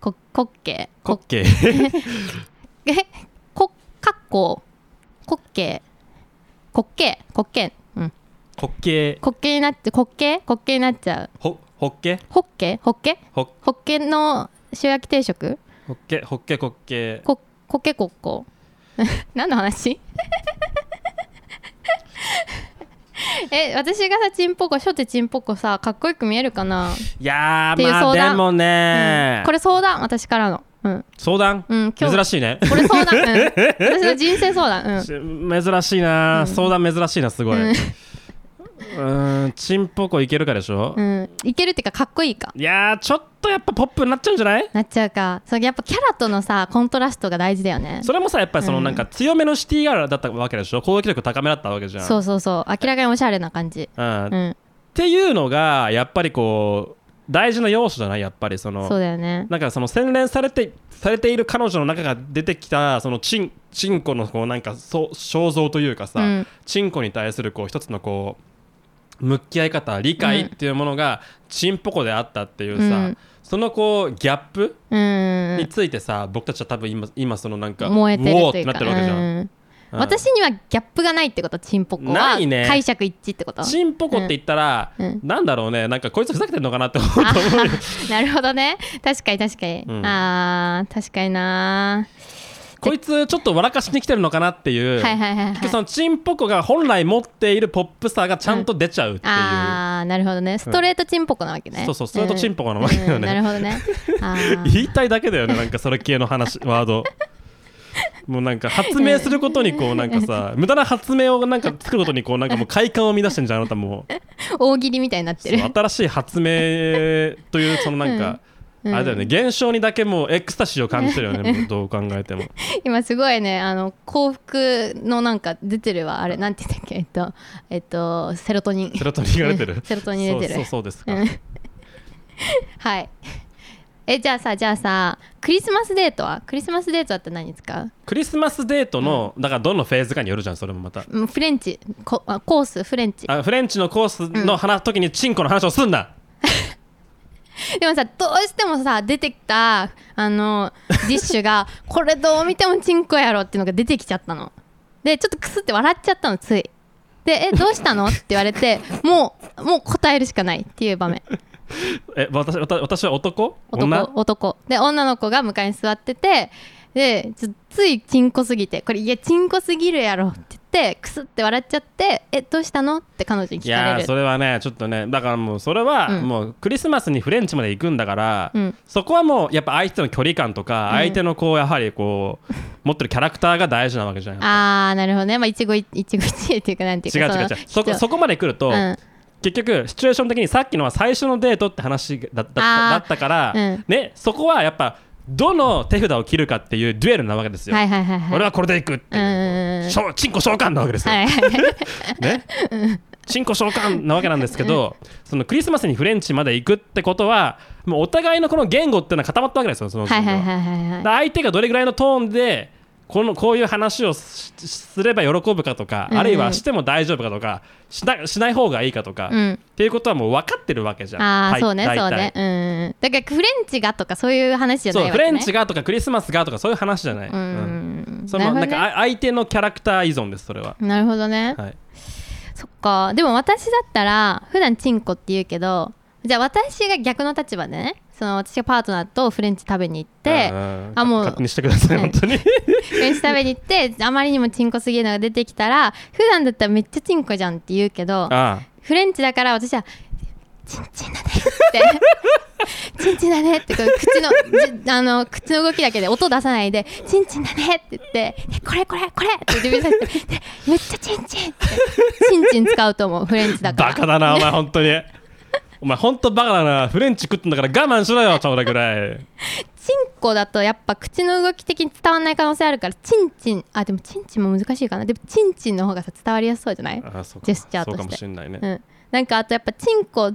Speaker 1: こ滑稽
Speaker 2: 滑
Speaker 1: こ
Speaker 2: 稽
Speaker 1: えこかっこ滑稽滑稽滑稽うん
Speaker 2: 滑稽
Speaker 1: 滑稽になって滑稽滑稽になっちゃう
Speaker 2: ほほっけ
Speaker 1: ホッケホッケ
Speaker 2: ほっ
Speaker 1: ホッケの塩焼き定食
Speaker 2: ほっけほっけ滑稽
Speaker 1: こコケコッコ *laughs* 何の話 *laughs* え私がさチンポコ初手チンポコさかっこよく見えるかな、
Speaker 2: いや
Speaker 1: ってい
Speaker 2: ー
Speaker 1: う
Speaker 2: まあ
Speaker 1: 相談
Speaker 2: でもね
Speaker 1: うんこれ相談私からのうん
Speaker 2: 相談
Speaker 1: うん今日
Speaker 2: 珍しいね
Speaker 1: これ相談、うん、私の人生相談うん
Speaker 2: し珍しいな相談珍しいなすごいう
Speaker 1: うん
Speaker 2: ーんちんぽこいけるかでしょ
Speaker 1: うん、いけるっていうかかっこいいか
Speaker 2: いやーちょっとやっぱポップになっちゃうんじゃない
Speaker 1: なっちゃうかそうやっぱキャラとのさコントラストが大事だよね
Speaker 2: それもさやっぱりそうの
Speaker 1: ん
Speaker 2: なんか強めのシティガールだったわけでしょ攻撃力高めだったわけじゃん
Speaker 1: そうそうそう明らかにおしゃれな感じ
Speaker 2: うん
Speaker 1: うん
Speaker 2: っていうのがやっぱりこう大事な要素じゃないやっぱりその
Speaker 1: そうだよね
Speaker 2: なんかその洗練されてされている彼女の中が出てきたそのチンチンコのこうなんかそう肖像というかさ、
Speaker 1: うん
Speaker 2: チンコに対するこう一つのこう向き合い方理解っていうものがチンポコであったっていうさ、
Speaker 1: うん
Speaker 2: そのこうギャップ
Speaker 1: うん
Speaker 2: についてさ、僕たちは多分今今そのなんか
Speaker 1: 燃えて
Speaker 2: う
Speaker 1: る
Speaker 2: おーっ
Speaker 1: とい
Speaker 2: て
Speaker 1: う
Speaker 2: な
Speaker 1: か
Speaker 2: ってるわけじゃん、
Speaker 1: うん
Speaker 2: うん
Speaker 1: 私にはギャップがないってことチンポコは
Speaker 2: ないね
Speaker 1: 解釈一致ってこと
Speaker 2: チンポコって言ったら、
Speaker 1: うん
Speaker 2: なんだろうねなんかこいつふざけてんのかなって思うと思
Speaker 1: あ
Speaker 2: うよ
Speaker 1: *laughs* なるほどね確かに確かに、
Speaker 2: うん
Speaker 1: あー確かにな
Speaker 2: こいつちょっと笑かしに来てるのかなっていう、
Speaker 1: はいはいはい、
Speaker 2: 結局そ
Speaker 1: はい、
Speaker 2: のチンポコが本来持っているポップさがちゃんと出ちゃうっていう、
Speaker 1: あーなるほどねストレートチンポコなわけね、
Speaker 2: そうそうストレートチンポコなわけだよね
Speaker 1: うんなるほどね
Speaker 2: *laughs*
Speaker 1: あー
Speaker 2: 言いたいだけだよねなんかそれ系の話ワ
Speaker 1: *laughs*
Speaker 2: ードもうなんか発明することにこうなんか
Speaker 1: *laughs*
Speaker 2: さ無駄な発明をなんか作ることにこうなんかもう快感を乱してんじゃんあな
Speaker 1: *laughs*
Speaker 2: たもう
Speaker 1: 大喜利みたいになって
Speaker 2: そう
Speaker 1: る
Speaker 2: 新しい発明というそのなんか、
Speaker 1: うん
Speaker 2: あれだよね現象にだけもうエクスタシーを感じてるよねもうどう考えても
Speaker 1: *laughs* 今すごいねあの幸福のなんか出てるわあれなんて言ったっけえっとえっとセロトニン
Speaker 2: セロトニンが出て
Speaker 1: う
Speaker 2: る
Speaker 1: *laughs* んセロトニン出てる
Speaker 2: そうそうそうですか、
Speaker 1: うん *laughs* はいえじゃあさじゃあさクリスマスデートはクリスマスデートだって何使う
Speaker 2: クリスマスデートのだからどのフェーズかによるじゃんそれもまた
Speaker 1: うんフレンチこあコースフレンチ
Speaker 2: あフレンチのコースの話、時にチンコの話をすんな
Speaker 1: でもさどうしてもさ出てきたあのディッシュ
Speaker 2: *laughs*
Speaker 1: がこれどう見てもチンコやろっていうのが出てきちゃったのでちょっとクスって笑っちゃったのついでえどうしたのって言われてもうもう答えるしかないっていう場面
Speaker 2: え私私私は男
Speaker 1: 男
Speaker 2: 女
Speaker 1: 男で女の子が向かいに座っててでちょついチンコすぎてこれいやチンコすぎるやろって言ってクスって笑っちゃってえどうしたのって彼女に
Speaker 2: い
Speaker 1: 聞
Speaker 2: や
Speaker 1: か
Speaker 2: ー
Speaker 1: れ
Speaker 2: そ
Speaker 1: る
Speaker 2: れはねちょっとねだからもうそれは、
Speaker 1: うん
Speaker 2: もうクリスマスにフレンチまで行くんだから、
Speaker 1: うん
Speaker 2: そこはもうやっぱ相手との距離感とか、
Speaker 1: うん
Speaker 2: 相手のこうやはりこう持ってるキャラクターが大事なわけじゃない
Speaker 1: あーなるほどねまあ一期一一期一会っていうかなんていう
Speaker 2: 違う
Speaker 1: か
Speaker 2: 違う違うそこそ
Speaker 1: こ
Speaker 2: こまで来ると、
Speaker 1: うん
Speaker 2: 結局シチュエーション的にさっきのは最初のデートって話だだだ
Speaker 1: あー
Speaker 2: だったから、
Speaker 1: うん
Speaker 2: ね、そこはやっぱどの手札を切るかっていうデュエルなわけですよ、
Speaker 1: はいはいはいはい
Speaker 2: 俺はこれでいくって
Speaker 1: うん
Speaker 2: いう、
Speaker 1: うんうん
Speaker 2: しょチンコ召喚なわけですよ、
Speaker 1: はいはいはい
Speaker 2: ね、チンコ召喚なわけなんですけど、そのクリスマスにフレンチまで行くってことは、もうお互いのこの言語っていうのは固まったわけですよ、その時
Speaker 1: はい
Speaker 2: 点で
Speaker 1: は
Speaker 2: は。
Speaker 1: いはいはい
Speaker 2: で
Speaker 1: はい
Speaker 2: 相手がどれぐらいのトーンでこのこういう話をしすれば喜ぶかとか、
Speaker 1: うんうん
Speaker 2: あるいはしても大丈夫かとかしなしない方がいいかとか、
Speaker 1: う
Speaker 2: っ
Speaker 1: ん
Speaker 2: ていうことはもう分かってるわけじゃん。
Speaker 1: ああ
Speaker 2: 大
Speaker 1: そうね
Speaker 2: 大
Speaker 1: そう
Speaker 2: 体
Speaker 1: ねうんうんだからフレンチがとかそういう話じゃない
Speaker 2: そう
Speaker 1: わ
Speaker 2: フ
Speaker 1: け
Speaker 2: レ
Speaker 1: ね
Speaker 2: ンチがとかクリスマスがとかそういう話じゃない、
Speaker 1: う
Speaker 2: うん
Speaker 1: ん
Speaker 2: その
Speaker 1: な
Speaker 2: な
Speaker 1: る
Speaker 2: ん
Speaker 1: ほ
Speaker 2: か
Speaker 1: どね
Speaker 2: あ相手のキャラクター依存ですそれは、
Speaker 1: なるほどね
Speaker 2: はい、
Speaker 1: そっかでも私だったら普段チンコって言うけどじゃあ私が逆の立場でねその私がパートナーとフレンチ食べに行って
Speaker 2: うんうん
Speaker 1: あもう
Speaker 2: 勝手にしてください
Speaker 1: はい
Speaker 2: 本
Speaker 1: *laughs*
Speaker 2: 当に、
Speaker 1: フレンチ食べに行ってあまりにもチンコすぎるのが出てきたら普段だったらめっちゃチンコじゃんって言うけど
Speaker 2: ああ
Speaker 1: フレンチだから私は「チンチンだね」
Speaker 2: *laughs*
Speaker 1: って「チンチンだね」ってこう口のじあの口の動きだけで音出さないで「チンチンだね」って言って「でこれこれこれ」って指さしてで「めっちゃチンチン」ってチンチン使うと思うフレンチだから
Speaker 2: バカだなお前本当にお前本当バカだなフレンチ食ってんだから我慢しろよそれぐらい
Speaker 1: チンコだとやっぱ口の動き的に伝わらない可能性あるからチンチンあでもチンチンも難しいかなでもチンチンの方がさ伝わりやすそうじゃない、
Speaker 2: あそうか
Speaker 1: ジェスチャーとして
Speaker 2: そうかもしれないね、
Speaker 1: うん、なんかあとやっぱチンコ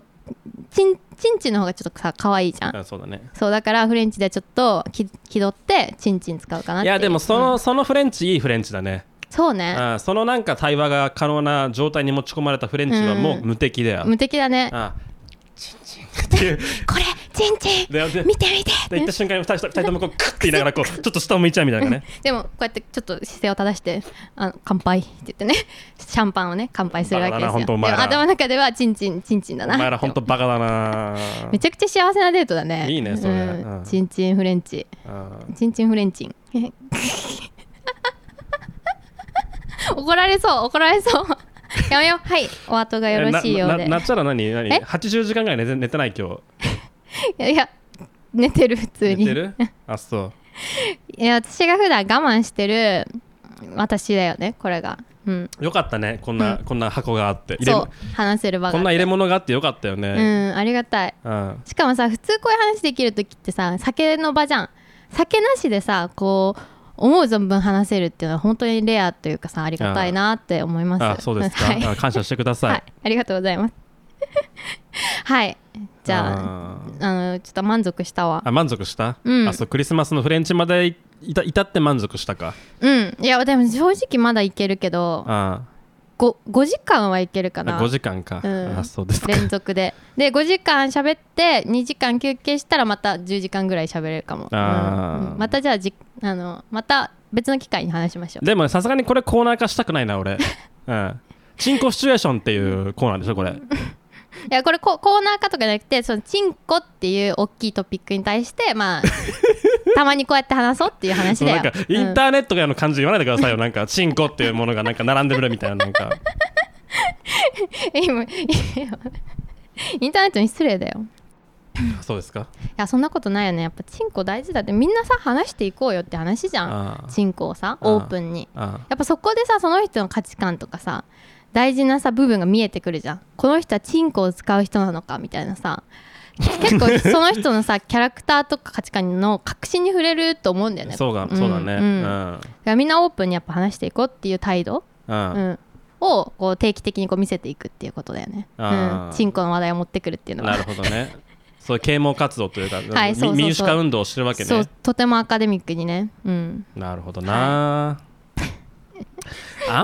Speaker 1: チンチンチンの方がちょっとさ可愛いじゃん
Speaker 2: あそうだね
Speaker 1: そうだからフレンチではちょっとき気取ってチンチン使うかなってい
Speaker 2: いやでもその,、
Speaker 1: うん
Speaker 2: そのフレンチいいフレンチだね、
Speaker 1: そうね
Speaker 2: あそのなんか対話が可能な状態に持ち込まれたフレンチはもう無敵だよ、
Speaker 1: 無敵だね
Speaker 2: あチンチンっていう
Speaker 1: これチンチン
Speaker 2: ででで
Speaker 1: 見て見て
Speaker 2: 行った瞬間に2人二人ともこうクッて言いながらこうちょっと下を向いちゃうみたいなね
Speaker 1: でもこうやってちょっと姿勢を正してあの乾杯って言ってねシャンパンをね乾杯するわけです
Speaker 2: バカだなほ
Speaker 1: よ
Speaker 2: ん
Speaker 1: で
Speaker 2: とお
Speaker 1: も
Speaker 2: 前ら
Speaker 1: 頭の中ではチンチンチンチンだ
Speaker 2: お
Speaker 1: な
Speaker 2: 前らほんとバカだな
Speaker 1: めちゃくちゃ幸せなデートだね
Speaker 2: いいねそれ
Speaker 1: うん
Speaker 2: うん
Speaker 1: チンチンフレンチ
Speaker 2: あ
Speaker 1: チンチンフレンチ
Speaker 2: *laughs*
Speaker 1: ン怒られそう怒られそうやめようはいお後がよろしいようで
Speaker 2: なななっちゃら何何
Speaker 1: え
Speaker 2: ?80 時間ぐらい寝て寝てない今日
Speaker 1: いやいや寝てる普通
Speaker 2: 寝
Speaker 1: に *laughs*
Speaker 2: てるあそう
Speaker 1: いや私が普段我慢してる私だよねこれがうん
Speaker 2: よかったねこんな、こんな箱があって入れ
Speaker 1: そう話せる場が
Speaker 2: こんな入れ物があってよかったよ
Speaker 1: う
Speaker 2: ね、
Speaker 1: んありがたい
Speaker 2: うん
Speaker 1: しかもさ普通こういう話できる時ってさ酒の場じゃん酒なしでさこう思う存分話せるっていうのは本当にレアというかさありがたいなって思います
Speaker 2: あそうですか、
Speaker 1: はい、
Speaker 2: あ感謝してください、
Speaker 1: はい、ありがとうございます *laughs* はいじゃあ
Speaker 2: あー
Speaker 1: あのちょっと満足したわ
Speaker 2: あ満足した、
Speaker 1: うん
Speaker 2: あそうクリスマスのフレンチまでいた至って満足したか
Speaker 1: うんいやでも正直まだいけるけど
Speaker 2: あ
Speaker 1: 5, 5時間はいけるか
Speaker 2: あ
Speaker 1: な
Speaker 2: 5時間か、
Speaker 1: うん
Speaker 2: あそうですか
Speaker 1: 連続でで5時間喋って2時間休憩したらまた10時間ぐらい喋れるかも、
Speaker 2: あー
Speaker 1: うんまたじゃあじあのまた別の機会に話しまし
Speaker 2: *laughs*
Speaker 1: ょう
Speaker 2: でもさすがにこれコーナー化したくないな俺
Speaker 1: *laughs*
Speaker 2: うんチンコシチュエーションっていうコーナーでしょこれ
Speaker 1: いやこれココーナー化とかじゃなくてそのチンコっていう大きいトピックに対して
Speaker 2: *laughs*
Speaker 1: まあたまにこうやって話そうっていう話だ
Speaker 2: なん
Speaker 1: よ
Speaker 2: かイン
Speaker 1: うん
Speaker 2: ターネットからの感じ言わないでくださいよなん
Speaker 1: *laughs*
Speaker 2: かチンコっていうものがなんか並んでるみたいななんか
Speaker 1: *laughs* 今今インターネットに失礼だよ
Speaker 2: あそうですか
Speaker 1: いやそんなことないよねやっぱチンコ大事だってみんなさ話していこうよって話じゃん
Speaker 2: あー
Speaker 1: チンコをさ
Speaker 2: あー
Speaker 1: オープンに
Speaker 2: あ
Speaker 1: やっぱそこでさその人の価値観とかさ大事なさ部分が見えてくるじゃんこの人はチンコを使う人なのかみたいなさ結構その人の
Speaker 2: *laughs*
Speaker 1: さキャラクターとか価値観の確信に触れると思うんだよね
Speaker 2: そうだそうだ
Speaker 1: ん
Speaker 2: ねうん
Speaker 1: だか
Speaker 2: ん
Speaker 1: らみんなオープンにやっぱ話していこうっていう態度、
Speaker 2: うん
Speaker 1: うんをこう定期的にこう見せていくっていうことだよね、
Speaker 2: あー
Speaker 1: うん、チンコの話題を持ってくるっていうのは
Speaker 2: なるほどねそういう啓蒙活動というか、
Speaker 1: *laughs* はい
Speaker 2: み
Speaker 1: そうそうそう
Speaker 2: 民主化運動をしてるわけ
Speaker 1: そう
Speaker 2: ね
Speaker 1: とてもアカデミックにねうん
Speaker 2: なるほどな、あんま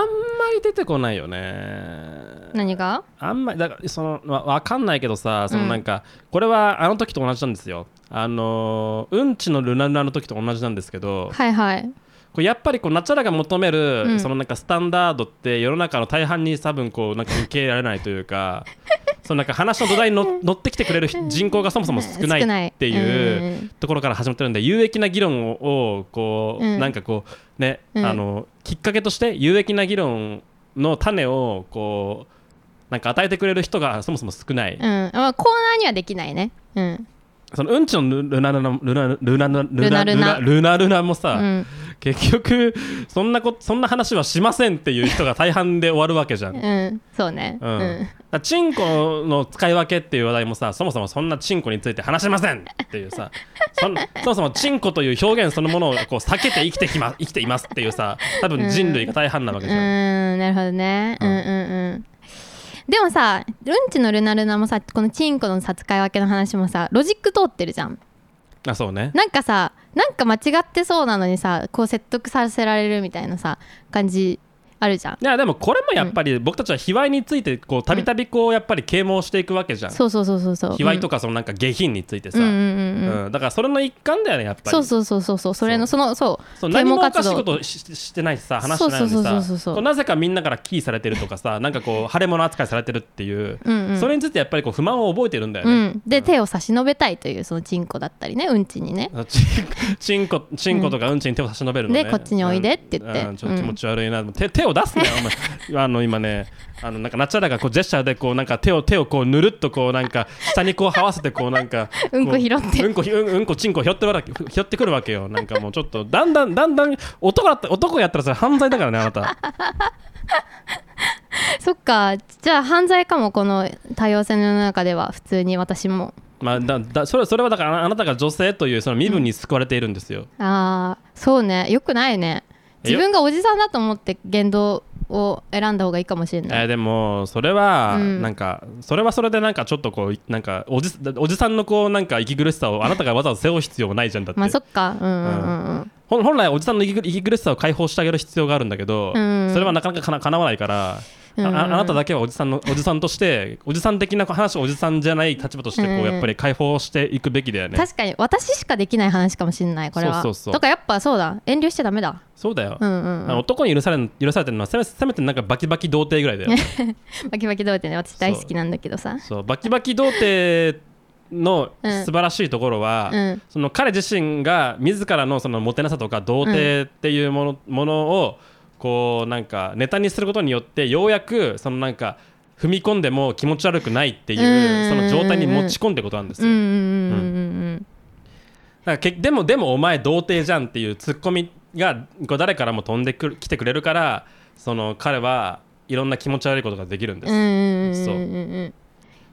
Speaker 2: り出てこないよね
Speaker 1: 何が
Speaker 2: あんまりだからそのわわかんないけどさその
Speaker 1: うん
Speaker 2: なんか、これはあの時と同じなんですよあのーうんちのルナルナの時と同じなんですけど
Speaker 1: はいはい
Speaker 2: こうやっぱりこうナチュラが求める、
Speaker 1: うん
Speaker 2: そのなんかスタンダードって世の中の大半に多分こうなんか受け入れられないというか *laughs* そのなんか話の土台にの乗ってきてくれる人口がそもそも少
Speaker 1: 少な
Speaker 2: ないいっていう。
Speaker 1: うん
Speaker 2: ところから始まってるんで有益な議論ををこう、
Speaker 1: うん
Speaker 2: なんかこうね、
Speaker 1: うん
Speaker 2: あのきっかけとして有益な議論の種をこうなんか与えてくれる人がそもそも少ない、
Speaker 1: うん、まあコーナーにはできないね。うん。
Speaker 2: そのうんちのルルナルナルナルナルナルナ
Speaker 1: ル
Speaker 2: ル
Speaker 1: ナ
Speaker 2: ナルナルナもさ、
Speaker 1: うん。
Speaker 2: 結局そんなこそんな話はしませんっていう人が大半で終わるわけじゃん。
Speaker 1: *laughs* うん。そうね。う
Speaker 2: うん
Speaker 1: ん。
Speaker 2: だチンコの使い分けっていう話題もさそもそもそんなチンコについて話しませんっていう
Speaker 1: *laughs*
Speaker 2: さそんそもそもチンコという表現そのものをこう避けて生きて
Speaker 1: *laughs*
Speaker 2: きま生きていますっていうさ多分人類が大半なわ
Speaker 1: う
Speaker 2: け
Speaker 1: ん。
Speaker 2: じゃん、
Speaker 1: なるほどね。うんうんうん。でもさ、うんちのルナルナもさ、このチンコのさ、使い分けの話もさ、ロジック通ってるじゃん。
Speaker 2: あそうね
Speaker 1: なんかさ、なんか間違ってそうなのにさ、こう説得させられるみたいなさ、感じあるじゃん。
Speaker 2: いやでもこれもやっぱり僕たちは卑猥についてこうたびたびこうやっぱり啓蒙していくわけじゃん、
Speaker 1: そうそうそうそうそう。
Speaker 2: 卑猥と
Speaker 1: か
Speaker 2: かそのなんか下品についてさ、
Speaker 1: うんう
Speaker 2: うん
Speaker 1: んうんうん。
Speaker 2: だからそれの一環だよねやっぱり
Speaker 1: そうそうそうそうそう。それのそのそう。
Speaker 2: そう
Speaker 1: 啓
Speaker 2: 何
Speaker 1: 蒙
Speaker 2: もお
Speaker 1: 活動
Speaker 2: かしいことをしししてないしさ話してない
Speaker 1: そうそうそ
Speaker 2: の
Speaker 1: う
Speaker 2: に
Speaker 1: そう
Speaker 2: さ
Speaker 1: そう
Speaker 2: こうなぜかみんなからキーされてるとかさなん *laughs* かこう腫れ物扱いされてるっていう、
Speaker 1: うんうん
Speaker 2: それについてやっぱりこう不満を覚えてるんだよ
Speaker 1: う
Speaker 2: ね。
Speaker 1: ん、で、手を差し伸べたいというそのチンコだったりねうんちにね
Speaker 2: チ *laughs* ンチンコチンコとかうんちに手を差し伸べるのね、
Speaker 1: でこっちにおいでって言って
Speaker 2: うんうんちょっと気持ち悪いな、手手を出すねお前 *laughs* あの今ねあのなんかナチャラがこうジェスチャーでこうなんか手を手をこうぬるっとこうなんか下にこう這わせてこうなんか
Speaker 1: *laughs* うんこ
Speaker 2: う
Speaker 1: 拾って
Speaker 2: うんこひうんうんこチンコ拾ってわら拾ってくるわけよなんかもうちょっとだんだんだんだん男だった男やったらそれ犯罪だからねあなた。
Speaker 1: そっかじゃあ犯罪かもこの多様性の中では普通に私も
Speaker 2: まあ、だだそれはそれはだからああなたが女性というその身分に救われているんですよ、
Speaker 1: ああそうねよくないね自分がおじさんだと思って言動を選んだ方がいいかもしれな
Speaker 2: えー
Speaker 1: い
Speaker 2: でもそれは
Speaker 1: うん
Speaker 2: なんか、それはそれでなんかちょっとこうなんかおじおじさんのこうなんか息苦しさをあなたがわざわざ背負う必要もないじゃんだって、
Speaker 1: まあそっかうんうんうん
Speaker 2: ほん本来おじさんの息苦息苦しさを解放してあげる必要があるんだけど、
Speaker 1: うん
Speaker 2: それはなかなかかなかなわないか
Speaker 1: うん
Speaker 2: ら、あ
Speaker 1: うん
Speaker 2: ああなただけはおじさんのおじさんとしておじさん的な話をおじさんじゃない立場としてこう、
Speaker 1: うん
Speaker 2: やっぱり解放していくべきだよね
Speaker 1: 確かに私しかできない話かもしれないこれは
Speaker 2: そうそうそう
Speaker 1: だからやっぱそうだ遠慮しちゃダメだ
Speaker 2: そうだよ、
Speaker 1: うんうん
Speaker 2: あの
Speaker 1: うん
Speaker 2: 男に許されん許されてるのはせめせめてなんかバキバキ童貞ぐ
Speaker 1: *laughs*
Speaker 2: らいだよ
Speaker 1: バキバキどうってね私大好きなんだけどさ
Speaker 2: そうバキバキ童貞の
Speaker 1: うん
Speaker 2: 素晴らしいところは、
Speaker 1: うん
Speaker 2: その彼自身が自らのそのモテなさとか童貞っていうもの,、ものをこうなんかネタにすることによってようやくそのなんか踏み込んでも気持ち悪くないっていう
Speaker 1: うん
Speaker 2: その状態に持ち込んでことなんです
Speaker 1: うん
Speaker 2: よ、
Speaker 1: うん
Speaker 2: だ
Speaker 1: うんうん
Speaker 2: からけでもでもお前童貞じゃんっていうツッコミがこう誰からも飛んでくる来てくれるからその彼はいろんな気持ち悪いことができるんです、
Speaker 1: うんうんうんうんうんうん
Speaker 2: そう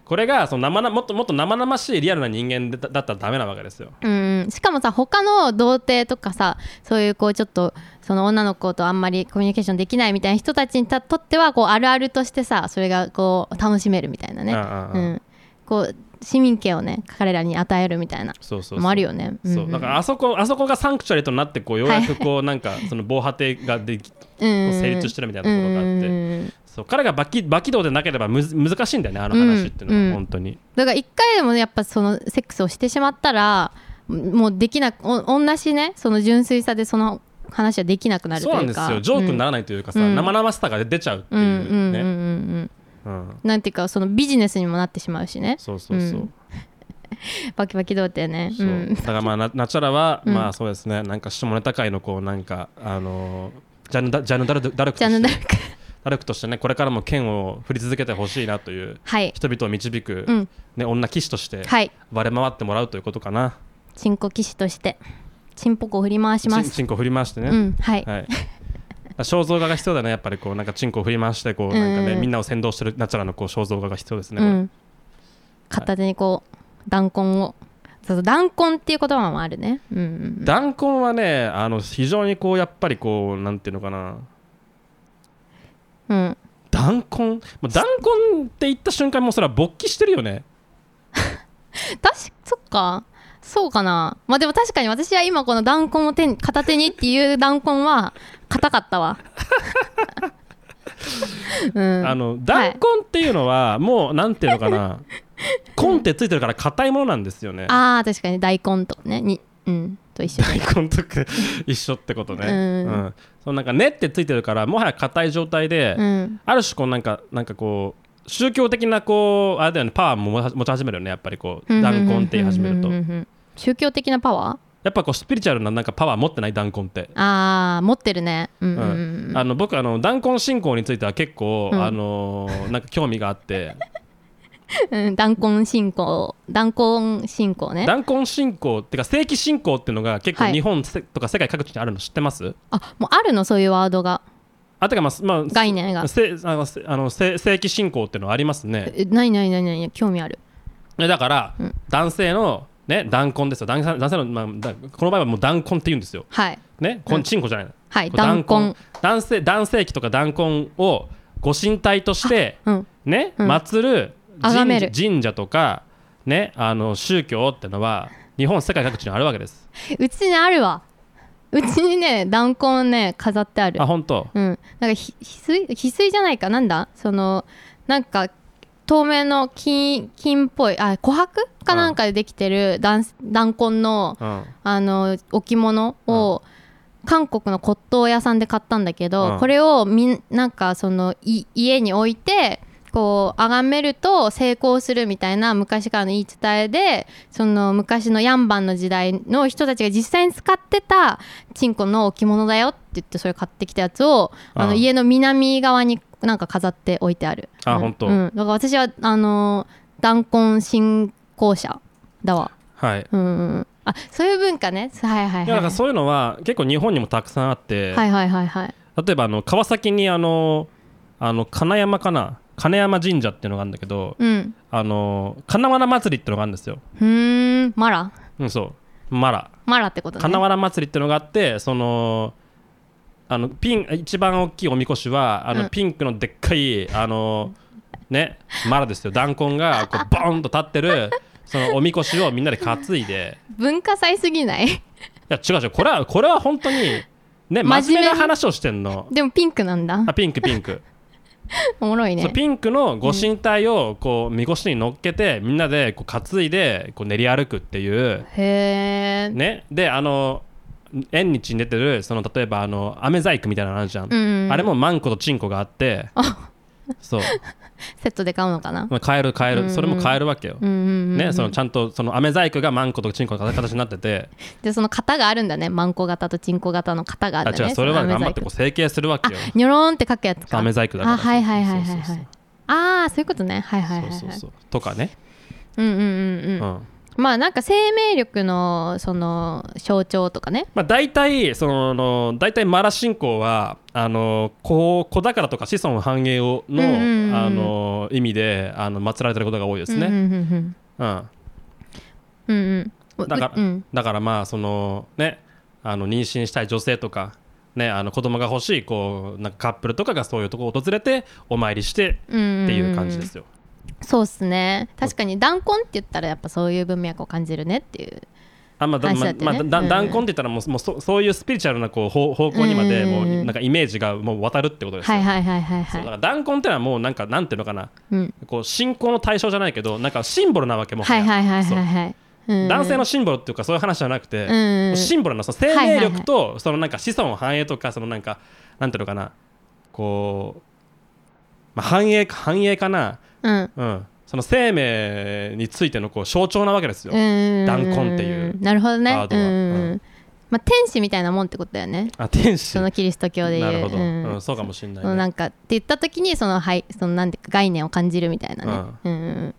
Speaker 2: これがその生なもっともっと生々しいリアルな人間だだったらダメなわけですよ
Speaker 1: うんうんしかもさ他の童貞とかさそういうこうちょっとその女の子とあんまりコミュニケーションできないみたいな人たちにたとってはこうあるあるとしてさそれがこう楽しめるみたいなね
Speaker 2: うんうん
Speaker 1: う
Speaker 2: うん
Speaker 1: んこう市民権をね彼らに与えるみたいな
Speaker 2: そうそうそう
Speaker 1: もあるよね
Speaker 2: そうだからあそこあそこがサンクチュアリとなってこうようやくこうなんかその防波堤ができ成立してるみたいなところがあって
Speaker 1: て
Speaker 2: そう彼がバキバキ道でなければむず難しいんだよねあの話っていうのは、
Speaker 1: うん
Speaker 2: 本当に
Speaker 1: だから一回でもねやっぱそのセックスをしてしまったらもうできなくお同じねその純粋さでその話はできなくなると
Speaker 2: そう
Speaker 1: いう
Speaker 2: なん
Speaker 1: か
Speaker 2: ですよジョークにならないというかさ、
Speaker 1: うん
Speaker 2: 生々しさが出ちゃうって
Speaker 1: うんうんう
Speaker 2: いうん
Speaker 1: うんう
Speaker 2: ね
Speaker 1: ん
Speaker 2: うん
Speaker 1: なんていうかそのビジネスにもなってしまうしね
Speaker 2: そうそうそう、
Speaker 1: うんバキバキ童貞ね
Speaker 2: そううんだからまあなナチャラは、
Speaker 1: うん
Speaker 2: まあそうですねなんか下ネタ界のこうなんかあのージャンヌダジャンヌダルクダルク
Speaker 1: じ
Speaker 2: と
Speaker 1: ゃあなん
Speaker 2: し
Speaker 1: か
Speaker 2: てダルクとしてねこれからも剣を振り続けてほしいなという
Speaker 1: *laughs* はい
Speaker 2: 人々を導く、
Speaker 1: うん
Speaker 2: ね、女騎士として
Speaker 1: はい
Speaker 2: 割れ回ってもらうということかな。
Speaker 1: チンコ騎士としてチンポコを振り回しま
Speaker 2: チン
Speaker 1: す
Speaker 2: チンコ振り回してね。
Speaker 1: うんはい
Speaker 2: はい。肖像画が必要だね、やっぱりこうなんかチンコを振り回してこう
Speaker 1: うん
Speaker 2: なんかね、みんなを先導してるナチュラのこう肖像画が必要ですね。
Speaker 1: う
Speaker 2: これ
Speaker 1: ん、片手にこう弾痕をそうそう弾痕っていう言葉もあるねうんうん
Speaker 2: 弾痕はね、あの非常にこうやっぱりこうなんていうのかな、
Speaker 1: うん、うん、
Speaker 2: 弾痕、まあ、弾痕って言った瞬間もうそれは勃起してるよね。
Speaker 1: 確かそっかそうかなまあでも確かに私は今この弾痕を手に片手にっていう弾痕は硬かった *laughs* わうん
Speaker 2: あの弾痕っていうのはもうなんていうの
Speaker 1: *laughs*
Speaker 2: かな、コンってついてるから硬いものなんですよね。
Speaker 1: あー確かに大根とねにうんと一緒で
Speaker 2: 大根とか一緒ってことね、
Speaker 1: う
Speaker 2: うんんそのなんか根ってついてるからもはや硬い状態で、
Speaker 1: うん
Speaker 2: ある種こうなんかなんかこう宗教的なこうあれだよねパワーも持ち持ち始めるよねやっぱりこう弾痕って言い始めると
Speaker 1: うんう
Speaker 2: や
Speaker 1: んうんうん宗教的なパワ
Speaker 2: っぱこうスピリチュアルななんかパワー持ってない弾痕って。
Speaker 1: ーあー持ってるねうんうんうん
Speaker 2: あの僕あの弾痕信仰については結構、
Speaker 1: うん
Speaker 2: あのーなんか興味があって
Speaker 1: うん弾痕信仰弾痕信仰ね
Speaker 2: 弾痕信仰っていうか正規信仰っていうのが結構
Speaker 1: はい
Speaker 2: 日本せとか世界各地にあるの知ってます
Speaker 1: あもうあるのそういうワードが
Speaker 2: あてかまあ、まあ、
Speaker 1: 概念が
Speaker 2: せあのせあのせ正規信仰っていうのはありますね
Speaker 1: え何何何何興味ある
Speaker 2: えだから、
Speaker 1: うん
Speaker 2: 男性のね弾痕ですよ男性男性の、まあ、だこの場合はもう弾痕って言うんですよ
Speaker 1: はい
Speaker 2: ねこ
Speaker 1: うん
Speaker 2: んチンコじゃないの、
Speaker 1: はい
Speaker 2: こう
Speaker 1: 弾痕
Speaker 2: 男性男性器とか弾痕をご神体として
Speaker 1: うん
Speaker 2: ね、
Speaker 1: うん
Speaker 2: 祀る神
Speaker 1: 崇める
Speaker 2: 神社とかねあの宗教ってのは日本世界各地にあるわけです
Speaker 1: うちにあるわうちにね弾痕ね飾ってある
Speaker 2: あ本当
Speaker 1: うんなんかひ翡翠翡翠じゃないかなんだそのなんか透明の金金っぽいあ琥珀かなんかでできてる弾弾痕の
Speaker 2: うん
Speaker 1: あの置物を、韓国の骨董屋さんで買ったんだけど、
Speaker 2: うん
Speaker 1: これをみんなんかそのい家に置いてこう崇めると成功するみたいな昔からの言い伝えでその昔のヤンバンの時代の人たちが実際に使ってたチンコの置物だよって言ってそれ買ってきたやつを、あの
Speaker 2: うん
Speaker 1: 家の南側になんか飾って置いてある
Speaker 2: あ
Speaker 1: うん
Speaker 2: ほんと
Speaker 1: うん、だから私はあの弾痕信仰者だわ
Speaker 2: はい
Speaker 1: うんうんうんあそういう文化ねはいはい
Speaker 2: いやだ
Speaker 1: は
Speaker 2: か
Speaker 1: い
Speaker 2: らそういうのは結構日本にもたくさんあって、
Speaker 1: はいはいはいはい
Speaker 2: 例えばあの川崎にあのあの金山かな金山神社っていうのがあるんだけど
Speaker 1: うん
Speaker 2: あの金原祭りってのがあるんですよ、
Speaker 1: ふーんマラ
Speaker 2: うん、そうマラ
Speaker 1: マラってことね
Speaker 2: 金原祭りってのがあってそのあのピン一番大きいおみこしはあの、
Speaker 1: うん
Speaker 2: ピンクのでっかいあのねマラですよ弾痕
Speaker 1: *laughs*
Speaker 2: がこうボーンと立ってるそのおみこしをみんなで担いで
Speaker 1: 文化祭すぎない
Speaker 2: *laughs* いや違う違うこれはこれは本当にね真
Speaker 1: 真面
Speaker 2: 面
Speaker 1: 目
Speaker 2: 目
Speaker 1: な
Speaker 2: な話をしてんの
Speaker 1: でもピンクなんだ
Speaker 2: あピンクピンク、
Speaker 1: おもろい
Speaker 2: そ
Speaker 1: ね
Speaker 2: うピンクのご神体をこうみこしに乗っけてみんなでこう担いでこう練り歩くっていう
Speaker 1: へえ、
Speaker 2: ねであの縁日に出てるその例えばあの飴細工みたいなのあるじゃん、
Speaker 1: うん
Speaker 2: あれもマンコとチンコがあってそう
Speaker 1: セットで買うのかな
Speaker 2: まあ買える買え
Speaker 1: うん
Speaker 2: る
Speaker 1: うん
Speaker 2: それも買えるわけよ、
Speaker 1: うんうんうんうん
Speaker 2: ね、そのちゃんとその飴細工がマンコとチンコの形になってて、
Speaker 1: でその型があるんだねマンコ型とチンコ型の型がある
Speaker 2: あ
Speaker 1: んだね
Speaker 2: 違うそれは
Speaker 1: の
Speaker 2: 頑張
Speaker 1: 飴
Speaker 2: ってこう
Speaker 1: 細
Speaker 2: 整形するわけよ
Speaker 1: 工ニョロンって書くやつか
Speaker 2: 飴細工だから
Speaker 1: あはいはいはい
Speaker 2: そ
Speaker 1: はい
Speaker 2: うそう
Speaker 1: は
Speaker 2: そう
Speaker 1: いああそういうことねはいはいはいはい
Speaker 2: そうそうそうとかね、
Speaker 1: うんうんうんうん、
Speaker 2: うん
Speaker 1: まあなんか生命力のその象徴とかね
Speaker 2: まあ、大体その大体マラ信仰はあの子子宝とか子孫繁栄をの,、
Speaker 1: うんうんうん
Speaker 2: あの意味であの祀られてることが多いです
Speaker 1: うん
Speaker 2: ね、
Speaker 1: うんうん
Speaker 2: うん
Speaker 1: うんうんうん
Speaker 2: だから
Speaker 1: うん
Speaker 2: だからまあそのねあの妊娠したい女性とか、ね、あの子供が欲しいこうなんかカップルとかがそういうとこを訪れてお参りして
Speaker 1: うんうんうん
Speaker 2: っていう感じですよ、
Speaker 1: そうっすね確かに弾痕って言ったらやっぱそういう文脈を感じるねっていう
Speaker 2: あまあだ
Speaker 1: 話
Speaker 2: ま
Speaker 1: だ
Speaker 2: あ
Speaker 1: ってね
Speaker 2: まあだだ
Speaker 1: うん
Speaker 2: 弾痕って言ったらもうもうそそういうスピリチュアルなこう方方向にまでも
Speaker 1: うんうんう
Speaker 2: うんなんかイメージがもう渡るってことですよ、
Speaker 1: はいはいはいはい
Speaker 2: そ
Speaker 1: は
Speaker 2: うだか
Speaker 1: い
Speaker 2: ら弾痕ってのはもうなんかなんていうのかな
Speaker 1: うん
Speaker 2: こう信仰の対象じゃないけどなんかシンボルなわけもは
Speaker 1: は
Speaker 2: や
Speaker 1: いはいはい
Speaker 2: そう
Speaker 1: はいはいうん
Speaker 2: 男性のシンボルっていうかそういう話じゃなくて、
Speaker 1: うんうん
Speaker 2: もうシンボルなその生命力とそのなんか子孫繁栄とかそのなんかなんていうのかなこう、まあ、繁栄繁栄かな、
Speaker 1: うん
Speaker 2: うん、その生命についてのこう象徴なわけですよ、
Speaker 1: うん
Speaker 2: 弾痕っていう
Speaker 1: なるほどね
Speaker 2: ワー
Speaker 1: う
Speaker 2: ド
Speaker 1: ん
Speaker 2: は
Speaker 1: うんまあ天使みたいなもんってことだよね
Speaker 2: あ天使
Speaker 1: そのキリスト教でいう
Speaker 2: なるほど、
Speaker 1: うん
Speaker 2: うんそうかもしれない
Speaker 1: そ
Speaker 2: ね、
Speaker 1: のなんかって言った時にその,、はい、そのなんていうか概念を感じるみたいなね、うんうんうん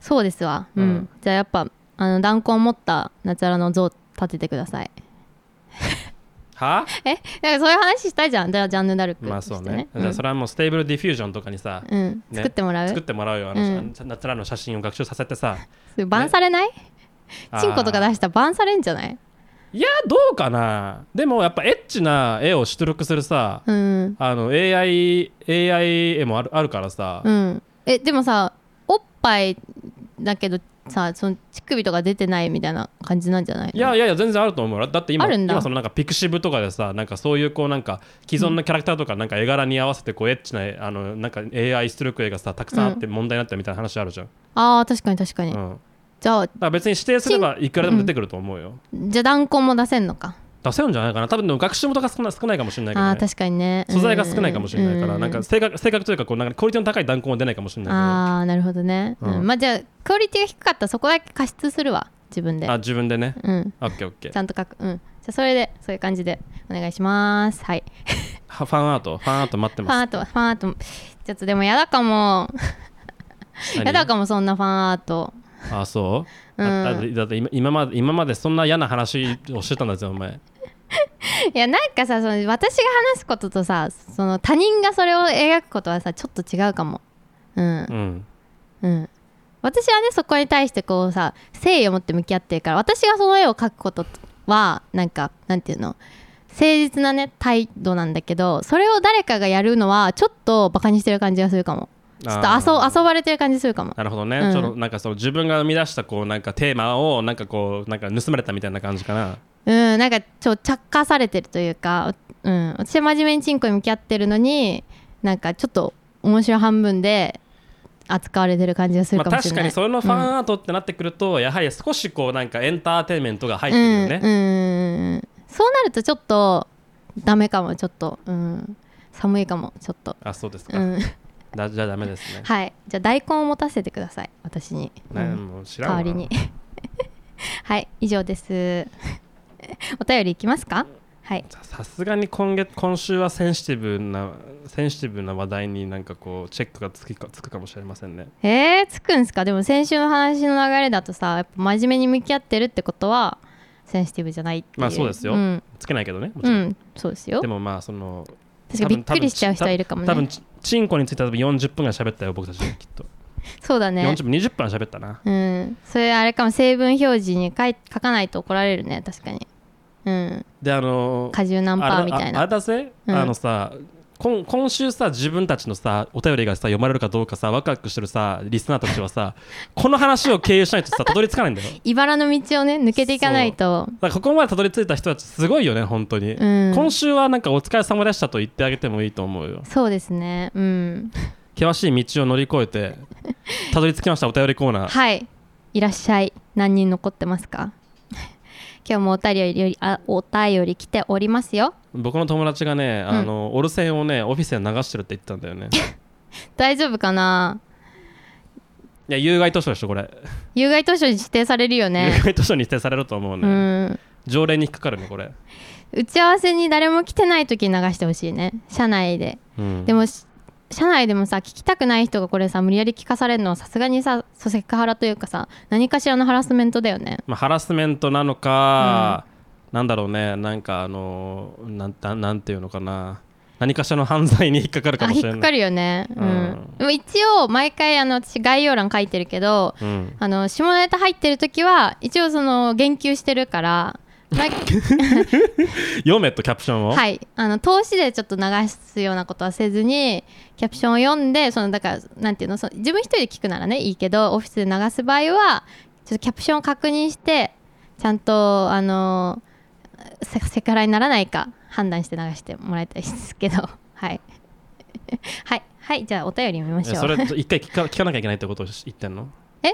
Speaker 1: そうですわ、うん
Speaker 2: うん
Speaker 1: じゃあやっぱあの弾痕を持ったナチャラの像立ててください
Speaker 2: は
Speaker 1: えなんかそういう話したいじゃんじゃあジャンヌ・ダルク
Speaker 2: まあそうね
Speaker 1: して
Speaker 2: じゃあそれはもうステーブルディフュージョンとかにさ、
Speaker 1: うんうん
Speaker 2: ね
Speaker 1: 作ってもらう
Speaker 2: 作ってもらうよあの、
Speaker 1: うん
Speaker 2: あの夏らの写真を学習させてさ
Speaker 1: それバンされない、チンコとか
Speaker 2: あー
Speaker 1: 出したらバンされんじゃない
Speaker 2: いやどうかなでもやっぱエッチな絵を出力するさ、
Speaker 1: うん
Speaker 2: あの AI, AI 絵もあるあるからさ、
Speaker 1: うんえでもさおっぱいだけどさその乳首とか出てないみたいな感じなんじゃないの
Speaker 2: いやいやいや全然あると思うよだって今
Speaker 1: あるんだ
Speaker 2: 今そのなんかピクシブとかでさなんかそういうこうなんか既存のキャラクターとかなんか絵柄に合わせてこうエッチな絵あのなんか AI 出力絵がさたくさんあって問題になったみたいな話あるじゃん、
Speaker 1: あー確かに確か
Speaker 2: うん
Speaker 1: に、
Speaker 2: だか
Speaker 1: じゃあ
Speaker 2: ら別に指定すればいくらでも出てくると思うよ、
Speaker 1: じゃあ弾痕も出せんのか
Speaker 2: 出せるんじゃないかな多分でも学習元が少ない少ないかもしれないけ
Speaker 1: あ
Speaker 2: ど、
Speaker 1: あ
Speaker 2: ね、
Speaker 1: 確かにね
Speaker 2: 素材が少ないかもしれないから、
Speaker 1: う
Speaker 2: なんか性格性格というかこうなんかクオリティの高い弾痕は出ないかもしれない
Speaker 1: ああなるほどね、
Speaker 2: うん
Speaker 1: うんまあじゃあクオリティが低かったらそこだけ加湿するわ自分
Speaker 2: け
Speaker 1: で
Speaker 2: どあ自分でね
Speaker 1: うん
Speaker 2: オッケーオッケー
Speaker 1: ちゃんと書くうんじゃあそれでそういう感じでお願いしますはい
Speaker 2: はファンアートファンアート待って
Speaker 1: ファンア
Speaker 2: ま
Speaker 1: ートファンアートちょっとでもやだかも
Speaker 2: す
Speaker 1: やだかもそんなファンアート
Speaker 2: あそうう、
Speaker 1: ん
Speaker 2: だってだって今今まで今までそんな嫌な話をしてたんだよお前
Speaker 1: いやなんかさその私が話すこととさその他人がそれを描くことはさちょっと違うかもうん
Speaker 2: うん
Speaker 1: うん、私はねそこに対してこうさ誠意を持って向き合ってるから私がその絵を描くことはなんかなんていうの誠実なね態度なんだけどそれを誰かがやるのはちょっとバカにしてる感じがするかもちょっと
Speaker 2: あー
Speaker 1: 遊遊ばれてる感じするかも
Speaker 2: なるほどね、
Speaker 1: うん
Speaker 2: ちょっとなんかその自分が生み出したこうなんかテーマをなんかこうなんか盗まれたみたいな感じかな
Speaker 1: うんなんかちょちゃかされてるというか、うん、私は真面目にチンコに向き合ってるのになんかちょっと面白半分で扱われてる感じがする
Speaker 2: ま
Speaker 1: か
Speaker 2: あ、
Speaker 1: もしれ
Speaker 2: 確か
Speaker 1: ない、
Speaker 2: にそれのファンアートってなってくると、やはり少しこうなんかエンターテインメントが入ってるよね、
Speaker 1: うんうんうんそうなるとちょっとダメかもちょっと、うん、寒いかもちょっと、
Speaker 2: あそうですか、
Speaker 1: うん、
Speaker 2: だじゃあダメですね、
Speaker 1: はいじゃあ大根を持たせてください私に、う
Speaker 2: ね
Speaker 1: ん
Speaker 2: もう知ら
Speaker 1: 代
Speaker 2: んわ
Speaker 1: わり
Speaker 2: *laughs*
Speaker 1: にはい以上です *laughs* お便りいきますかはい
Speaker 2: ささすがに今月今週はセンシティブなセンシティブな話題になんかこうチェックがつくかつくかもしれませんね
Speaker 1: えー、つくんすかでも先週の話の流れだとさやっぱ真面目に向き合ってるってことはセンシティブじゃないっていう
Speaker 2: まあそうですよ
Speaker 1: うん、
Speaker 2: つけないけどねもち
Speaker 1: う
Speaker 2: ろん、
Speaker 1: ん、そうですよ
Speaker 2: でもまあその
Speaker 1: 確かにびっくりしちゃう人はいるかもね
Speaker 2: 多分ちチンコについて多分40分ぐらい喋ったよ僕たち *laughs* きっと、
Speaker 1: そうだね
Speaker 2: 40分20分は喋ったな
Speaker 1: うんそれあれかも成分表示に書い書かないと怒られるね確かにうん
Speaker 2: であの
Speaker 1: 果汁何パーみたい
Speaker 2: あれああ
Speaker 1: な
Speaker 2: れだぜ、
Speaker 1: うん
Speaker 2: あのさ今今週さ自分たちのさお便りがさ読まれるかどうかさワクワクしてるさリスナーたちは
Speaker 1: *laughs*
Speaker 2: さこの話を経由しないとさたどり着かないんだよ
Speaker 1: 茨の道をね抜けていかないと
Speaker 2: だからここまでたどり着いた人たちすごいよね本当に、
Speaker 1: うん
Speaker 2: 今週はなんかお疲れ様でしたと言ってあげてもいいと思うよ
Speaker 1: そうですねうん
Speaker 2: 険しい道を乗り越えてたどり着きましたお便りコーナー
Speaker 1: はいいらっしゃい何人残ってますか *laughs* 今日もお便りよりあお便り来ておりますよ
Speaker 2: 僕の友達がねあの、オルセンをねオフィスで流してるって言ってたんだよ
Speaker 1: *laughs*
Speaker 2: ね
Speaker 1: 大丈夫かない
Speaker 2: や有害図書でしょこれ、
Speaker 1: 有害図書に指定されるよね
Speaker 2: *laughs* 有害図書に指定されると思
Speaker 1: う
Speaker 2: うね、
Speaker 1: ん
Speaker 2: 条例に引っかかるねこれ、
Speaker 1: 打ち合わせに誰も来てない時に流してほしいね社内で
Speaker 2: うん
Speaker 1: でもし社内でもさ聞きたくない人がこれさ無理やり聞かされるのはさすがにさそうセクハラというかさ何かしらのハラスメントだよね
Speaker 2: まあ、ハラスメントなのか、なんだろうねなんかあのなんたなんていうのかな何かしらの犯罪に引っかかるか
Speaker 1: あ
Speaker 2: もし
Speaker 1: 引
Speaker 2: れ
Speaker 1: っ
Speaker 2: ない
Speaker 1: かかるよねうん、
Speaker 2: うん
Speaker 1: でも一応毎回あの私概要欄書いてるけど
Speaker 2: うん、
Speaker 1: あの下ネタ入ってる時は一応その言及してる
Speaker 2: *laughs*
Speaker 1: から毎
Speaker 2: 読めとキャプションを、
Speaker 1: はいあの通しでちょっと流すようなことはせずにキャプションを読んでそのだからなんていうのその自分一人で聞くならねいいけどオフィスで流す場合はちょっとキャプションを確認してちゃんとあのセセクハラにならないか判断して流してもらいたいですけど *laughs* はいはいはいじゃあお便り見ま
Speaker 2: え
Speaker 1: しょう
Speaker 2: それ一回聞か聞かなきゃいけないってことを言ってんの
Speaker 1: え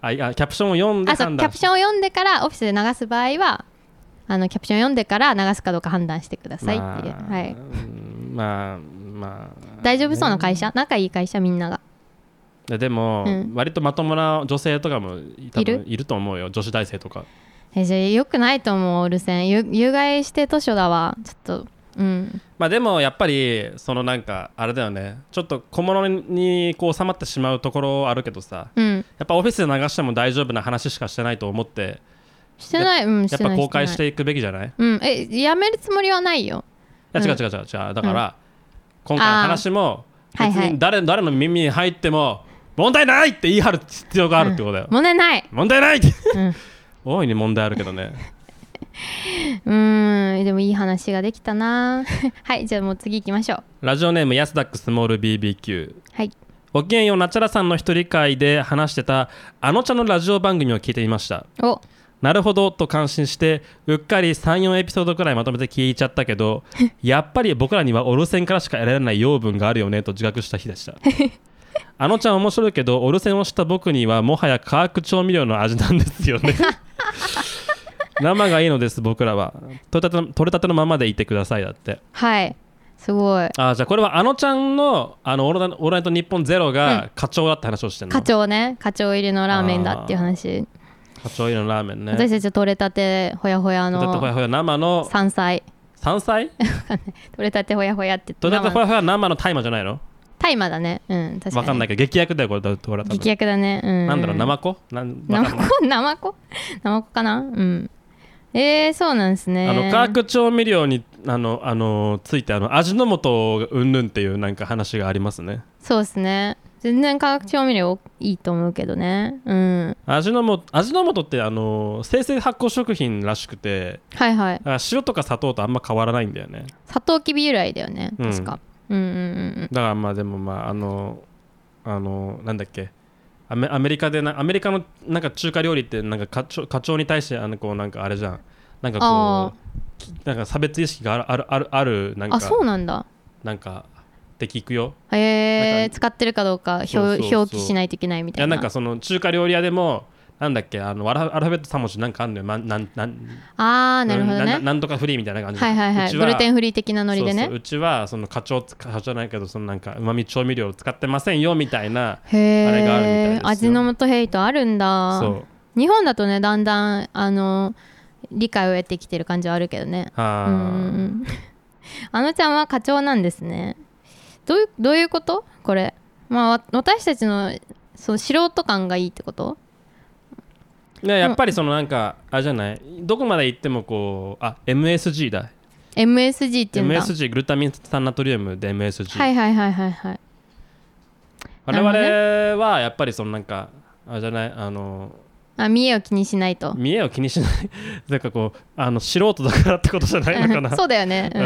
Speaker 2: あいやキャプションを読んで
Speaker 1: あそう
Speaker 2: 判
Speaker 1: キャ
Speaker 2: 断
Speaker 1: プションを読んでからオフィスで流す場合はあのキャプションを読んでから流すかどうか判断してくださいっていう、
Speaker 2: まあ
Speaker 1: はい、
Speaker 2: うんまあまあ
Speaker 1: 大丈夫そうな
Speaker 2: ね
Speaker 1: 会社仲いい会社みんなが
Speaker 2: いやでも、
Speaker 1: うん
Speaker 2: 割とまともな女性とかも多分
Speaker 1: いる
Speaker 2: いると思うよ女子大生とか
Speaker 1: えじゃあよくないと思うオルセン有有害指定図書だわちょっとうん
Speaker 2: まあでもやっぱりそのなんかあれだよねちょっと小物にこう収まってしまうところあるけどさ
Speaker 1: うん
Speaker 2: やっぱオフィスで流しても大丈夫な話しかしてないと思って
Speaker 1: してないうんし
Speaker 2: やって
Speaker 1: な
Speaker 2: ぱ
Speaker 1: い
Speaker 2: 公開してていくべきじゃな
Speaker 1: な
Speaker 2: いい
Speaker 1: いうんえやめるつもりはないよ
Speaker 2: や
Speaker 1: うん
Speaker 2: 違う違う違う違うだから今回の話も
Speaker 1: あー
Speaker 2: 別
Speaker 1: はいはい
Speaker 2: に誰誰の耳に入っても問題ないって言い張る必要があるってことだよ
Speaker 1: 問題ない
Speaker 2: 問題ないって
Speaker 1: うん
Speaker 2: *laughs* 大いに問題あるけどね
Speaker 1: うんでもいい話ができたな *laughs* はいじゃあもう次行きましょう
Speaker 2: ラジオネームヤスダックスモール BBQ
Speaker 1: はい
Speaker 2: ごきげんようなちゃらさんの一人会で話してたあのちゃんのラジオ番組を聞いていました
Speaker 1: お
Speaker 2: なるほどと感心してうっかり34エピソードくらいまとめて聞いちゃったけどやっぱり僕らにはオルセンからしか得られない養分があるよねと自覚した日でしたあのちゃん面白いけどオルセンをした僕にはもはや化学調味料の味なんですよね生がいいのです僕らは取れたての取れたてのままでいてくださいだって
Speaker 1: はいすごい
Speaker 2: あーじゃあこれはあのちゃんのあのオールナイトオールナイトニッポンゼロが課長だって話をしてるの、
Speaker 1: 課長ね課長入りのラーメンだっていう話
Speaker 2: 課長入りのラーメンね
Speaker 1: 私たちは取れたてほやほや
Speaker 2: 取れたてほ
Speaker 1: の
Speaker 2: やほや生の
Speaker 1: 山菜
Speaker 2: 山菜
Speaker 1: 取れたてほやほやって
Speaker 2: 取れたて
Speaker 1: 生
Speaker 2: ほやほや生の大麻じゃないの
Speaker 1: 大麻だねうん確かに
Speaker 2: わかんないいけど劇薬だよこれだこれ多分
Speaker 1: 劇薬だねうん
Speaker 2: なんだろう生子なんわかんない
Speaker 1: 生子生子生子かなうんえー、そうなんですね
Speaker 2: あの化学調味料にあのあのついてあの味の素うんぬんっていうなんか話がありますね
Speaker 1: そうですね全然化学調味料いいと思うけどねうん
Speaker 2: 味の素味の素ってあの生成発酵食品らしくて
Speaker 1: はいはい
Speaker 2: だから塩とか砂糖とあんま変わらないんだよね
Speaker 1: サトウキビ由来だよね
Speaker 2: うん
Speaker 1: 確か、うん、うんうん
Speaker 2: だからまあでもまああのあのなんだっけアメアメリカでなアメリカのなんか中華料理ってなんか課長課長に対してあのこうなんかあれじゃんなんか
Speaker 1: あ
Speaker 2: こうきなんか差別意識があるあるあるあるな
Speaker 1: うんん
Speaker 2: か
Speaker 1: あそうなんだ
Speaker 2: なんかって聞くよ
Speaker 1: え
Speaker 2: な
Speaker 1: ー、
Speaker 2: ん
Speaker 1: 使ってるかどうか表
Speaker 2: そうそうそう
Speaker 1: 表記しないといけないみ
Speaker 2: い
Speaker 1: た
Speaker 2: や
Speaker 1: いな
Speaker 2: なんかその中華料理屋でもなんだっけあのアルファアルファベット3文字なんかあるのよ、ま、なんなん
Speaker 1: ああなるほど
Speaker 2: な
Speaker 1: ね
Speaker 2: んなんとかフリーみたいな感じで
Speaker 1: はいはいうはい
Speaker 2: ち
Speaker 1: グルテン
Speaker 2: フ
Speaker 1: フリー的なノリでね
Speaker 2: うちはその課長つ課長じゃないけどそのなんかうまみ調味料を使ってませんよみたいな
Speaker 1: へ
Speaker 2: あれがあるみたいで
Speaker 1: え
Speaker 2: すよ
Speaker 1: 味の素ヘイトあるんだ
Speaker 2: そう
Speaker 1: 日本だとねだんだんあの理解を得てきてる感じはあるけどね
Speaker 2: あ
Speaker 1: う
Speaker 2: ー
Speaker 1: んうんうん *laughs* あのちゃんは課長なんですねどういうどういうことこれまあわ私たちのその素人感がいいってこと
Speaker 2: ね、やっぱりそのなんか、あれじゃないどこまで行ってもこうあ MSG だ
Speaker 1: MSG っていうんだ
Speaker 2: MSG グルタミン酸ナトリウムで MSG、
Speaker 1: はいはいはいはいはい
Speaker 2: 我
Speaker 1: なるほどね
Speaker 2: 々はやっぱりそのなんかあれじゃないあの
Speaker 1: あ見栄を気にしないと
Speaker 2: 見栄を気にしない *laughs* なんかこうあの素人だからってことじゃないのかな
Speaker 1: *laughs* そうだよねう
Speaker 2: う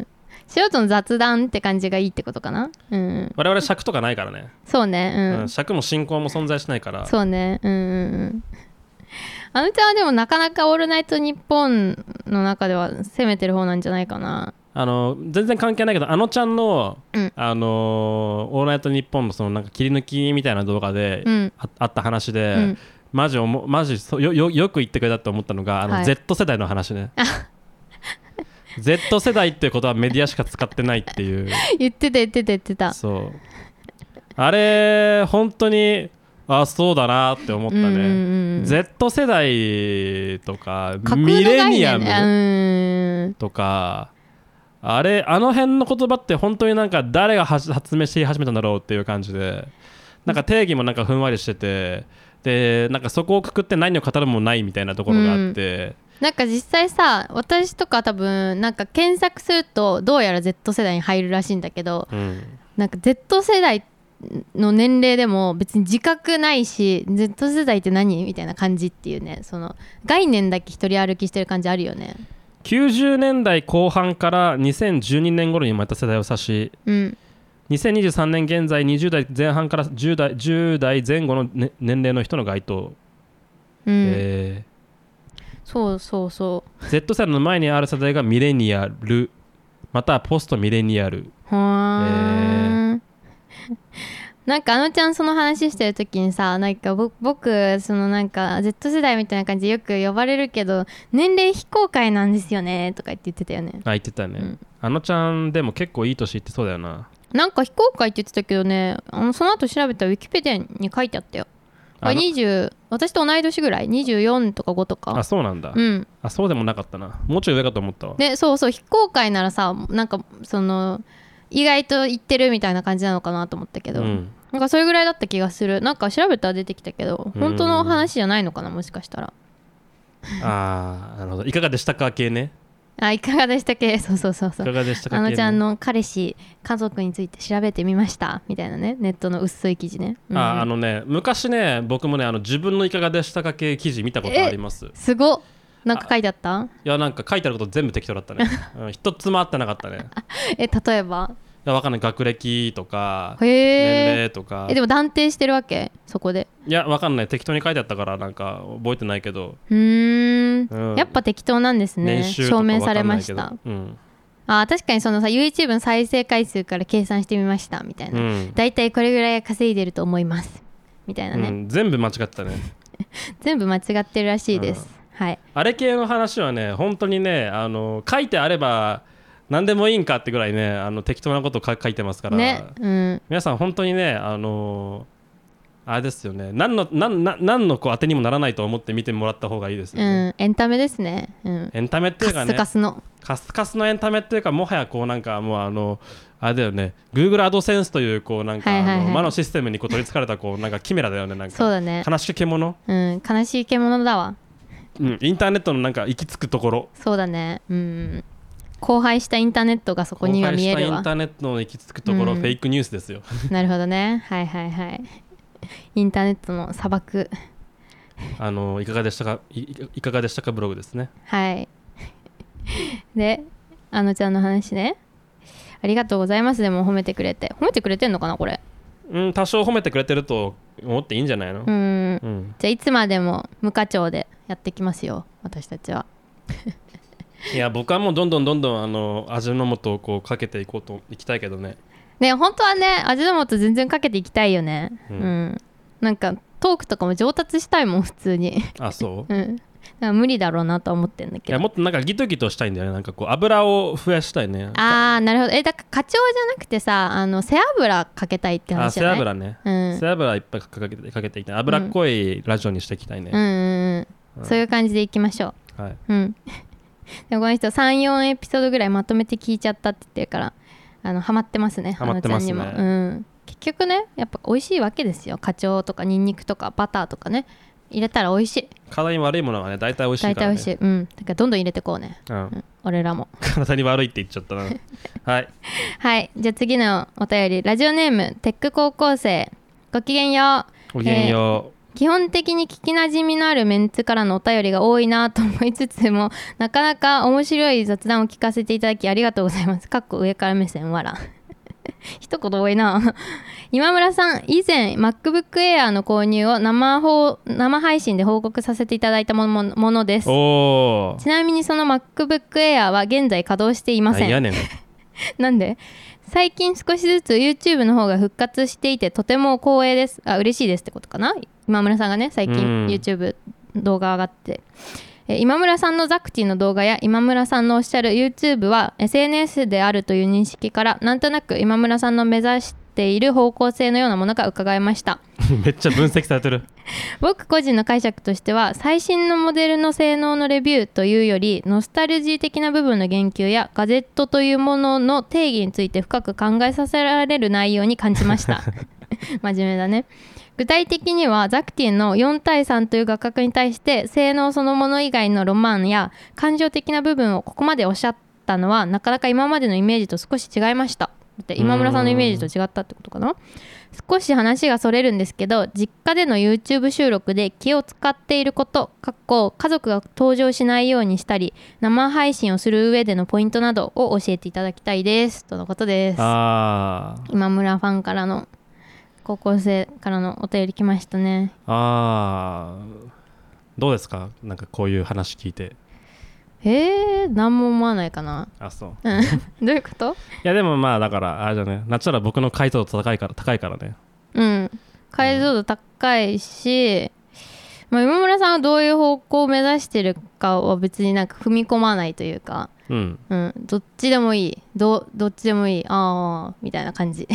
Speaker 2: ん
Speaker 1: 素人の雑談って感じがいいってことかなうん
Speaker 2: 我々尺とかないからね、
Speaker 1: そうね
Speaker 2: う
Speaker 1: うん
Speaker 2: ん、尺も進行も存在しないから
Speaker 1: そうねうんうんうんあのちゃんはでもなかなか「オールナイトニッポン」の中では攻めてる方なんじゃないかな
Speaker 2: あの全然関係ないけどあのちゃんの「
Speaker 1: うん
Speaker 2: あのーオールナイトニッポン」のそのなんか切り抜きみたいな動画で、
Speaker 1: うん
Speaker 2: ああった話で、
Speaker 1: うん
Speaker 2: マジおもマジそよよよく言ってくれたと思ったのがあの、
Speaker 1: はい
Speaker 2: Z 世代の話
Speaker 1: *laughs*
Speaker 2: ね Z 世代ってことはメディアしか使ってないっていう
Speaker 1: 言ってた言ってた言ってた
Speaker 2: そうあれ本当にあそうだなって思ったね、
Speaker 1: うんうんうんうん
Speaker 2: Z 世代とか
Speaker 1: 架空の
Speaker 2: ミレ
Speaker 1: 概念
Speaker 2: ニアム、
Speaker 1: ねうん
Speaker 2: とかあれあの辺の言葉って本当になんか誰が発発明して言い始めたんだろうっていう感じでなんか定義もなんかふんわりしててでなんかそこをくくって何を語るもないみたいなところがあって、
Speaker 1: なんか実際さ私とか多分なんか検索するとどうやら Z 世代に入るらしいんだけど
Speaker 2: うん
Speaker 1: なんか Z 世代の年齢でも別に自覚ないし Z 世代って何みたいな感じっていうねその概念だけ一人歩きしてる感じあるよね
Speaker 2: 90年代後半から2012年頃に生まれた世代を指し
Speaker 1: うん
Speaker 2: 2023年現在20代前半から10代 ,10 代前後の、ね年齢の人の該当、
Speaker 1: うん、
Speaker 2: え
Speaker 1: そうそうそう
Speaker 2: ー Z 世代の前にある世代がミレニアルまたはポストミレニアル
Speaker 1: はーんなんかあのちゃんその話してる時にさなんかぼ僕そのなんか Z 世代みたいな感じでよく呼ばれるけど年齢非公開なんですよねとか言って言ってたよね
Speaker 2: あ言ってたね、
Speaker 1: うん
Speaker 2: あのちゃんでも結構いい年いってそうだよな
Speaker 1: なんか非公開って言ってたけどねあのその後調べたらウィキペディアに書いてあったよあ
Speaker 2: あの
Speaker 1: 20私と同い年ぐらい24とか5と
Speaker 2: あ
Speaker 1: か
Speaker 2: そうなんだ、
Speaker 1: うん
Speaker 2: あそうでもなかったなもうちょい上かと思ったわ、
Speaker 1: ねそうそう非公開ならさなんかその意外と言ってるみたいな感じなのかなと思ったけ
Speaker 2: う
Speaker 1: ど、
Speaker 2: ん、
Speaker 1: なんかそれぐらいだった気がするなんか調べたら出てきたけど
Speaker 2: うん
Speaker 1: 本当の話じゃないのかなもしかしたら
Speaker 2: あーなるほどいかがでしたか系ね
Speaker 1: あいかがでしたっけ *laughs* そうそうそう
Speaker 2: い
Speaker 1: そ
Speaker 2: か
Speaker 1: う
Speaker 2: がでしたか
Speaker 1: あ
Speaker 2: 系、ね、
Speaker 1: のちゃんの彼氏家族について調べてみましたみたいなねネットの薄い記事ね、うん
Speaker 2: ああのね昔ね僕もねあの自分のいかがでしたか系記事見たことありますい
Speaker 1: すごっなんか書いてあった
Speaker 2: やなんか書いてあること全部適当だっ
Speaker 1: *laughs*
Speaker 2: たね、うん、一つも合ってなかったねい
Speaker 1: え例えば
Speaker 2: やわかんない学歴とか
Speaker 1: へ
Speaker 2: 年
Speaker 1: え
Speaker 2: 齢とか
Speaker 1: えでも断定してるわけそこで
Speaker 2: いやわかんない適当に書いてあったからなんか覚えてないけど、
Speaker 1: うーん
Speaker 2: うん、
Speaker 1: やっぱ適当なんですね
Speaker 2: 年収とか
Speaker 1: 証明されまし
Speaker 2: わか
Speaker 1: た
Speaker 2: んないけどうん
Speaker 1: あー確かにそのさ YouTube の再生回数から計算してみましたみたいな、
Speaker 2: うん
Speaker 1: だいたいこれぐらい稼いでると思いますみたいなね、
Speaker 2: うん、全部間違ってたね
Speaker 1: 全部間違ってるらしいです、はい
Speaker 2: あれ系の話はね本当にねあの書いてあれば何でもいいんかってぐらいねあの適当なことを書書いてますから、
Speaker 1: ねうん
Speaker 2: 皆さん本当にねあのあれですよね何の何何何のこう当てにもならないと思って見てもらった方がいいですよ
Speaker 1: う
Speaker 2: ね、
Speaker 1: んエンタメですねうん
Speaker 2: エンタメって
Speaker 1: カ
Speaker 2: いうか
Speaker 1: ッス
Speaker 2: ね
Speaker 1: カスの
Speaker 2: カスカスのエンタメっていうかもはやこうなんかもうあのあれだよね Google AdSense というこうなんか、
Speaker 1: はいはいはい
Speaker 2: あの魔のシステムにこう取りつかれたこうなんかキメラだよねなんか
Speaker 1: そうだね
Speaker 2: 悲しき獣、
Speaker 1: うん悲しい獣だわ
Speaker 2: うん、インターネットのなんか行き着くところ
Speaker 1: そうだねうん荒廃したインターネットがそこには見える
Speaker 2: 荒廃したイ
Speaker 1: わ
Speaker 2: ンターネットの行き着くところ、
Speaker 1: うん
Speaker 2: フェイクニュースですよ
Speaker 1: *laughs* なるほどねはいはいはいインターネットの砂漠
Speaker 2: あのいかがでしたかいいいかがでしたかブログですね
Speaker 1: はい。 *laughs* で、あのちゃんの話ね。ありがとうございます。でも褒めてくれて。褒めてくれてんのかな、これ。
Speaker 2: うん多少褒めてくれてると思っていいんじゃないの
Speaker 1: うーん。
Speaker 2: うん、
Speaker 1: じゃあ、いつまでも無課長でやってきますよ、私たちは。
Speaker 2: いや僕はもうどんどんどんどんあの味の素をこうかけていこうといきたいけどね
Speaker 1: ね、本当はね、味の素全然かけていきたいよね。う。
Speaker 2: うんん
Speaker 1: なんか、トークとかも上達したいもん、普通に。
Speaker 2: あそ
Speaker 1: *laughs*
Speaker 2: う
Speaker 1: うん。なんか無理だろうなとは思ってんだ
Speaker 2: い
Speaker 1: け
Speaker 2: や
Speaker 1: ど。
Speaker 2: もっとなんかギトギトしたいんだよねなんかこう油を増やしたいね
Speaker 1: あー、なるほど。え、だから、課長じゃなくてさ、あの、背脂かけたいって
Speaker 2: あ
Speaker 1: 話じ
Speaker 2: 背
Speaker 1: ゃない
Speaker 2: 脂ね、
Speaker 1: うん
Speaker 2: 背脂いっぱいかけてかけていきたい脂っこいラジオにしていきたいね、
Speaker 1: うんうんう。
Speaker 2: うんん
Speaker 1: そういう感じでいきましょう。
Speaker 2: はい、
Speaker 1: うん。 *laughs* でもこの人34エピソードぐらいまとめて聞いちゃったって言ってるからあのハマってますね
Speaker 2: ハマってますね
Speaker 1: あのちゃんにも、うん、結局ねやっぱ美味しいわけですよ課長とかニンニクとかバターとかね入れたら美味しい
Speaker 2: 体に悪いものはね大体美味しい
Speaker 1: 大
Speaker 2: から、
Speaker 1: 体美
Speaker 2: ね、
Speaker 1: 味しいうんだからどんどん入れてこうね、
Speaker 2: う、
Speaker 1: うんん、俺らも
Speaker 2: 体に悪いって言っちゃっ
Speaker 1: *laughs*
Speaker 2: たなはい
Speaker 1: はいじゃあ次のお便りラジオネームテック高校生ごきげんよう
Speaker 2: ごきげんよ
Speaker 1: 基本的に聞きなじみのあるメンツからのお便りが多いなと思いつつもなかなか面白い雑談を聞かせていただきありがとうございますかっこ上から目線わら *laughs* 一言多いな *laughs* 今村さん以前 MacBookAir の購入を生放生配信で報告させていただいたものものです
Speaker 2: うお
Speaker 1: ちなみにその MacBookAir は現在稼働してい
Speaker 2: お
Speaker 1: ま
Speaker 2: な
Speaker 1: せ
Speaker 2: んや
Speaker 1: ん
Speaker 2: ね *laughs* ん
Speaker 1: *laughs* なんで最近少しずつ YouTube の方が復活していてとても光栄ですあ嬉しいですってことかな今村さんがね最
Speaker 2: う
Speaker 1: 近
Speaker 2: ん
Speaker 1: YouTube 動画上がって、えー今村さんのザクティの動画や今村さんのおっしゃる YouTube は SNS であるという認識からなんとなく今村さんの目指している方向性のようなものが伺えました
Speaker 2: めっちゃ分析されてる
Speaker 1: 僕個人の解釈としては最新のモデルの性能のレビューというよりノスタルジー的な部分の言及やガジェットというものの定義について深く考えさせられる内容に感じました真面目だね具体的にはザクティンの4対3という画角に対して性能そのもの以外のロマンや感情的な部分をここまでおっしゃったのはなかなか今までのイメージと少し違いましただって今村さんのイメージと違ったってことかな少し話がそれるんですけど実家での YouTube 収録で気を使っていることかっこ家族が登場しないようにしたり生配信をする上でのポイントなどを教えていただきたいですとのことです
Speaker 2: あー
Speaker 1: 今村ファンからの高校生からのお便り来ましたね
Speaker 2: あーどうですかなんかこういう話聞いて
Speaker 1: えー、何も思わないかな
Speaker 2: あそう
Speaker 1: うん *laughs* どういうこと
Speaker 2: いやでもまあだからあれじゃね夏ら僕の解像度高いから高いからね
Speaker 1: うん解像度高いし、まあ、今村さんはどういう方向を目指してるかは別になんか踏み込まないというか
Speaker 2: うん
Speaker 1: うん、どっちでもいいどどっちでもいいああみたいな感じ、
Speaker 2: う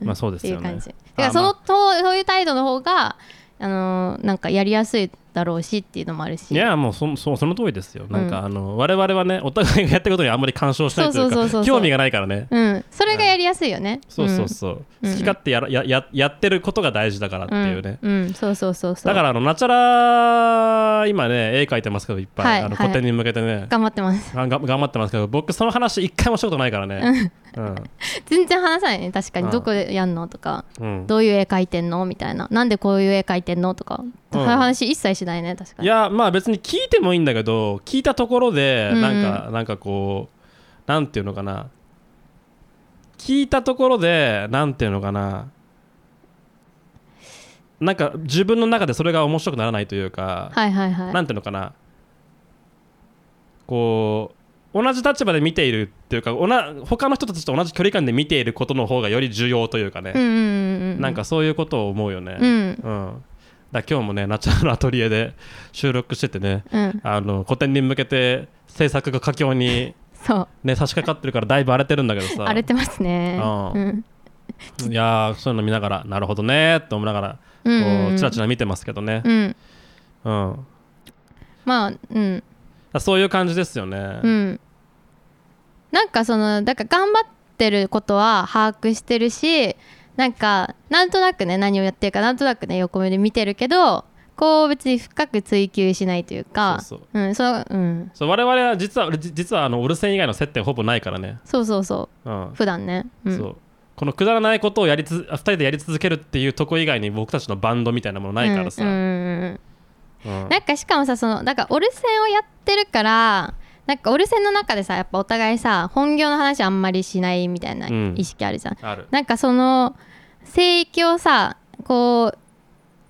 Speaker 1: *laughs*
Speaker 2: *laughs* まあそうです
Speaker 1: っ
Speaker 2: よね
Speaker 1: ていう感じだから
Speaker 2: あ
Speaker 1: その、
Speaker 2: ま
Speaker 1: そうそういう態度の方があのーなんかやりやすいだろうしっていうのもあるし
Speaker 2: いやもうそそその通りですよ、なん
Speaker 1: う
Speaker 2: かあの我々はねお互いがやってることにあんまり干渉しないとい
Speaker 1: そ
Speaker 2: う
Speaker 1: うそうそうそう
Speaker 2: か *laughs* 興味がないからね
Speaker 1: うん、それがやりやすいよね、
Speaker 2: そうそうそう、
Speaker 1: うん
Speaker 2: 好き勝手やらやややってることが大事だからって
Speaker 1: ん
Speaker 2: いうね、
Speaker 1: うん、うんそうそうそうそう
Speaker 2: だからあのナチャラ今ね絵描いてますけどいっぱい、
Speaker 1: はい
Speaker 2: あの
Speaker 1: はい
Speaker 2: 個展に向けてね、
Speaker 1: 頑張ってます *laughs*
Speaker 2: がん頑張ってますけど僕その話一回もしたことないからね
Speaker 1: *laughs*
Speaker 2: うん
Speaker 1: 全然話さないね確か
Speaker 2: う
Speaker 1: に
Speaker 2: ん
Speaker 1: どこでやんのとか
Speaker 2: うん
Speaker 1: どういう絵描いてんのみたいななんでこういう絵描いてんのとか、そういう話一切しないね確か
Speaker 2: い
Speaker 1: に
Speaker 2: やまあ別に聞いてもいいんだけど聞いたところで
Speaker 1: うん
Speaker 2: なんか、なんかこうなんていうのかな聞いたところでなんていうのかななんか自分の中でそれが面白くならないというか、
Speaker 1: はいはいはい
Speaker 2: なんていうのかなこう同じ立場で見ているっていうかおな他の人たちと同じ距離感で見ていることの方がより重要というかね
Speaker 1: うん、うんうんうん
Speaker 2: なんかそういうことを思うよね、
Speaker 1: うん
Speaker 2: うん、だから今日もねナチュラルのアトリエで収録しててね
Speaker 1: うん
Speaker 2: あの個展に向けて制作が佳境に、
Speaker 1: そう
Speaker 2: ね、差し掛かってるからだいぶ荒れてるんだけどさ
Speaker 1: 荒れてますね
Speaker 2: ああ
Speaker 1: うん
Speaker 2: いやーそういうの見ながらなるほどねーって思いながら
Speaker 1: う
Speaker 2: こ
Speaker 1: んうんう
Speaker 2: うんチラチラ見てますけどね、
Speaker 1: うん
Speaker 2: うんだか
Speaker 1: まあうん
Speaker 2: らそういう感じですよね、
Speaker 1: うんなんかそのだから頑張ってることは把握してるしなんかなんとなくね何をやってるかなんとなくね横目で見てるけどこう別に深く追求しないというか
Speaker 2: そうそ
Speaker 1: うんそううん
Speaker 2: そう我々は実はじ実はあのオルセン以外の接点ほぼないからね、
Speaker 1: そうそうそ
Speaker 2: うん
Speaker 1: う普段ねうん
Speaker 2: そうこのくだらないことをやりつ2人でやり続けるっていうとこ以外に僕たちのバンドみたいなものないからさ、
Speaker 1: う
Speaker 2: うん
Speaker 1: うんんうんうんなんかしかもさそのなんかオルセンをやってるからなんかオルセンの中でさやっぱお互いさ本業の話あんまりしないみたいな
Speaker 2: うん
Speaker 1: 意識あるじゃん、
Speaker 2: ある
Speaker 1: なんかその聖域をさこう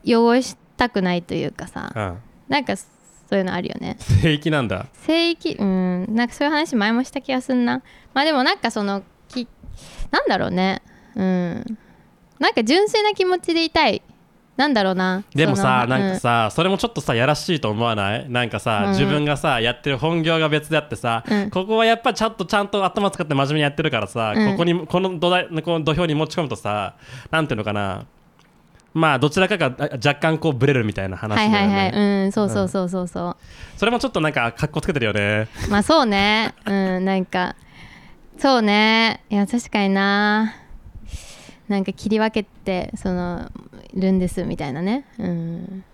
Speaker 1: 汚したくないというかさ
Speaker 2: うん
Speaker 1: なんかそういうのあるよね
Speaker 2: 聖域なんだ
Speaker 1: 聖域うんなんかそういう話前もした気がすんなまあでもなんかそのきなんだろうねうんなんか純粋な気持ちでいたいなんだろうな
Speaker 2: でもさ
Speaker 1: その
Speaker 2: なんかさ、それもちょっとさやらしいと思わないなんかさ、
Speaker 1: うん
Speaker 2: 自分がさやってる本業が別であってさ、
Speaker 1: うん
Speaker 2: ここはやっぱちゃんとちゃんと頭使って真面目にやってるからさ、
Speaker 1: うん
Speaker 2: ここにこの土台この土俵に持ち込むとさなんていうのかなまあどちらかがあ若干こうブレるみたいな
Speaker 1: うん
Speaker 2: 話だ
Speaker 1: はい
Speaker 2: よね、
Speaker 1: はいはいうんそうそうそうそうそう、
Speaker 2: それもちょっとなんか格好つけてるよね
Speaker 1: まあそうね。うん、なんか、そうね。いや、確かにな。なんか切り分けて、その、いるんですみたいなね。うん。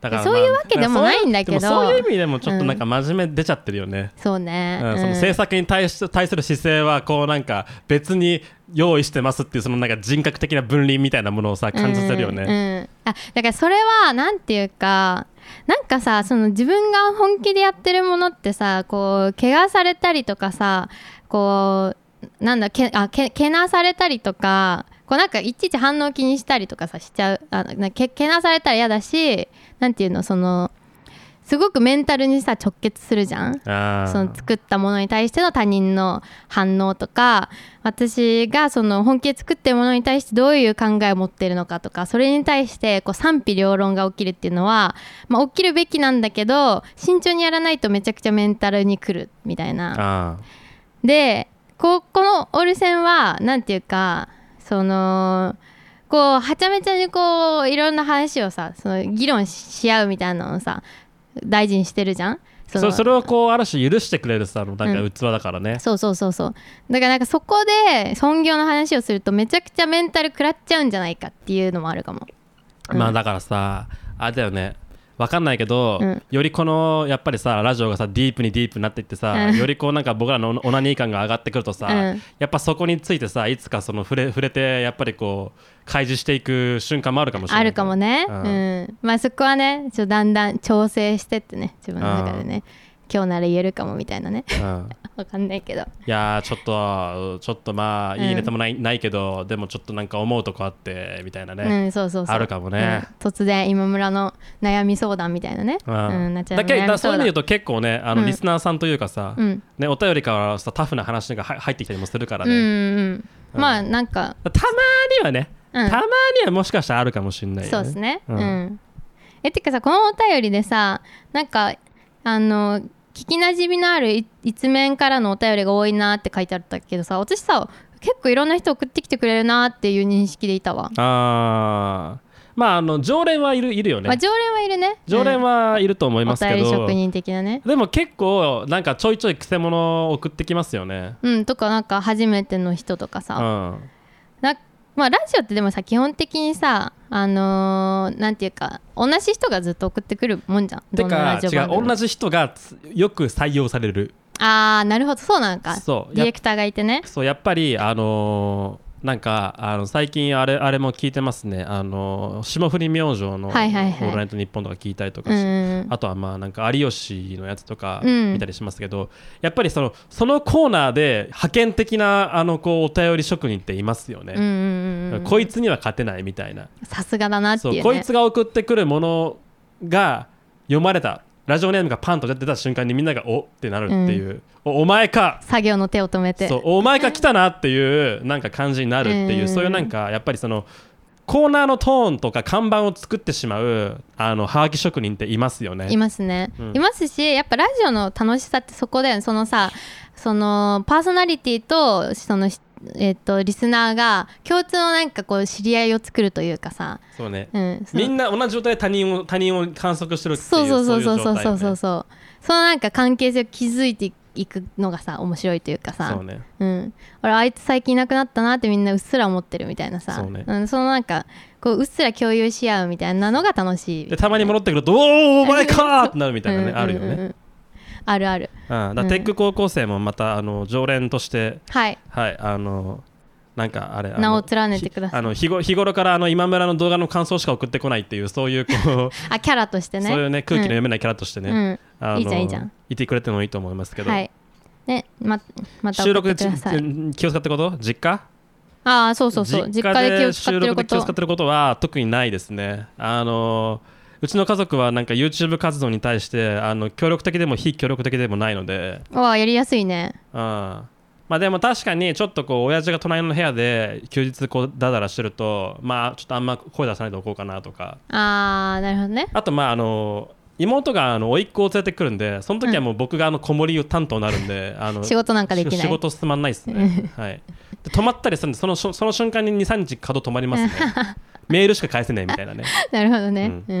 Speaker 2: だから、
Speaker 1: そういうわけでもないんだけど
Speaker 2: でもそういう意味でもちょっとなんか真面目出ちゃってるよね、
Speaker 1: そうね、
Speaker 2: うん
Speaker 1: うん
Speaker 2: その政策に対し対する姿勢はこうなんか別に用意してますっていうそのなんか人格的な分離みたいなものをさ感じさせるよ
Speaker 1: うんう
Speaker 2: ね。
Speaker 1: んあだからそれはなんていうかなんかさその自分が本気でやってるものってさこう怪我されたりとかさこうなんだけあけけなされたりとかこうなんかいちいち反応気にしたりとかさしちゃうあなけけなされたら嫌だしなんていうのそのすごくメンタルにさ直結するじゃん。
Speaker 2: あー
Speaker 1: その作ったものに対しての他人の反応とか私がその本気で作ってるものに対してどういう考えを持ってるのかとかそれに対してこう賛否両論が起きるっていうのは、まあ、起きるべきなんだけど慎重にやらないとめちゃくちゃメンタルにくるみたいな。
Speaker 2: あ
Speaker 1: でここのオルセンは何ていうかそのこうはちゃめちゃにこういろんな話をさその議論しし合うみたいなのをさ大事にしてるじゃん。
Speaker 2: ー
Speaker 1: の
Speaker 2: そそれをこうある種許してくれるさあのなん
Speaker 1: う
Speaker 2: か器だからね。
Speaker 1: そうそうそうそうだからなんかそこで本業の話をするとめちゃくちゃメンタル食らっちゃうんじゃないかっていうのもあるかもうん
Speaker 2: まあだからさあれだよねわかんないけど、
Speaker 1: うん
Speaker 2: よりこのやっぱりさラジオがさディープにディープになっていってさ、
Speaker 1: うん
Speaker 2: よりこうなんか僕らのオナニー感が上がってくるとさ、
Speaker 1: うん
Speaker 2: やっぱそこについてさいつかその触れ触れてやっぱりこう開示していく瞬間もあるかもしれない
Speaker 1: あるかもね、う
Speaker 2: うん
Speaker 1: んまあそこはねちょっとだんだん調整してってね自分の中でね今日なら言えるかもみたいなね *laughs*
Speaker 2: うん
Speaker 1: わかんないけど
Speaker 2: いやーちょっとちょっとまあいいネタもない,、ないけどでもちょっとなんか思うとこあってみたいなね、
Speaker 1: うんそうそうそう
Speaker 2: あるかもね、
Speaker 1: うん突然今村の悩み相談みたいなね、
Speaker 2: うん
Speaker 1: なっちゃう
Speaker 2: だけ
Speaker 1: 悩
Speaker 2: ど
Speaker 1: み
Speaker 2: そう
Speaker 1: 相
Speaker 2: いう意味で言う
Speaker 1: 談
Speaker 2: と結構ねあの、
Speaker 1: うん
Speaker 2: リスナーさんというかさ、
Speaker 1: うん
Speaker 2: ね、お便りからさタフな話が入入ってきたりもするから
Speaker 1: うん
Speaker 2: ね、
Speaker 1: うんうん
Speaker 2: うん
Speaker 1: まあなんか
Speaker 2: たまにはね、
Speaker 1: うん
Speaker 2: たまにはもしかしたらあるかもしれないよね
Speaker 1: そうですね。
Speaker 2: う
Speaker 1: うんん。えてかさこのお便りでさなんかあの聞きなじみのあるい一面からのお便りが多いなって書いてあったけどさ私さ結構いろんな人送ってきてくれるなっていう認識でいたわ。
Speaker 2: あーまああの常連はいるいるよね、
Speaker 1: まあ常連はいるね。
Speaker 2: 常連
Speaker 1: は
Speaker 2: はいると思います
Speaker 1: お
Speaker 2: け
Speaker 1: 便り
Speaker 2: ど、
Speaker 1: 職人的なね。
Speaker 2: でも結構なんかちょいちょいくせ者を送ってきますよね
Speaker 1: うんとかなんか初めての人とか
Speaker 2: う
Speaker 1: さ、
Speaker 2: ん
Speaker 1: なまあラジオってでもさ基本的にさあのーなんていうか同じ人がずっと送ってくるもんじゃん。
Speaker 2: て
Speaker 1: どんな
Speaker 2: か
Speaker 1: ラジオ
Speaker 2: 違
Speaker 1: 番組
Speaker 2: う
Speaker 1: も
Speaker 2: 同じ人がつよく採用される
Speaker 1: ああなるほどそうなんか。
Speaker 2: そう
Speaker 1: ディ
Speaker 2: や
Speaker 1: レクターがいてね。
Speaker 2: そうやっぱりあのーなんかあの最近あれあれも聞いてますねあのー霜降り明星の「オ
Speaker 1: はいはいはい
Speaker 2: ールナイトニッポン」とか聞いたりとか
Speaker 1: う
Speaker 2: し
Speaker 1: ん
Speaker 2: あとはまあなんか有吉のやつとか
Speaker 1: うん
Speaker 2: 見たりしますけど、やっぱりそのそのコーナーで派遣的なあのこうお便り職人っていますよ
Speaker 1: うんう
Speaker 2: ね、
Speaker 1: んうんうん、
Speaker 2: こいつには勝てないみたいな
Speaker 1: さすがだなって
Speaker 2: そ
Speaker 1: いうう,、ね、
Speaker 2: こいつが送ってくるものが読まれたラジオネームがパンと出た瞬間にみんながおってなるっていう、おお前か
Speaker 1: 作業の手を止めて
Speaker 2: そうお前が来たなっていうなんか感じになるっていう、
Speaker 1: うん
Speaker 2: そういうなんかやっぱりそのコーナーのトーンとか看板を作ってしまうあのはがき職人っていますよね。
Speaker 1: いますね、
Speaker 2: うん
Speaker 1: いますしやっぱラジオの楽しさってそこだよねそのさそのパーソナリティとそのえっとリスナーが共通のなんかこう知り合いを作るというかさ、
Speaker 2: そうね
Speaker 1: うん、その
Speaker 2: みんな同じ状態で他人を他人を観測してるっていう
Speaker 1: そうそうそうそうそう
Speaker 2: い
Speaker 1: そうそう
Speaker 2: 状態よね
Speaker 1: そうそのなんか関係性を築いていくのがさ面白いというかさ
Speaker 2: そうね
Speaker 1: うん、俺あいつ最近いなくなったなってみんなうっすら思ってるみたいなさ
Speaker 2: そうね
Speaker 1: ん、そのなんかこううっすら共有し合うみたいなのが楽しい
Speaker 2: でたまに戻ってくると「おおお前か!」ってなるみたいなね
Speaker 1: うん
Speaker 2: あるよ
Speaker 1: うんう
Speaker 2: ね、
Speaker 1: んあるある
Speaker 2: うん、だからテック高校生もまたあの常連として
Speaker 1: はい
Speaker 2: はいあのなんかあれあの
Speaker 1: 名を連ねてください
Speaker 2: ひあの日ご日頃からあの今村の動画の感想しか送ってこないっていうそういうこう
Speaker 1: あキャラとしてね
Speaker 2: そういうね空気の読めないキャラとしてね、
Speaker 1: うん
Speaker 2: あの
Speaker 1: いいじゃんいいじゃん
Speaker 2: いてくれてもいいと思いますけど、
Speaker 1: はいねままた
Speaker 2: 収録
Speaker 1: 送
Speaker 2: で
Speaker 1: ってく
Speaker 2: ち
Speaker 1: ださい
Speaker 2: 気を使ってこと実家
Speaker 1: ああそうそうそう実家で気を使ってる
Speaker 2: 収録
Speaker 1: こ
Speaker 2: で気を使
Speaker 1: と
Speaker 2: ってることは特にないですねあのうちの家族はなんか YouTube 活動に対してあの協力的でも非協力的でもないので、
Speaker 1: わあやりやすいね
Speaker 2: うんまあ、でも確かにちょっとこう親父が隣の部屋で休日こうダダラしてるとまあちょっとあんま声出さないでおこうかなとか
Speaker 1: ああなるほどね
Speaker 2: あとまああの妹があの甥っ子を連れてくるんでその時はもう僕があの子守を担当になるんで、あの
Speaker 1: *laughs* 仕事なんかできない
Speaker 2: 仕事進まんないですね、はい、で止まったりするんでそのそその瞬間に23日角止まります
Speaker 1: *laughs*
Speaker 2: ねメールしか返せないみたいなね
Speaker 1: *laughs* なるほどね
Speaker 2: う
Speaker 1: うんう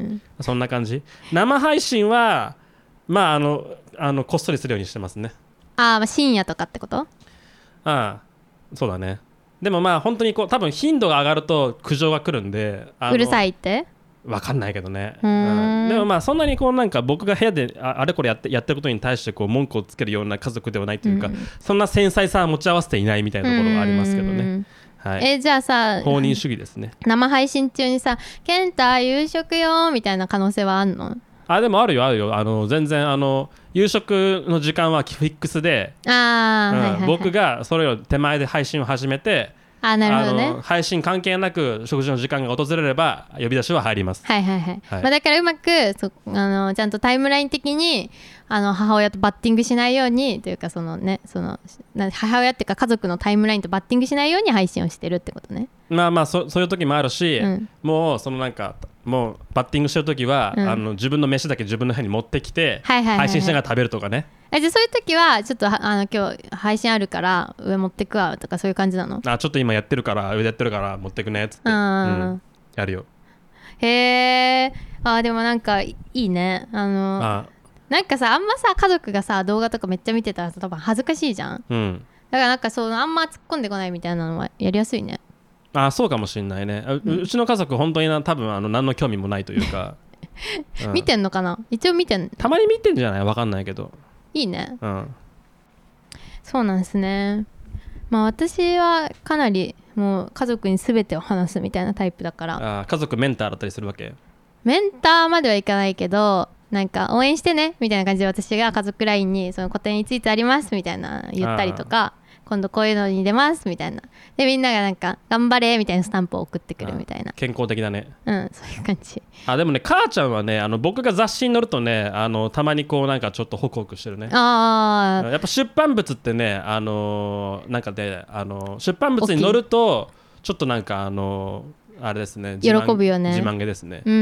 Speaker 1: ん
Speaker 2: そんな感じ生配信はまああのあのこっそりするようにしてますね
Speaker 1: ああまあ深夜とかってこと
Speaker 2: ああそうだねでもまあ本当にこう多分頻度が上がると苦情が来るんであの
Speaker 1: うるさいって
Speaker 2: わかんないけどね、
Speaker 1: うーんん
Speaker 2: でもまあそんなにこうなんか僕が部屋でああれこれやってやってることに対してこう文句をつけるような家族ではないというか、
Speaker 1: うん
Speaker 2: そんな繊細さは持ち合わせていないみたいなところがありますけど
Speaker 1: う
Speaker 2: ね、
Speaker 1: ん
Speaker 2: はい、
Speaker 1: えじゃあさ
Speaker 2: 放任主義ですね
Speaker 1: 生配信中にさ「健太夕食よ」みたいな可能性はあんの
Speaker 2: あでもあるよあるよあの全然あの夕食の時間はフィックスで、
Speaker 1: ああ、
Speaker 2: うん
Speaker 1: はいはいはい、
Speaker 2: 僕がそれを手前で配信を始めて
Speaker 1: あーなるほど
Speaker 2: あ
Speaker 1: ね
Speaker 2: の配信関係なく食事の時間が訪れれば呼び出しは入ります
Speaker 1: はいはいはい、
Speaker 2: はい
Speaker 1: まあ、だからうまくそあのちゃんとタイムライン的にあの母親とバッティングしないようにというかそのねそのな母親っていうか家族のタイムラインとバッティングしないように配信をしてるってことね
Speaker 2: まあまあそそういう時もあるし、
Speaker 1: うん
Speaker 2: もうそのなんかもうバッティングしてる時は、
Speaker 1: うん
Speaker 2: あの自分の飯だけ自分の部屋に持ってきて、
Speaker 1: はいはいはいはい
Speaker 2: 配信しながら食べるとかね
Speaker 1: えじゃあそういう時はちょっとはあの今日配信あるから上持ってくわとかそういう感じなの
Speaker 2: あちょっと今やってるから上でやってるから持ってくねっつって、
Speaker 1: うん
Speaker 2: うんやるよ
Speaker 1: へえあーでもなんかいいいねあの
Speaker 2: あ
Speaker 1: なんかさあんまさ家族がさ動画とかめっちゃ見てたらさ多分恥ずかしいじゃんだか
Speaker 2: うん
Speaker 1: らなんかそうあんま突っ込んでこないみたいなのはやりやすいね
Speaker 2: あそうかもしんないねう,、うちの家族本当にな多分あの何の興味もないという
Speaker 1: *laughs*
Speaker 2: か、うん
Speaker 1: 見てんのかな一応見てん
Speaker 2: たまに見てんじゃないわかんないけど、
Speaker 1: いいね
Speaker 2: うん、
Speaker 1: そうなんですねまあ私はかなりもう家族に全てを話すみたいなタイプだから
Speaker 2: あ家族メンターだったりするわけ
Speaker 1: メンターまではいかないけどなんか応援してねみたいな感じで私が家族 LINE にその固定についてありますみたいな言ったりとか今度こういうのに出ますみたいなでみんながなんか頑張れみたいなスタンプを送ってくるみたいな
Speaker 2: 健康的だね
Speaker 1: うんそういう感じ
Speaker 2: あでもね母ちゃんはねあの僕が雑誌に載るとねあのたまにこうなんかちょっとホクホクしてるね
Speaker 1: あ
Speaker 2: やっぱ出版物ってね、あのーなんかね、あのー出版物に乗ると、ちょっとなんか、あのーあれですね、自慢
Speaker 1: 喜ぶよね
Speaker 2: 自慢げですね。
Speaker 1: ーう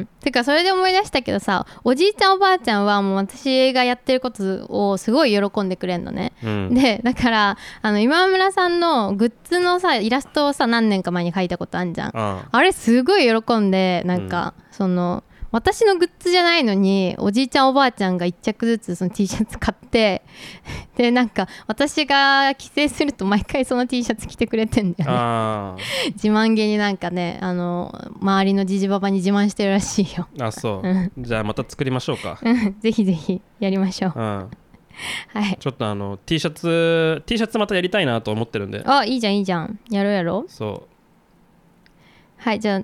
Speaker 1: ん、てかそれで思い出したけどさおじいちゃんおばあちゃんはもう私がやってることをすごい喜んでくれるのね、
Speaker 2: うん
Speaker 1: でだからあの今村さんのグッズのさイラストをさ何年か前に描いたことあんじゃん
Speaker 2: あ
Speaker 1: あれすごい喜んでなんか、その私のグッズじゃないのにおじいちゃんおばあちゃんが1着ずつその T シャツ買ってでなんか私が帰省すると毎回その T シャツ着てくれてんだよね
Speaker 2: あ
Speaker 1: 自慢げになんかねあの周りのじじばばに自慢してるらしいよ *laughs*
Speaker 2: ーあ、そう、じゃあまた作りましょうか。
Speaker 1: うんぜひぜひやりましょう
Speaker 2: うん、
Speaker 1: はい
Speaker 2: ちょっとあの T シャツ、T シャツまたやりたいなと思ってるんで、
Speaker 1: あいいじゃんいいじゃんやろうやろう
Speaker 2: そ
Speaker 1: はいじゃあ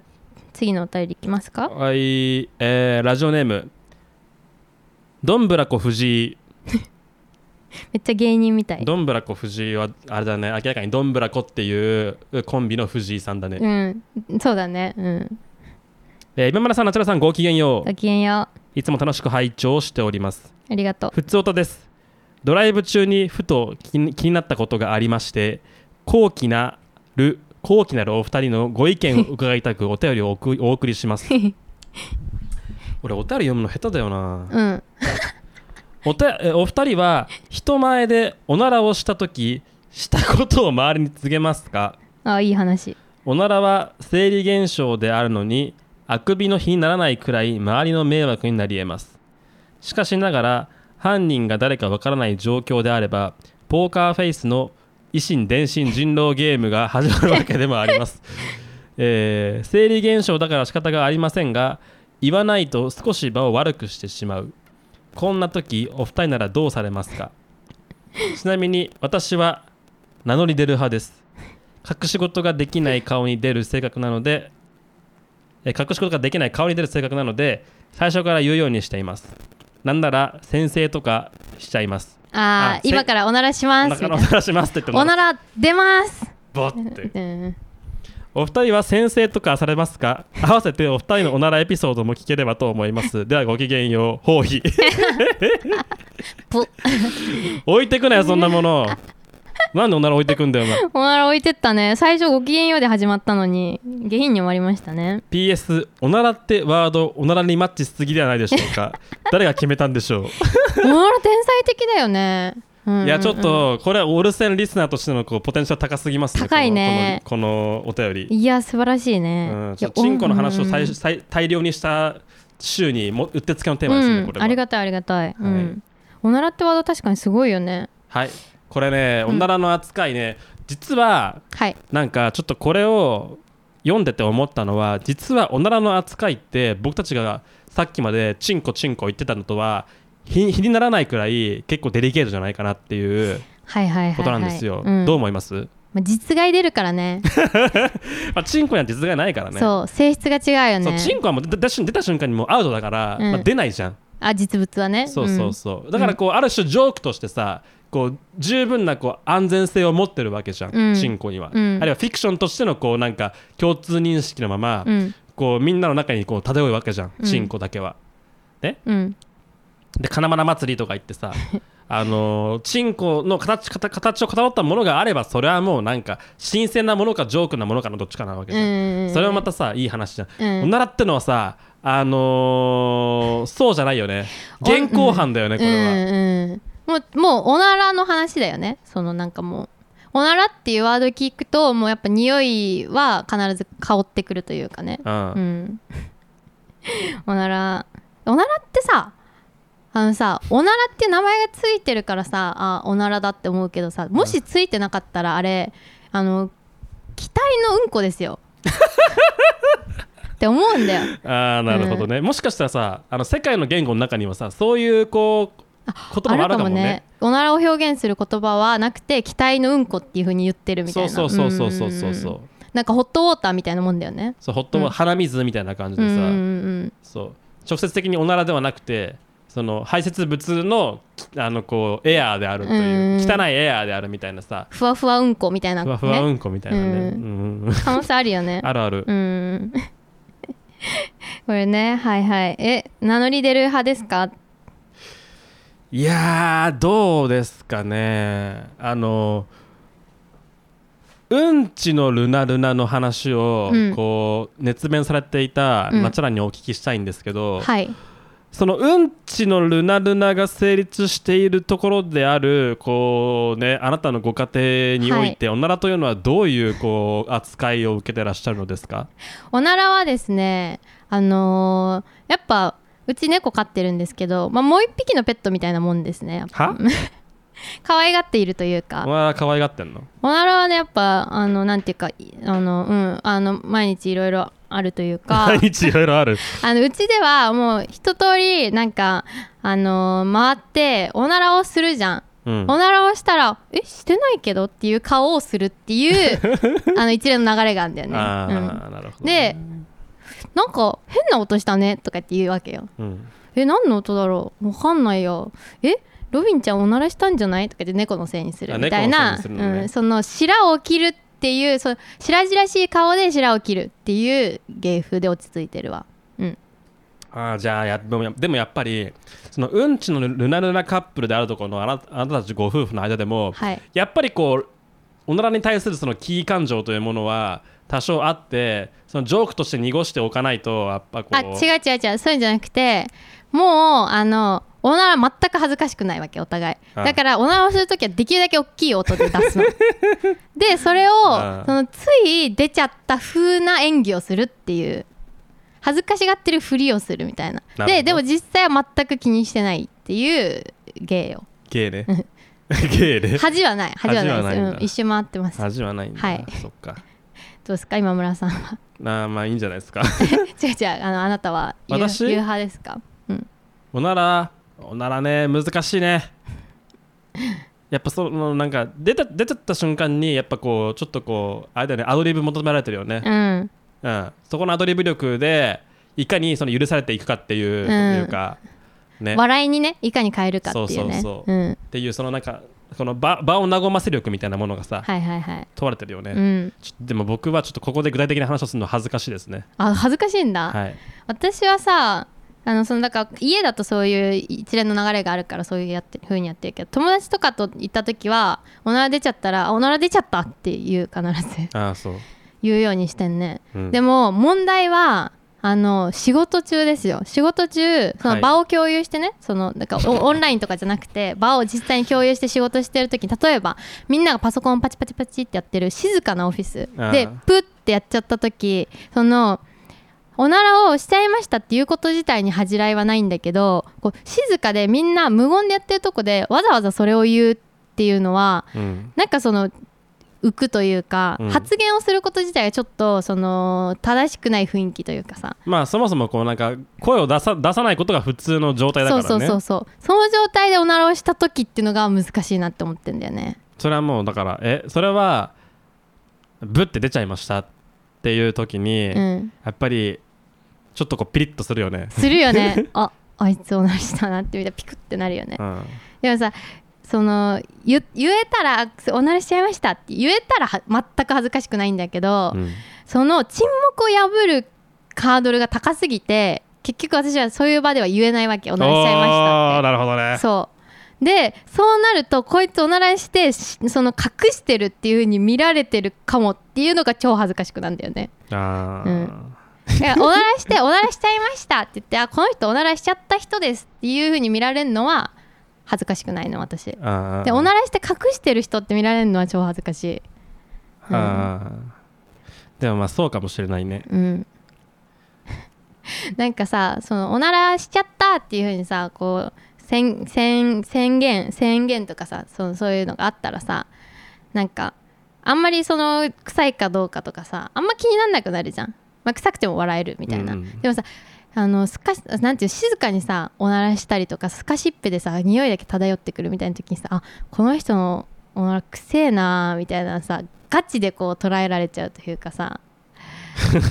Speaker 1: 次のお便りいきます
Speaker 2: う、
Speaker 1: か
Speaker 2: はい、えーラジオネーム、どんぶらこ藤井、
Speaker 1: めっちゃ芸人みたい
Speaker 2: どんぶらこ藤井は、あれだね、明らかにどんぶらこっていうコンビの藤井さんだね。
Speaker 1: うんそうだねうん
Speaker 2: えー今村さん、夏菜さん、ごきげんよう。
Speaker 1: ごきげんよ
Speaker 2: いつも楽しく拝聴しております。
Speaker 1: うありがとう
Speaker 2: ふつおたです。ドライブ中にふと気に気になったことがありまして、高貴なる高貴なるお二人のご意見を伺いたくお便りをおく *laughs* お送りします。俺お便り読むの下手だよな。
Speaker 1: うん
Speaker 2: おたえお二人は人前でおならをした時したことを周りに告げますか。
Speaker 1: あいい話
Speaker 2: おならは生理現象であるのにあくびの日にならないくらい周りの迷惑になり得ますしかしながら犯人が誰かわからない状況であればポーカーフェイスの維新伝心人狼ゲームが始まるわけでもあります、 *laughs* えー生理現象だから仕方がありませんが言わないと少し場を悪くしてしまうこんな時お二人ならどうされますか *laughs* ちなみに私は名乗り出る派です隠し事ができない顔に出る性格なのでえ隠し事ができない顔に出る性格なので最初から言うようにしていますなんなら先生とかしちゃいます
Speaker 1: あ
Speaker 2: あ
Speaker 1: あ今
Speaker 2: せ
Speaker 1: からおならします
Speaker 2: だ
Speaker 1: みた
Speaker 2: か
Speaker 1: い
Speaker 2: らお
Speaker 1: な
Speaker 2: ならしますって言っても
Speaker 1: おなら出ます
Speaker 2: ボッて
Speaker 1: うん
Speaker 2: お二人は先生とかされますか合わせてお二人のおならエピソードも聞ければと思いますではごきげんよう
Speaker 1: *laughs*
Speaker 2: 包皮
Speaker 1: ぽ
Speaker 2: *laughs* 置いてくなよそんなものなんでおなら置いてくんだよお前
Speaker 1: おなら置いてったね最初ごきげんようで始まったのに下品に終わりました
Speaker 2: *laughs*
Speaker 1: ね
Speaker 2: PS おならってワードおならにマッチしすぎではないでしょ
Speaker 1: *laughs*
Speaker 2: うか誰が決めたんでしょう
Speaker 1: おなら天才的だよね、うんうんうん
Speaker 2: いやちょっとこれはオルセンリスナーとしてのこうポテンシャル高すぎますね
Speaker 1: 高いね
Speaker 2: このこのこのお便り、
Speaker 1: いや素晴らしいね、
Speaker 2: うん、
Speaker 1: い
Speaker 2: ち
Speaker 1: や
Speaker 2: ょチンコの話を
Speaker 1: うん
Speaker 2: 最最大量にした週にもうってつけのテーマですね、
Speaker 1: う
Speaker 2: これ
Speaker 1: ん、
Speaker 2: は
Speaker 1: ありがたいありがたい、うん、おならってワード確かにすごいよね
Speaker 2: はいこれねおならの扱いね、実は
Speaker 1: はい
Speaker 2: なんかちょっとこれを読んでて思ったのは実はおならの扱いって僕たちがさっきまでチンコチンコ言ってたのとは比比にならないくらい結構デリケートじゃないかなっていう
Speaker 1: はいはいはい、はい、
Speaker 2: ことなんですよ、
Speaker 1: うん
Speaker 2: どう思います、
Speaker 1: まあ、実害出るからね
Speaker 2: まあ、チンコには実害ないからね
Speaker 1: そう性質が違うよ
Speaker 2: そう
Speaker 1: ね
Speaker 2: チンコはもう出た出た瞬間にもうアウトだから、
Speaker 1: うん
Speaker 2: まあ、出ないじゃん
Speaker 1: あ実物はね
Speaker 2: そうそうそう、だからこうある種ジョークとしてさこう十分なこう安全性を持ってるわけじゃん、
Speaker 1: うん
Speaker 2: チンコには、
Speaker 1: うん
Speaker 2: あるいはフィクションとしてのこうなんか共通認識のまま、
Speaker 1: うん
Speaker 2: こうみんなの中にこう漂うわけじゃん、
Speaker 1: うん
Speaker 2: チンコだけは
Speaker 1: うん
Speaker 2: で金花祭りとか言っ
Speaker 1: *laughs*
Speaker 2: てさあのーチンコの形形形をかたどったものがあればそれはもうなんか新鮮なものかジョークなものかのどっちかなわけ
Speaker 1: う
Speaker 2: じゃん、
Speaker 1: ん
Speaker 2: それはまたさいい話じゃん、
Speaker 1: うん
Speaker 2: おならってのはさあのーそうじゃない
Speaker 1: *laughs*
Speaker 2: よね現行犯だよねこれは、
Speaker 1: うんうん、もうもうおならの話だよねそのなんかもうおならっていうワード聞くともうやっぱ匂いは必ず香ってくるというかね
Speaker 2: うん
Speaker 1: う、ん *laughs* おならおならってさあのさおならっていう名前がついてるからさあおならだって思うけどさもしついてなかったらあれあの機体のうんこですよって思うんだよ
Speaker 2: ああなるほどね、もしかしたらさあの世界の言語の中にはさそういうこう言葉もあるかもね
Speaker 1: おならを表現する言葉はなくて機体のうんこっていう風に言ってるみたいな
Speaker 2: そうそうそうそうそうそ
Speaker 1: ん
Speaker 2: う
Speaker 1: なんかホットウォーターみたいなもんだよね
Speaker 2: そうほっとも鼻水みたいな感じ
Speaker 1: う
Speaker 2: で
Speaker 1: ん
Speaker 2: さ、
Speaker 1: うん
Speaker 2: そう直接的におならではなくてその排泄物のあのこうエアーであるという
Speaker 1: うん
Speaker 2: 汚いエアーであるみたいなさ
Speaker 1: ふわふわうんこみたいな、ね、
Speaker 2: ふわふわうんこみたいなね、
Speaker 1: うん
Speaker 2: うん *laughs* うん、
Speaker 1: 可能性あるよね
Speaker 2: あるある
Speaker 1: うん *laughs* これねはいはいえ名乗り出る派ですか
Speaker 2: いやーどうですかねあのうんちのルナルナの話を
Speaker 1: うん
Speaker 2: こう熱弁されていた
Speaker 1: うん
Speaker 2: ナチュラにお聞きしたいんですけど、
Speaker 1: はい
Speaker 2: そのうんちのルナルナが成立しているところであるこう、ね、あなたのご家庭において、おならというのはどういうこう扱いを受けてらっしゃるのですか
Speaker 1: おならはですねあのーやっぱうち猫飼ってるんですけど、まあ、もう一匹のペットみたいなもんですねやっぱ
Speaker 2: は
Speaker 1: *laughs* 可愛がっているというか
Speaker 2: おなら可愛がってんの
Speaker 1: おならはねやっぱあのなんていうかいあのうんあの毎日いろいろあるというか
Speaker 2: 毎日いろいろある。
Speaker 1: *laughs* あのうちではもう一通りなんかあの回っておならをするじゃん。
Speaker 2: うん
Speaker 1: おならをしたら「えしてないけど?」っていう顔をするっていう
Speaker 2: *laughs*
Speaker 1: あの一連の流れがあるんだよね。
Speaker 2: あ
Speaker 1: うん
Speaker 2: ー、なるほど
Speaker 1: で
Speaker 2: ね、
Speaker 1: なんか変な音したねとかって言うわけよ。
Speaker 2: うん
Speaker 1: え何の音だろうわかんないよえロビンちゃんおならしたんじゃないとかで猫のせいにするみたい
Speaker 2: あ
Speaker 1: な
Speaker 2: 猫のせいにするのね
Speaker 1: うん、その白を切るっていうその白々しい顔で白を切るっていう芸風で落ち着いてるわうん
Speaker 2: あーじゃあやでもやでもやっぱりそのうんちのルナルナカップルであるところのあなあなたたちご夫婦の間でも、
Speaker 1: はい
Speaker 2: やっぱりこうおならに対するそのキー感情というものは多少あってそのジョークとして濁しておかないとやっぱこう
Speaker 1: あ違う違う違うそういうんじゃなくてもうあのおなら全く恥ずかしくないわけお互い
Speaker 2: あ
Speaker 1: だからおならをするときはできるだけ大きい音で出
Speaker 2: *laughs*
Speaker 1: すのでそれを
Speaker 2: あ
Speaker 1: そのつい出ちゃった風な演技をするっていう恥ずかしがってるふりをするみたいな
Speaker 2: なるほど
Speaker 1: ででも実際は全く気にしてないっていう芸を
Speaker 2: ゲーね *laughs* ゲーね
Speaker 1: 恥はない恥はないです
Speaker 2: 恥はないんだ
Speaker 1: うん一周回ってますどう
Speaker 2: 恥はないんだ、
Speaker 1: はい
Speaker 2: そっか
Speaker 1: ですか今村さん *laughs* は
Speaker 2: なあまあいいんじゃないですか *laughs*
Speaker 1: 違う違うあのあなたは言う
Speaker 2: 私
Speaker 1: 言う派ですかうん
Speaker 2: おならおならね難しいねやっぱそのなんか出た出ちゃった瞬間にやっぱこうちょっとこうあれだよねアドリブ求められてるよね、
Speaker 1: うん
Speaker 2: うん、そこのアドリブ力でいかにその許されていくかっていう,、
Speaker 1: ん
Speaker 2: いうか、ね、
Speaker 1: 笑いにねいかに変えるかっていうね
Speaker 2: そうそうそ
Speaker 1: うん
Speaker 2: っていうそのなんかこの場場を和ませ力みたいなものがさ、
Speaker 1: はいはいはい、
Speaker 2: 問われてるよね、
Speaker 1: うん
Speaker 2: ちょっとでも僕はちょっとここで具体的な話をするの恥ずかしいですね、
Speaker 1: あ恥ずかしいんだ、
Speaker 2: はい、
Speaker 1: 私はさあのそのだから家だとそういう一連の流れがあるからそういうやって風にやってるけど友達とかと行った時はおなら出ちゃったらあおなら出ちゃったっていう必ず
Speaker 2: ああそう、
Speaker 1: 言うようにしてんね、
Speaker 2: うん
Speaker 1: でも問題はあの仕事中ですよ仕事中そ
Speaker 2: は
Speaker 1: の
Speaker 2: い
Speaker 1: 場を共有してね、そのなんか
Speaker 2: *laughs*
Speaker 1: おオンラインとかじゃなくて場を実際に共有して仕事してる時に例えばみんながパソコンパチパチパチってやってる静かなオフィス
Speaker 2: あー
Speaker 1: でプッてやっちゃった時そのおならをしちゃいましたっていうこと自体に恥じらいはないんだけどこう静かでみんな無言でやってるとこでわざわざそれを言うっていうのは
Speaker 2: うん、
Speaker 1: なんかその浮くというか、
Speaker 2: うん
Speaker 1: 発言をすること自体がちょっとその正しくない雰囲気というかさ
Speaker 2: まあそもそもこうなんか声を出さ出さないことが普通の状態だからね
Speaker 1: そうそうそうそうその状態でおならをした時っていうのが難しいなって思ってんだよね
Speaker 2: それはもうだからえそれはブッて出ちゃいましたっていう時に、
Speaker 1: うん
Speaker 2: やっぱりちょっとこうピリッとするよね、
Speaker 1: するよ
Speaker 2: *laughs*
Speaker 1: ねああいつおならしたなってみたいなピクってなるよね
Speaker 2: うん、
Speaker 1: でもさその言言えたらあおならしちゃいましたって言えたらは全く恥ずかしくないんだけど、
Speaker 2: うん
Speaker 1: その沈黙を破るハードルが高すぎて結局私はそういう場では言えないわけおならしちゃいました
Speaker 2: おー
Speaker 1: って
Speaker 2: なるほど *laughs* ね
Speaker 1: そうでそうなるとこいつおならしてしその隠してるっていう風に見られてるかもっていうのが超恥ずかしくなんだよね
Speaker 2: あ
Speaker 1: う
Speaker 2: ー
Speaker 1: んだからおならして「おならしちゃいました」って言って「あこの人おならしちゃった人です」っていう風に見られるのは恥ずかしくないの私
Speaker 2: あー
Speaker 1: でおならして隠してる人って見られるのは超恥ずかしいうん
Speaker 2: あーでもまあそうかもしれないね
Speaker 1: うん *laughs* なんかさそのおならしちゃったっていう風にさこう宣宣宣言宣言とかさそのそういうのがあったらさなんかあんまりその臭いかどうかとかさあんま気になんなくなるじゃん、まあ、臭くても笑えるみたいな、
Speaker 2: うんうん
Speaker 1: でもさあのすかしなんていう静かにさおならしたりとかすかしっぺでさ匂いだけ漂ってくるみたいな時にさあこの人のおならくせえなみたいなさガチでこう捉えられちゃうというか
Speaker 2: *laughs*
Speaker 1: さ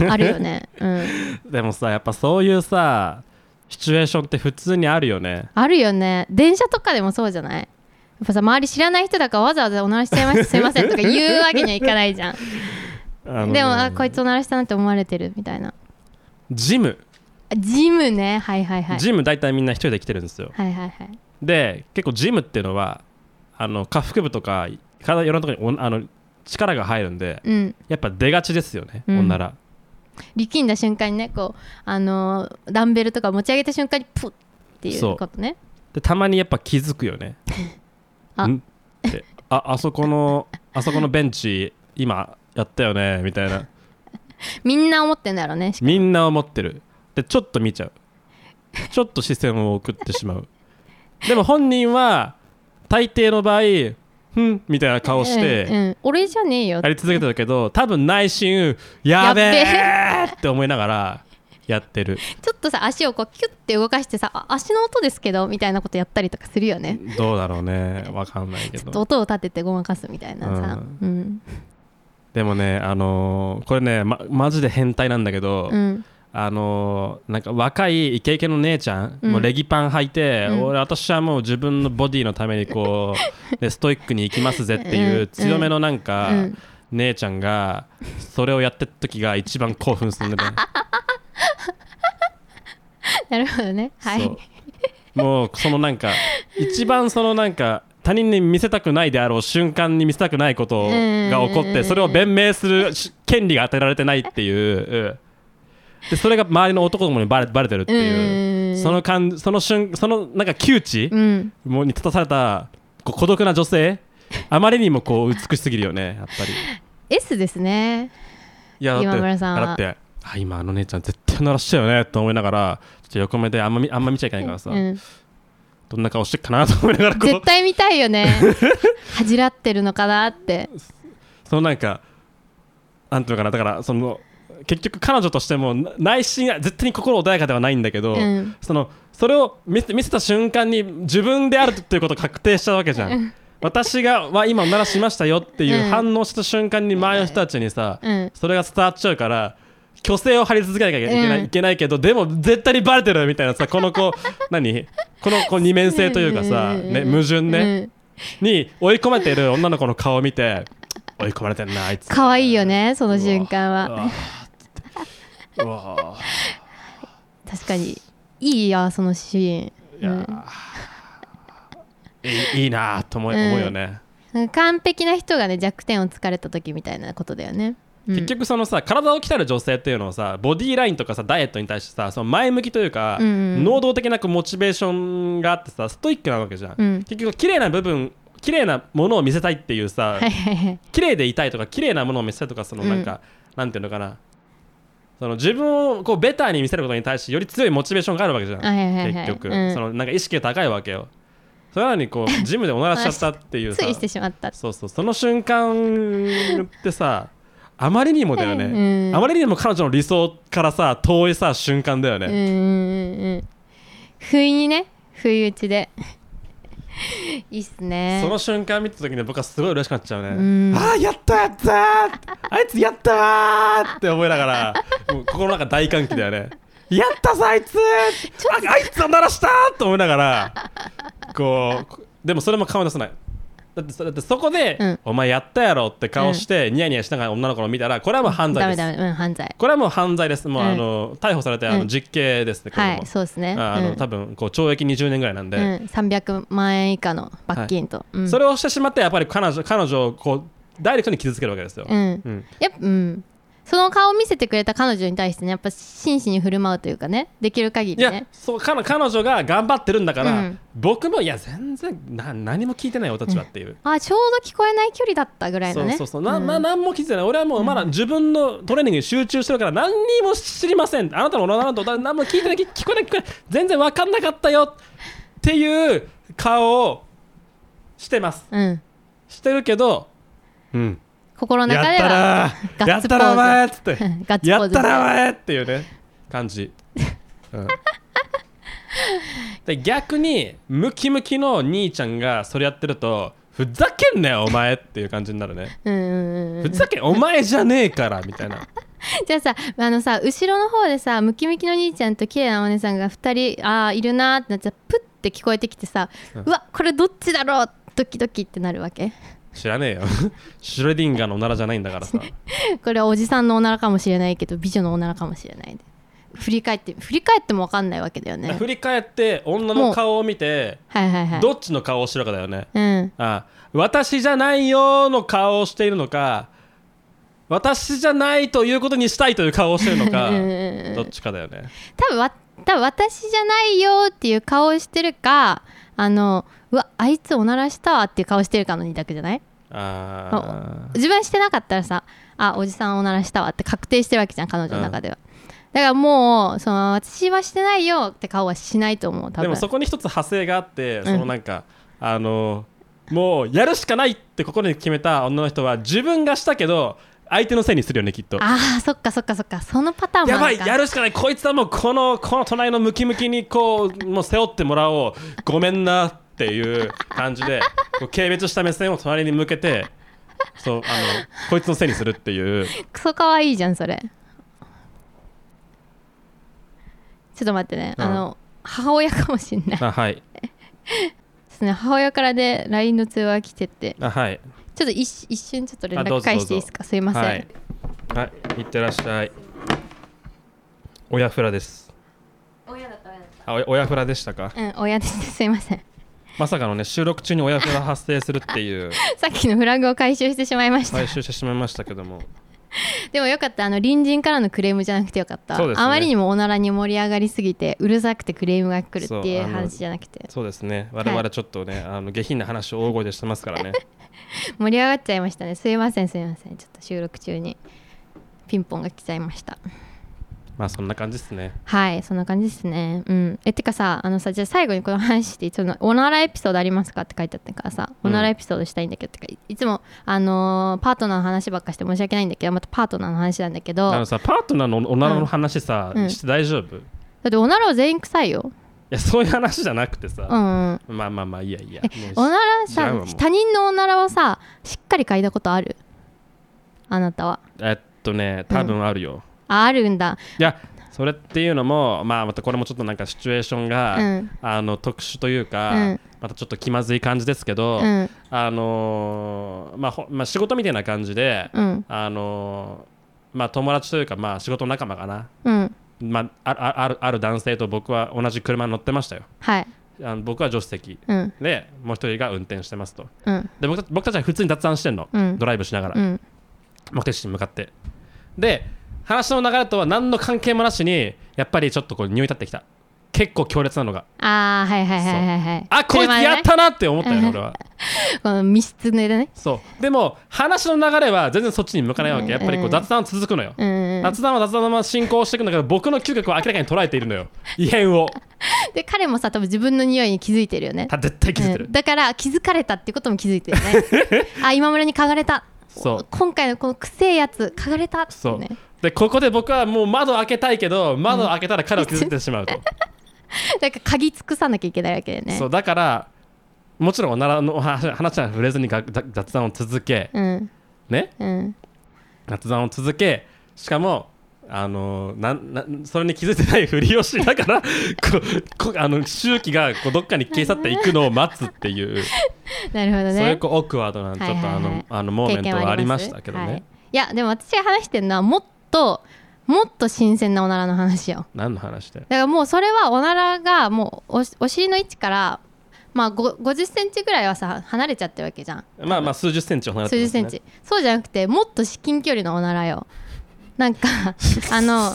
Speaker 1: あるよね、うん、
Speaker 2: でもさやっぱそういうさシチュエーションって普通にあるよね
Speaker 1: あるよね電車とかでもそうじゃないやっぱさ周り知らない人だからわざわざおならしちゃいましたすいませんとか言うわけにはいかないじゃん
Speaker 2: あのね
Speaker 1: でもあこいつおならしたなって思われてるみたいな
Speaker 2: ジム、
Speaker 1: あジムねはいはいはい
Speaker 2: ジム大体みんな一人で来てるんですよ
Speaker 1: はいはいはい
Speaker 2: で結構ジムっていうのはあの下腹部とか体いろんなところにおあの力が入るんで
Speaker 1: うん
Speaker 2: やっぱ出がちですよね、
Speaker 1: うん
Speaker 2: おなら
Speaker 1: 力んだ瞬間にねこうあのーダンベルとか持ち上げた瞬間にプッってい
Speaker 2: そう
Speaker 1: うことね
Speaker 2: でたまにやっぱ気づくよね
Speaker 1: *laughs* あ
Speaker 2: んってああそこのあそこのベンチ今やったよねみたいな
Speaker 1: みんな思ってんだろうねし
Speaker 2: みんな思ってるでちょっと見ちゃうちょっと視線を送ってしまうでも本人は大抵の場合ふんみたいな顔し
Speaker 1: うん
Speaker 2: て
Speaker 1: うん俺じゃねえよ
Speaker 2: やり続けてたけど多分内心やべえって思いながらやってる
Speaker 1: ちょっとさ足をこうキュッて動かしてさあ足の音ですけどみたいなことやったりとかするよね
Speaker 2: どうだろうねわかんない
Speaker 1: ち
Speaker 2: け
Speaker 1: ょっと
Speaker 2: ど
Speaker 1: 音を立ててごまかすみたいなさうん
Speaker 2: でもねあのーこれねまマジで変態なんだけど、
Speaker 1: うん
Speaker 2: あのーなんか若いイケイケの姉ちゃん、
Speaker 1: うん
Speaker 2: もうレギパン履いて、
Speaker 1: うん
Speaker 2: 俺私はもう自分のボディのためにこ
Speaker 1: *laughs*
Speaker 2: うでストイックに行きますぜって
Speaker 1: う
Speaker 2: いうん強めのなん
Speaker 1: う
Speaker 2: か、
Speaker 1: ん
Speaker 2: 姉ちゃんがそれをやってる時が一番興奮するんだね
Speaker 1: なるほどね *laughs* は
Speaker 2: そう
Speaker 1: い
Speaker 2: もうそのなんか一番そのなんか他人に見せたくないであろう瞬間に見せたくないことが起こっ
Speaker 1: う
Speaker 2: て
Speaker 1: ん
Speaker 2: それを弁明するし権利が与えられてないっていううんでそれが周りの男どもにバレバレてるっていううんその感その瞬そのなんか窮地
Speaker 1: うん
Speaker 2: もうに立たされたこう孤独な女性あまりにもこう美しすぎるよねやっぱり
Speaker 1: S ですね
Speaker 2: いやだって
Speaker 1: 今村さんは
Speaker 2: だってあ今あの姉ちゃん絶対鳴らしたよねと思いながらちょっと横目であんま見あんま見ちゃいけないからさ、
Speaker 1: うん
Speaker 2: どんな顔してっかなと思いながらこう
Speaker 1: 絶対見たいよ
Speaker 2: *laughs*
Speaker 1: ね恥じらってるのかなって
Speaker 2: そのなんかなんていうのかなだからその結局彼女としてもな内心は絶対に心穏やかではないんだけど、
Speaker 1: うん
Speaker 2: そのそれを見せ見せた瞬間に自分であるっていうことを確定しちゃうわけじゃん私がは今おならしましたよっていううん反応した瞬間に周りの人たちにさ、
Speaker 1: うん
Speaker 2: それが伝わっちゃうから虚勢を張り続けなきゃいけない,、
Speaker 1: うん
Speaker 2: いけないけどでも絶対にバレてるみたいなさこのこう何このこう二面性というかさ、
Speaker 1: ん
Speaker 2: ね、矛盾ね、
Speaker 1: うん
Speaker 2: に追い込まれてる女の子の顔を見て追い込まれてんなあいつ
Speaker 1: 可愛いよねその瞬間
Speaker 2: う
Speaker 1: は
Speaker 2: わうわ
Speaker 1: 確かにいいよそのシーン
Speaker 2: いやーいいいいなーと思い思うよね、
Speaker 1: なんか完璧な人がね弱点を突かれた時みたいなことだよね、うん
Speaker 2: 結局そのさ体を鍛える女性っていうのはさボディーラインとかさダイエットに対してさその前向きというか、
Speaker 1: うんうん
Speaker 2: 能動的なこうモチベーションがあってさストイックなわけじゃん、
Speaker 1: うん
Speaker 2: 結局綺麗な部分綺麗なものを見せたいっていうさ、
Speaker 1: はいはいはい
Speaker 2: 綺麗でいたいとか綺麗なものを見せたいとかそのなんか、なんていうのかなその自分をこうベターに見せることに対してより強いモチベーションがあるわけじゃん、
Speaker 1: はいはいはい
Speaker 2: 結
Speaker 1: う
Speaker 2: 局、
Speaker 1: ん
Speaker 2: そのなんか意識が高いわけよそそれなのにこうジムでおならしちゃったっていう
Speaker 1: *laughs* つ
Speaker 2: さ
Speaker 1: いしてしまった
Speaker 2: そうそうその瞬間ってさあまりにもだよね、
Speaker 1: うん
Speaker 2: あまりにも彼女の理想からさ遠いさ瞬間だよ
Speaker 1: うん
Speaker 2: ね、
Speaker 1: うんうん不意にね不意打ちで *laughs* いいっすね
Speaker 2: その瞬間見た時に僕はすごい嬉しくなっちゃうね、
Speaker 1: うん
Speaker 2: ああやったやったーあいつやったわーって思いながらもう心の中大歓喜だよねやったぞあいつああいつを鳴らしたーと思いながらこうでもそれも顔に出さないだってそだってそこで、
Speaker 1: うん
Speaker 2: お前やったやろって顔して、ニヤニヤしながら女の子を見たらこれはもう犯
Speaker 1: ダ
Speaker 2: 罪で
Speaker 1: メ
Speaker 2: す
Speaker 1: ダメうん犯罪
Speaker 2: これはもう犯罪です。もう、
Speaker 1: うん
Speaker 2: あの逮捕されてあ
Speaker 1: う
Speaker 2: の
Speaker 1: ん
Speaker 2: 実刑ですね。これ
Speaker 1: は
Speaker 2: も
Speaker 1: いそうですね
Speaker 2: ああの、
Speaker 1: うん
Speaker 2: 多分こう懲役20年ぐらいなん
Speaker 1: う
Speaker 2: で、
Speaker 1: ん、300万円以下の罰金と、うん
Speaker 2: それをしてしまってやっぱり彼女彼女をこうダイレクトに傷つけるわけですよ。
Speaker 1: うん
Speaker 2: うん
Speaker 1: やっぱうんその顔を見せてくれた彼女に対してねやっぱ真摯に振る舞うというかねできる限
Speaker 2: い
Speaker 1: り
Speaker 2: や
Speaker 1: ね
Speaker 2: そう彼彼女が頑張ってるんだから、
Speaker 1: うん
Speaker 2: 僕もいや全然な何も聞いてないお立場っていう、
Speaker 1: あちょうど聞こえない距離だったぐらい
Speaker 2: そ
Speaker 1: の
Speaker 2: う
Speaker 1: ね
Speaker 2: そうそうな、
Speaker 1: ん
Speaker 2: な何も聞いてない俺はもうまだ自分のトレーニングに集中してるから何にも知りませんあなたのあなたの何も聞いてない聞聞こえない聞こえない全然分かんなかったよっていう顔をしてます
Speaker 1: うん
Speaker 2: してるけど、うん、
Speaker 1: 心の
Speaker 2: やっ
Speaker 1: 中で
Speaker 2: た
Speaker 1: は
Speaker 2: ら
Speaker 1: ガ
Speaker 2: や
Speaker 1: ッ
Speaker 2: っ
Speaker 1: ツポ
Speaker 2: た
Speaker 1: ーズ
Speaker 2: らお前っつ *laughs* って
Speaker 1: うんガッツポ
Speaker 2: や
Speaker 1: ー
Speaker 2: っ
Speaker 1: ズ
Speaker 2: たらお前っていうね感じ、うんで逆にムキムキの兄ちゃんがそれやってるとふざけんなよお前っていう感じになるね
Speaker 1: うんうんうんう
Speaker 2: ふ
Speaker 1: ん
Speaker 2: ざけんお前じゃねえからみたいな
Speaker 1: じゃあさあのさ後ろの方でさムキムキの兄ちゃんと綺麗なお姉さんが2人あーいるなーってなっちゃプッて聞こえてきてさ、う
Speaker 2: うん
Speaker 1: わこれどっちだろうドキドキってなるわけ
Speaker 2: 知らねえよ *laughs* シュレディンガーのおならじゃないんだからさ
Speaker 1: これはおじさんのおならかもしれないけど美女のおならかもしれないで振り返って振り返っても分かんないわけだよね
Speaker 2: 振り返って女の顔を見て
Speaker 1: はいはいはい
Speaker 2: どっちの顔をしてるかだよね
Speaker 1: うん
Speaker 2: あ私じゃないよの顔をしているのか私じゃないということにしたいという顔をしている
Speaker 1: *laughs*
Speaker 2: のか
Speaker 1: うんうんうん
Speaker 2: どっちかだよね
Speaker 1: 多分わ多分私じゃないよっていう顔をしてるかあのうわあいつおならしたわっていう顔してるかの2択じゃない
Speaker 2: あ
Speaker 1: 自分はしてなかったらさあおじさんおならしたわって確定してるわけじゃん彼女の中では、だからもうその私はしてないよって顔はしないと思う多
Speaker 2: ー
Speaker 1: 分
Speaker 2: でもそこに一つ派生があって
Speaker 1: ん
Speaker 2: そのなんか、あのもうやるしかないって心に決めた女の人は自分がしたけど相手のせいにするよねきっと
Speaker 1: ああそっかそっかそっかそのパターンも
Speaker 2: や
Speaker 1: あ
Speaker 2: ば
Speaker 1: る
Speaker 2: い
Speaker 1: か
Speaker 2: やるしかないこいつはもうこのこの隣のムキムキにこうもう背負ってもらおうごめんなっていう感じでこう軽蔑した目線を隣に向けてそうあのこいつのせいにするっていう
Speaker 1: クソ可愛いじゃんそれちょっと待ってね、
Speaker 2: うん
Speaker 1: あの母親かもしんない
Speaker 2: あはい
Speaker 1: ですね母親からで LINE の通話が来てて
Speaker 2: あはい
Speaker 1: ちょっと一一瞬ちょっと連
Speaker 2: あどう
Speaker 1: 絡
Speaker 2: ぞ
Speaker 1: 返していいですかすいません、
Speaker 2: はい、はい、いってらっしゃい親フラです
Speaker 1: 親だった親だっ
Speaker 2: あお親フラでしたか
Speaker 1: たうん親でしたすいません *laughs*
Speaker 2: まさかのね収録中に親フラ発生するっ
Speaker 1: *laughs*
Speaker 2: ていう
Speaker 1: さっきのフラグを回収してしまいました、
Speaker 2: 回収してしまいましたけども
Speaker 1: *laughs* でもよかったあの隣人からのクレームじゃなくてよかった、
Speaker 2: そうですね
Speaker 1: あまりにもおならに盛り上がりすぎてうるさくてクレームが来るっていう
Speaker 2: そうあの
Speaker 1: 話じゃなくて
Speaker 2: そうですね我々ちょっとね、あの下品な話を大声でしてますからね
Speaker 1: 盛り上がっちゃいましたねすいませんすいませんちょっと収録中にピンポンが来ちゃいました
Speaker 2: まあそんな感じですね
Speaker 1: はいそんな感じですねうんえてかさあのさじゃあ最後にこの話してそのおならエピソードありますかって書いてあったからさお
Speaker 2: うん
Speaker 1: ならエピソードしたいんだけど、てかいいつもあのーパートナーの話ばっかして申し訳ないんだけどまたパートナーの話なんだけど
Speaker 2: あの
Speaker 1: だ
Speaker 2: さパートナーのおならの話さ、
Speaker 1: うん
Speaker 2: して大丈夫、い
Speaker 1: っておならは全員臭いよ
Speaker 2: やそういう話じゃなくて
Speaker 1: う
Speaker 2: さ、
Speaker 1: んうん
Speaker 2: まあまあまあいいやいいやもう
Speaker 1: おなら
Speaker 2: 知ら
Speaker 1: さ
Speaker 2: んわもう
Speaker 1: 他人のおならをさしっかり嗅いだことあるあなたは
Speaker 2: えっとね多分あるよ、
Speaker 1: ああるんだ
Speaker 2: いやそれっていうのもまあまたこれもちょっとなんかシチュエーションが、
Speaker 1: うん
Speaker 2: あの特殊というか、
Speaker 1: うん
Speaker 2: またちょっと気まずい感じですけど、
Speaker 1: うん
Speaker 2: あのーまあほまあ仕事みたいな感じで、
Speaker 1: うん
Speaker 2: あのーまあ友達というかまあ仕事仲間かな、
Speaker 1: うん
Speaker 2: まあ、あああるある男性と僕は同じ車に乗ってましたよ
Speaker 1: はい
Speaker 2: あの僕は助手席
Speaker 1: うん
Speaker 2: でもう一人が運転してますと
Speaker 1: うん
Speaker 2: で僕た僕たちは普通に雑談してんの、
Speaker 1: うん
Speaker 2: ドライブしながら、
Speaker 1: うん
Speaker 2: 目的地に向かってで話の流れとは何の関係もなしにやっぱりちょっとこう匂い立ってきた結構強烈なのが
Speaker 1: ああはいはいはいはいはい
Speaker 2: あこいつ
Speaker 1: 車で
Speaker 2: や
Speaker 1: ね
Speaker 2: ったなって思ったよね俺は
Speaker 1: この密室でね
Speaker 2: そうでも話の流れは全然そっちに向かないわけやっぱりこ
Speaker 1: う
Speaker 2: うん雑談は続くのよ
Speaker 1: うんうんうん *laughs*
Speaker 2: 雑談は雑談のまま進行していくんだけど僕の嗅覚は明らかに捉えているのよ異変を
Speaker 1: で彼もさ多分自分の匂いに気づいてるよね
Speaker 2: た絶対気づいてる、
Speaker 1: うんだから気づかれたってことも気づいてる
Speaker 2: *laughs*
Speaker 1: ねあ今村に嗅がれた
Speaker 2: そう
Speaker 1: 今回のこのくせえやつ嗅がれたってね
Speaker 2: そうでここで僕はもう窓開けたいけど窓を開けたら彼を気づいてしま
Speaker 1: *laughs*
Speaker 2: うと、
Speaker 1: だから嗅ぎ尽くさなきゃいけないわけだよね
Speaker 2: そうだからもちろんおならの話話は触れずにが雑雑談を続け
Speaker 1: うん
Speaker 2: ね
Speaker 1: うん
Speaker 2: 雑談を続けしかもあのなんなんそれに気づいてないふりをしながら *laughs* ここあの周期がこうどっかに消え去っていくのを待つっていう
Speaker 1: なるほどね
Speaker 2: そういうこうオクワードなちょっ
Speaker 1: は
Speaker 2: と
Speaker 1: いはいはい
Speaker 2: あのあのモーメントはありましたけど
Speaker 1: はい
Speaker 2: ね、
Speaker 1: いやでも私が話してるのはもっともっと新鮮なおならの話よ
Speaker 2: 何の話で
Speaker 1: だからもうそれはおならがもうおお尻の位置からまあ5 0センチぐらいはさ離れちゃってるわけじゃん
Speaker 2: まあまあ数十センチ離れて
Speaker 1: 数
Speaker 2: ます
Speaker 1: 十
Speaker 2: ね
Speaker 1: センチそうじゃなくてもっと至近距離のおならよなん
Speaker 2: *laughs*
Speaker 1: かあの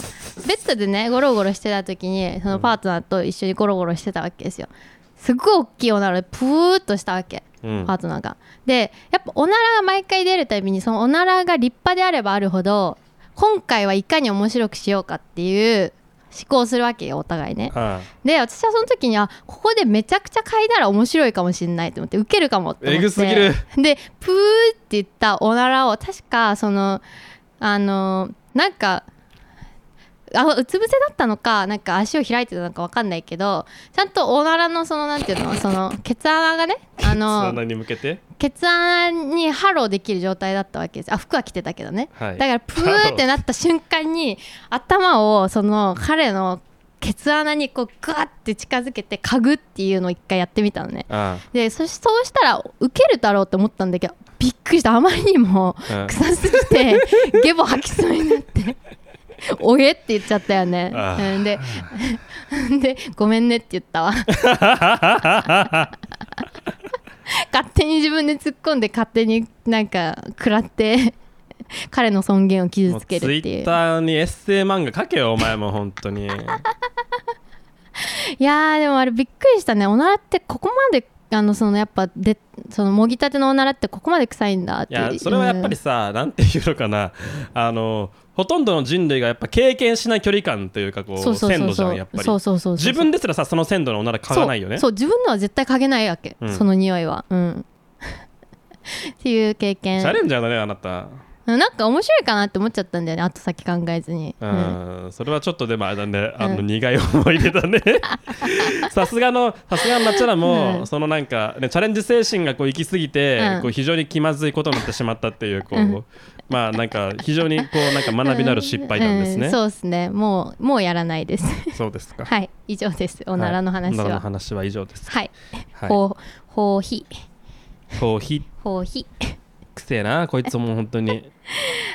Speaker 1: ベッドでねゴロゴロしてた時にそのパートナーと一緒にゴロゴロしてたわけですよすっごい大きいおならでプーっとしたわけ
Speaker 2: うん
Speaker 1: パートナーがでやっぱおならが毎回出るたびにそのおならが立派であればあるほど今回はいかに面白くしようかっていう思考をするわけよお互いね
Speaker 2: ああ
Speaker 1: で私はその時にあここでめちゃくちゃ嗅いだら面白いかもしれないと思ってウケるかもって思って
Speaker 2: えぐすぎる
Speaker 1: でプーって言ったおならを確かそのあのなんかあうつ伏せだったのかなんか足を開いてたのかわかんないけどちゃんとおならのそのなんていうのそのケツ穴がねあ
Speaker 2: そん
Speaker 1: の
Speaker 2: なに向けて
Speaker 1: ケツ穴にハローできる状態だったわけですあ服は着てたけどね
Speaker 2: はい
Speaker 1: だからプーってなった瞬間に頭をその彼のケツ穴にこうグワッて近づけて嗅ぐっていうのを一回やってみたのね
Speaker 2: あ
Speaker 1: でそしそうしたらウケるだろうって思ったんだけどびっくりしたあまりにも
Speaker 2: あ
Speaker 1: 臭すぎ
Speaker 2: *laughs*
Speaker 1: てゲボ吐きそうになって「おえ」って言っちゃったよね
Speaker 2: ああ
Speaker 1: うんで *laughs* で「ごめんね」って言った
Speaker 2: *laughs*
Speaker 1: わ勝手に自分で突っ込んで勝手になんか食らって彼の尊厳を傷
Speaker 2: もう
Speaker 1: つ
Speaker 2: ツイ
Speaker 1: けるってい
Speaker 2: ッ
Speaker 1: う
Speaker 2: ターにエッセイ漫画書けよお前も本当に
Speaker 1: いやーでもあれびっくりしたねおならってここまであのそのやっぱでそのもぎたてのおならってここまで臭いんだっ
Speaker 2: い
Speaker 1: てい
Speaker 2: やそれはやっぱりさ、なんていうのかなあのほとんどの人類がやっぱ経験しない距離感というかこう
Speaker 1: そうそうそ
Speaker 2: 鮮
Speaker 1: う
Speaker 2: 度じゃ
Speaker 1: そ
Speaker 2: んやっ
Speaker 1: う
Speaker 2: ぱり
Speaker 1: そうそうそう
Speaker 2: 自分ですらさその鮮度のおなら嗅がないよね
Speaker 1: そうそう自分のは絶対嗅げないわけ、
Speaker 2: うん
Speaker 1: その匂いはうん *laughs* っていう経験
Speaker 2: チャレンジャーだねあなた
Speaker 1: うんなんか面白いかなって思っちゃったんだよね後先考えずに、うん
Speaker 2: うん、それはちょっとでもあれだねあの
Speaker 1: うん
Speaker 2: 苦い思い出だ
Speaker 1: *laughs*
Speaker 2: ねさすがのさすがのナチュラも、
Speaker 1: うん
Speaker 2: そのなんか、ね、チャレンジ精神がこう行き過ぎて、
Speaker 1: うん
Speaker 2: こう非常に気まずいことになってしまったっていうこう、
Speaker 1: うん
Speaker 2: まあなんか非常にこうなんか学びのある失敗なんですね、
Speaker 1: うんそうですねもうもうやらないです
Speaker 2: *laughs* そうですか
Speaker 1: はい以上ですおならの話
Speaker 2: おなら
Speaker 1: は
Speaker 2: の話は以上です
Speaker 1: はい、
Speaker 2: はい
Speaker 1: ほうほうひ
Speaker 2: コーヒ
Speaker 1: ほうひ
Speaker 2: ーくせえなこいつも本当に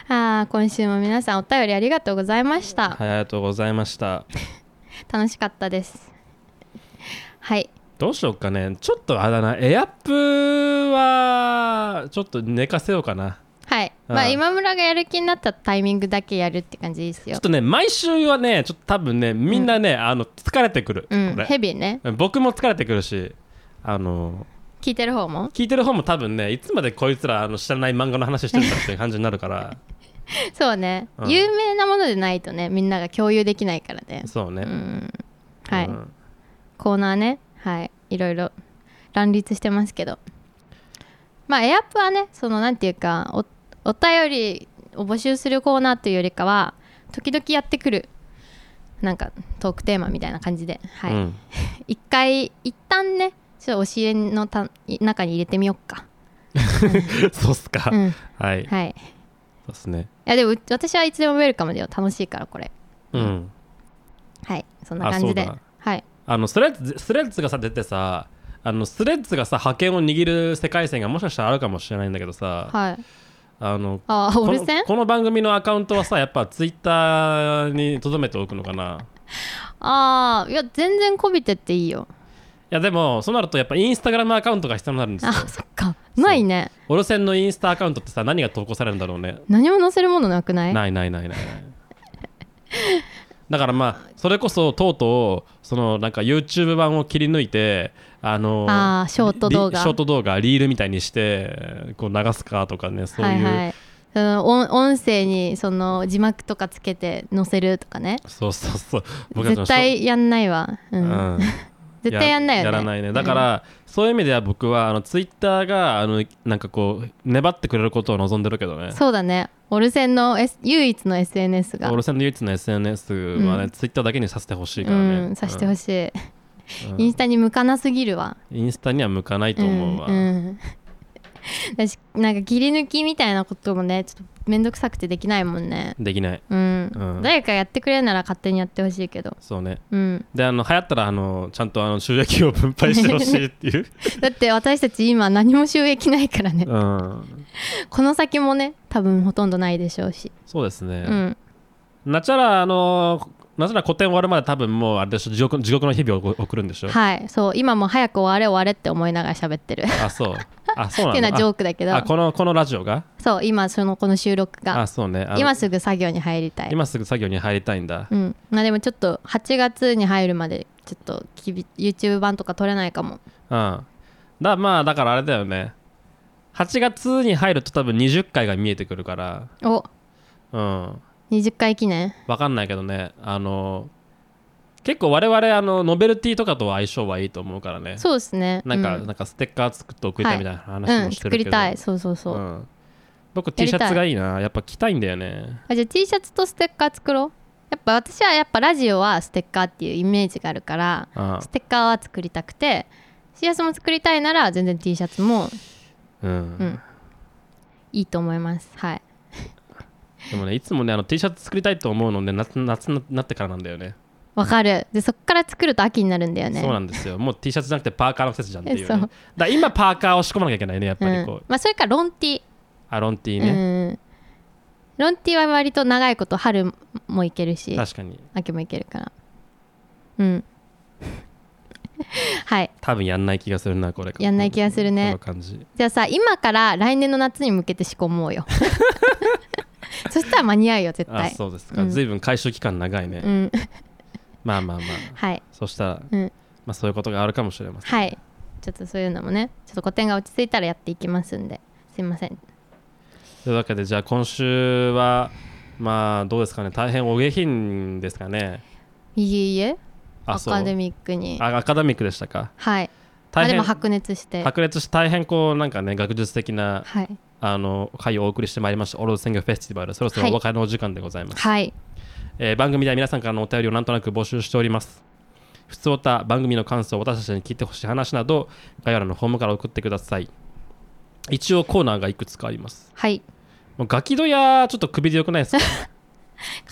Speaker 1: あー今週も皆さんお便りありがとうございました、
Speaker 2: はいありがとうございました
Speaker 1: 楽しかったですはい
Speaker 2: どうしようかねちょっとあれだなエアップはちょっと寝かせようかな
Speaker 1: はい、
Speaker 2: うん
Speaker 1: まあ今村がやる気になったタイミングだけやるって感じです
Speaker 2: ちょ
Speaker 1: よ
Speaker 2: っとね毎週はねちょっと多分ねみんなね、あの疲れてくる、
Speaker 1: うん
Speaker 2: これ
Speaker 1: ヘビーね
Speaker 2: 僕も疲れてくるしあの
Speaker 1: 聞いてる方も
Speaker 2: 聞いてる方も多分ねいつまでこいつらあの知らない漫画の話してるんだっていう感じになるから
Speaker 1: そうね、
Speaker 2: うん
Speaker 1: 有名なものでないとねみんなが共有できないからね
Speaker 2: そう
Speaker 1: *laughs*
Speaker 2: ね、
Speaker 1: うんはい、
Speaker 2: うん
Speaker 1: コーナーねはいいろいろ乱立してますけどまあエアップはねそのなんていうかおお便りを募集するコーナーというよりかは時々やってくるなんかトークテーマみたいな感じではい、
Speaker 2: うん
Speaker 1: 一回一旦ねちょっと押し入れのた中に入れてみようか、
Speaker 2: そうっすか、
Speaker 1: うん、
Speaker 2: はい、そう
Speaker 1: はいい
Speaker 2: っすね
Speaker 1: やでもう私はいつでもウェルカムだよ楽しいからこれ
Speaker 2: うん
Speaker 1: はいそんな感じ
Speaker 2: あ
Speaker 1: で
Speaker 2: そうだ
Speaker 1: はい
Speaker 2: あのスレッズスレッズがさ出てさあのスレッズがさ覇権を握る世界線がもしかしたらあるかもしれないんだけどさ、
Speaker 1: はい
Speaker 2: あの
Speaker 1: ああ
Speaker 2: こ
Speaker 1: オル
Speaker 2: の
Speaker 1: セン
Speaker 2: この番組のアカウントはさやっぱツイッターに留めておくのかな
Speaker 1: ああいや全然こびてっていいよ
Speaker 2: いやでもそうなるとやっぱインスタグラムアカウントが必要になるんですよ
Speaker 1: あそっかないね
Speaker 2: オルセンのインスタアカウントってさ何が投稿されるんだろうね
Speaker 1: 何も載せるものなくない
Speaker 2: ないないないないないだからまあそれこそとうとうそのなんか YouTube 版を切り抜いてあの
Speaker 1: あーショート動画
Speaker 2: リショート動画リールみたいにしてこう流すかとかねそう、
Speaker 1: はいいうはいその音音声にその字幕とかつけて載せるとかね
Speaker 2: そうそうそう僕たちの
Speaker 1: 絶対やんないわ、う
Speaker 2: ショ
Speaker 1: ん
Speaker 2: うん
Speaker 1: 絶対やんないよね
Speaker 2: やらないねだから、そういう意味では僕はあのツイッターがあのなんかこう粘ってくれることを望んでるけどね
Speaker 1: そうだねオルセンの、S、唯一の SNS が
Speaker 2: オールセンの唯一の SNS はね、
Speaker 1: うん
Speaker 2: ツイッターだけにさせてほしいからね、
Speaker 1: うんさしてほ
Speaker 2: し
Speaker 1: しい、
Speaker 2: い、
Speaker 1: インスタに向かなすぎるわ
Speaker 2: インスタには向かないと思うわ、
Speaker 1: んん *laughs* 私なんか切り抜きみたいなこともねちょっと面倒くさくてできないもんね
Speaker 2: できない
Speaker 1: うん、
Speaker 2: うん
Speaker 1: 誰かやってくれるなら勝手にやってほしいけど
Speaker 2: そうね
Speaker 1: うん
Speaker 2: であの流行ったらあのちゃんとあの収益を分配してほしいって
Speaker 1: *laughs*
Speaker 2: いう、
Speaker 1: だって私たち今何も収益ないからね
Speaker 2: うん、
Speaker 1: この先もね多分ほとんどないでしょうし、
Speaker 2: そうですね、
Speaker 1: うん
Speaker 2: ナチャラあのナチャラ個展終わるまで多分もうあれでしょ地獄地獄の日々を送るんでしょ
Speaker 1: はいそう今も早く終われ終われって思いながら喋ってる
Speaker 2: あそうあそう
Speaker 1: っ
Speaker 2: な
Speaker 1: てい
Speaker 2: ん
Speaker 1: うの
Speaker 2: だ
Speaker 1: はジョークだけど
Speaker 2: あこのこのラジオが
Speaker 1: そう今そのこの収録が
Speaker 2: あそうねあの
Speaker 1: 今すぐ作業に入りたい
Speaker 2: 今すぐ作業に入りたいんだ
Speaker 1: うんまあでもちょっと8月に入るまでちょっときび YouTube 版とか撮れないかも
Speaker 2: うんだまあだからあれだよね8月に入ると多分20回が見えてくるから
Speaker 1: お
Speaker 2: うん
Speaker 1: 20回記念
Speaker 2: わかんないけどねあの結構我々あのノベルティとかとは相性はいいと思うからね
Speaker 1: そうですね
Speaker 2: なんか、
Speaker 1: う
Speaker 2: なんかステッカー作って送りたいみたいな話
Speaker 1: う
Speaker 2: も
Speaker 1: ん、
Speaker 2: して
Speaker 1: 作
Speaker 2: る
Speaker 1: り
Speaker 2: けど、
Speaker 1: たいそうそうそう、
Speaker 2: うん僕
Speaker 1: や
Speaker 2: T
Speaker 1: り
Speaker 2: シ
Speaker 1: たい
Speaker 2: ャツがいいなやっぱ着たいんだよね
Speaker 1: あじゃあ T シャツとステッカー作ろうやっぱ私はやっぱラジオはステッカーっていうイメージがあるから
Speaker 2: あ
Speaker 1: ステッカーは作りたくて T シャツも作りたいなら全然 T シャツも
Speaker 2: うん、
Speaker 1: うんいいと思いますはい
Speaker 2: でもねいつもねあの T シャツ作りたいと思うので夏夏になってからなんだよね
Speaker 1: わかるでそっから作ると秋になるんだよね
Speaker 2: そうなんですよもう T シャツじゃなくてパーカーの季節じゃんっていう,、ね、
Speaker 1: えそう
Speaker 2: だから今パーカーを仕込まなきゃいけないねやっぱりこう、
Speaker 1: うんまあ、それかロンティ
Speaker 2: アロンティーね、
Speaker 1: うんロンティは割と長いこと春もいけるし
Speaker 2: 確かに
Speaker 1: 秋もいけるからうん *laughs* はい
Speaker 2: 多分やんない気がするなこれ
Speaker 1: やんない気がするね
Speaker 2: この感じ
Speaker 1: じゃあさ今から来年の夏に向けて仕込
Speaker 2: *laughs*
Speaker 1: もうよそしたら間に合うよ絶
Speaker 2: あ
Speaker 1: 対
Speaker 2: そうですか、
Speaker 1: うん
Speaker 2: ずいぶん回収期間長いね、
Speaker 1: うん
Speaker 2: まあまあまあ
Speaker 1: はい
Speaker 2: そしたら、
Speaker 1: うん
Speaker 2: まあ、そういうことがあるかもしれません
Speaker 1: はいちょっとそういうのもねちょっと古典が落ち着いたらやっていきますんですいません
Speaker 2: というわけでじゃあ今週はまあどうですかね大変お下品ですかね
Speaker 1: いえいえア
Speaker 2: そう
Speaker 1: カデミックに
Speaker 2: あアカデミックでしたか
Speaker 1: はいあ
Speaker 2: 大
Speaker 1: で
Speaker 2: 変
Speaker 1: も白熱して
Speaker 2: 白熱して大変こうなんかね学術的な
Speaker 1: はい
Speaker 2: あの会をお送りしてまいりましたオロズ鮮魚フェスティバルそろそろお別れのお時間でございます、
Speaker 1: はい
Speaker 2: えー番組では皆さんからのお便りをなんとなく募集しております普通た番組の感想私たちに聞いてほしい話など概要欄のフォームから送ってください一応コーナーがいくつかあります
Speaker 1: はい
Speaker 2: もうガキドヤちょっと首でよくな
Speaker 1: *laughs*
Speaker 2: いですか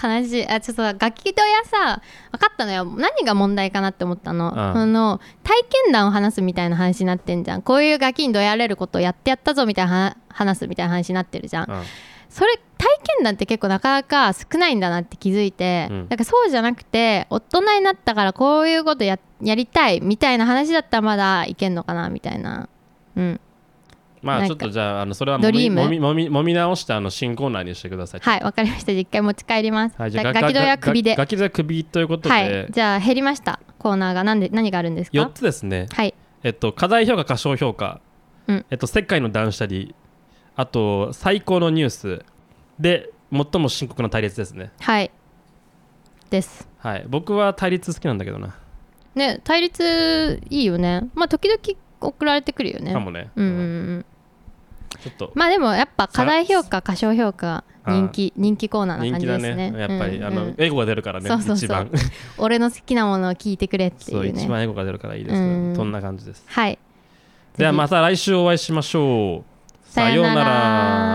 Speaker 1: 悲しいあちょっとガキドヤさ分かったのよ何が問題かなって思ったの、
Speaker 2: うん
Speaker 1: その体験談を話すみたいな話になってんじゃんこういうガキにどやれることをやってやったぞみたいなは話すみたいな話になってるじゃん、それ体験談って結構なかなか少ないんだなって気づいて、
Speaker 2: うん
Speaker 1: だからそうじゃなくて大人になったからこういうことややりたいみたいな話だったらまだいけんのかなみたいなうん
Speaker 2: ま
Speaker 1: な
Speaker 2: あ
Speaker 1: んか
Speaker 2: ちょっとじゃああのそれは
Speaker 1: ド
Speaker 2: も
Speaker 1: リ
Speaker 2: み
Speaker 1: ーム
Speaker 2: もみもみもみ直してあの新コーナーにしてください
Speaker 1: はいわかりましたじゃあ一回持ち帰ります、
Speaker 2: はいじゃあ
Speaker 1: ガキドヤ首で
Speaker 2: ガガキドヤ首ということで、
Speaker 1: はいじゃあ減りましたコーナーが何で何があるんです
Speaker 2: 4
Speaker 1: か
Speaker 2: つですね
Speaker 1: はい
Speaker 2: えっと、課題評価、過小評価、
Speaker 1: うん
Speaker 2: えっと、世界の断捨離、あと、最高のニュースで、最も深刻な対立ですね。
Speaker 1: はいです
Speaker 2: はい、僕は対立好きなんだけどな。
Speaker 1: ね対立いいよねまあ時々送られてくるよね
Speaker 2: かもね。
Speaker 1: うんうん
Speaker 2: うん
Speaker 1: うん
Speaker 2: ちょっと
Speaker 1: まあでもやっぱ課題評価過小評価人気人気コーナーな
Speaker 2: 人
Speaker 1: 感
Speaker 2: 気
Speaker 1: じ
Speaker 2: だ
Speaker 1: です
Speaker 2: ね。
Speaker 1: ね
Speaker 2: やっぱり、
Speaker 1: うん
Speaker 2: あ
Speaker 1: う
Speaker 2: の
Speaker 1: ん
Speaker 2: エゴが出るからね、
Speaker 1: そうそうそう
Speaker 2: 一番。
Speaker 1: 俺の好きなものを聞いてくれって
Speaker 2: そ、
Speaker 1: いうう
Speaker 2: 一
Speaker 1: ね
Speaker 2: 番エゴが出るからいいですね。
Speaker 1: うん
Speaker 2: そんな感じです。
Speaker 1: はい
Speaker 2: では、ま
Speaker 1: た
Speaker 2: た来週お会いしましょう。
Speaker 1: さようなら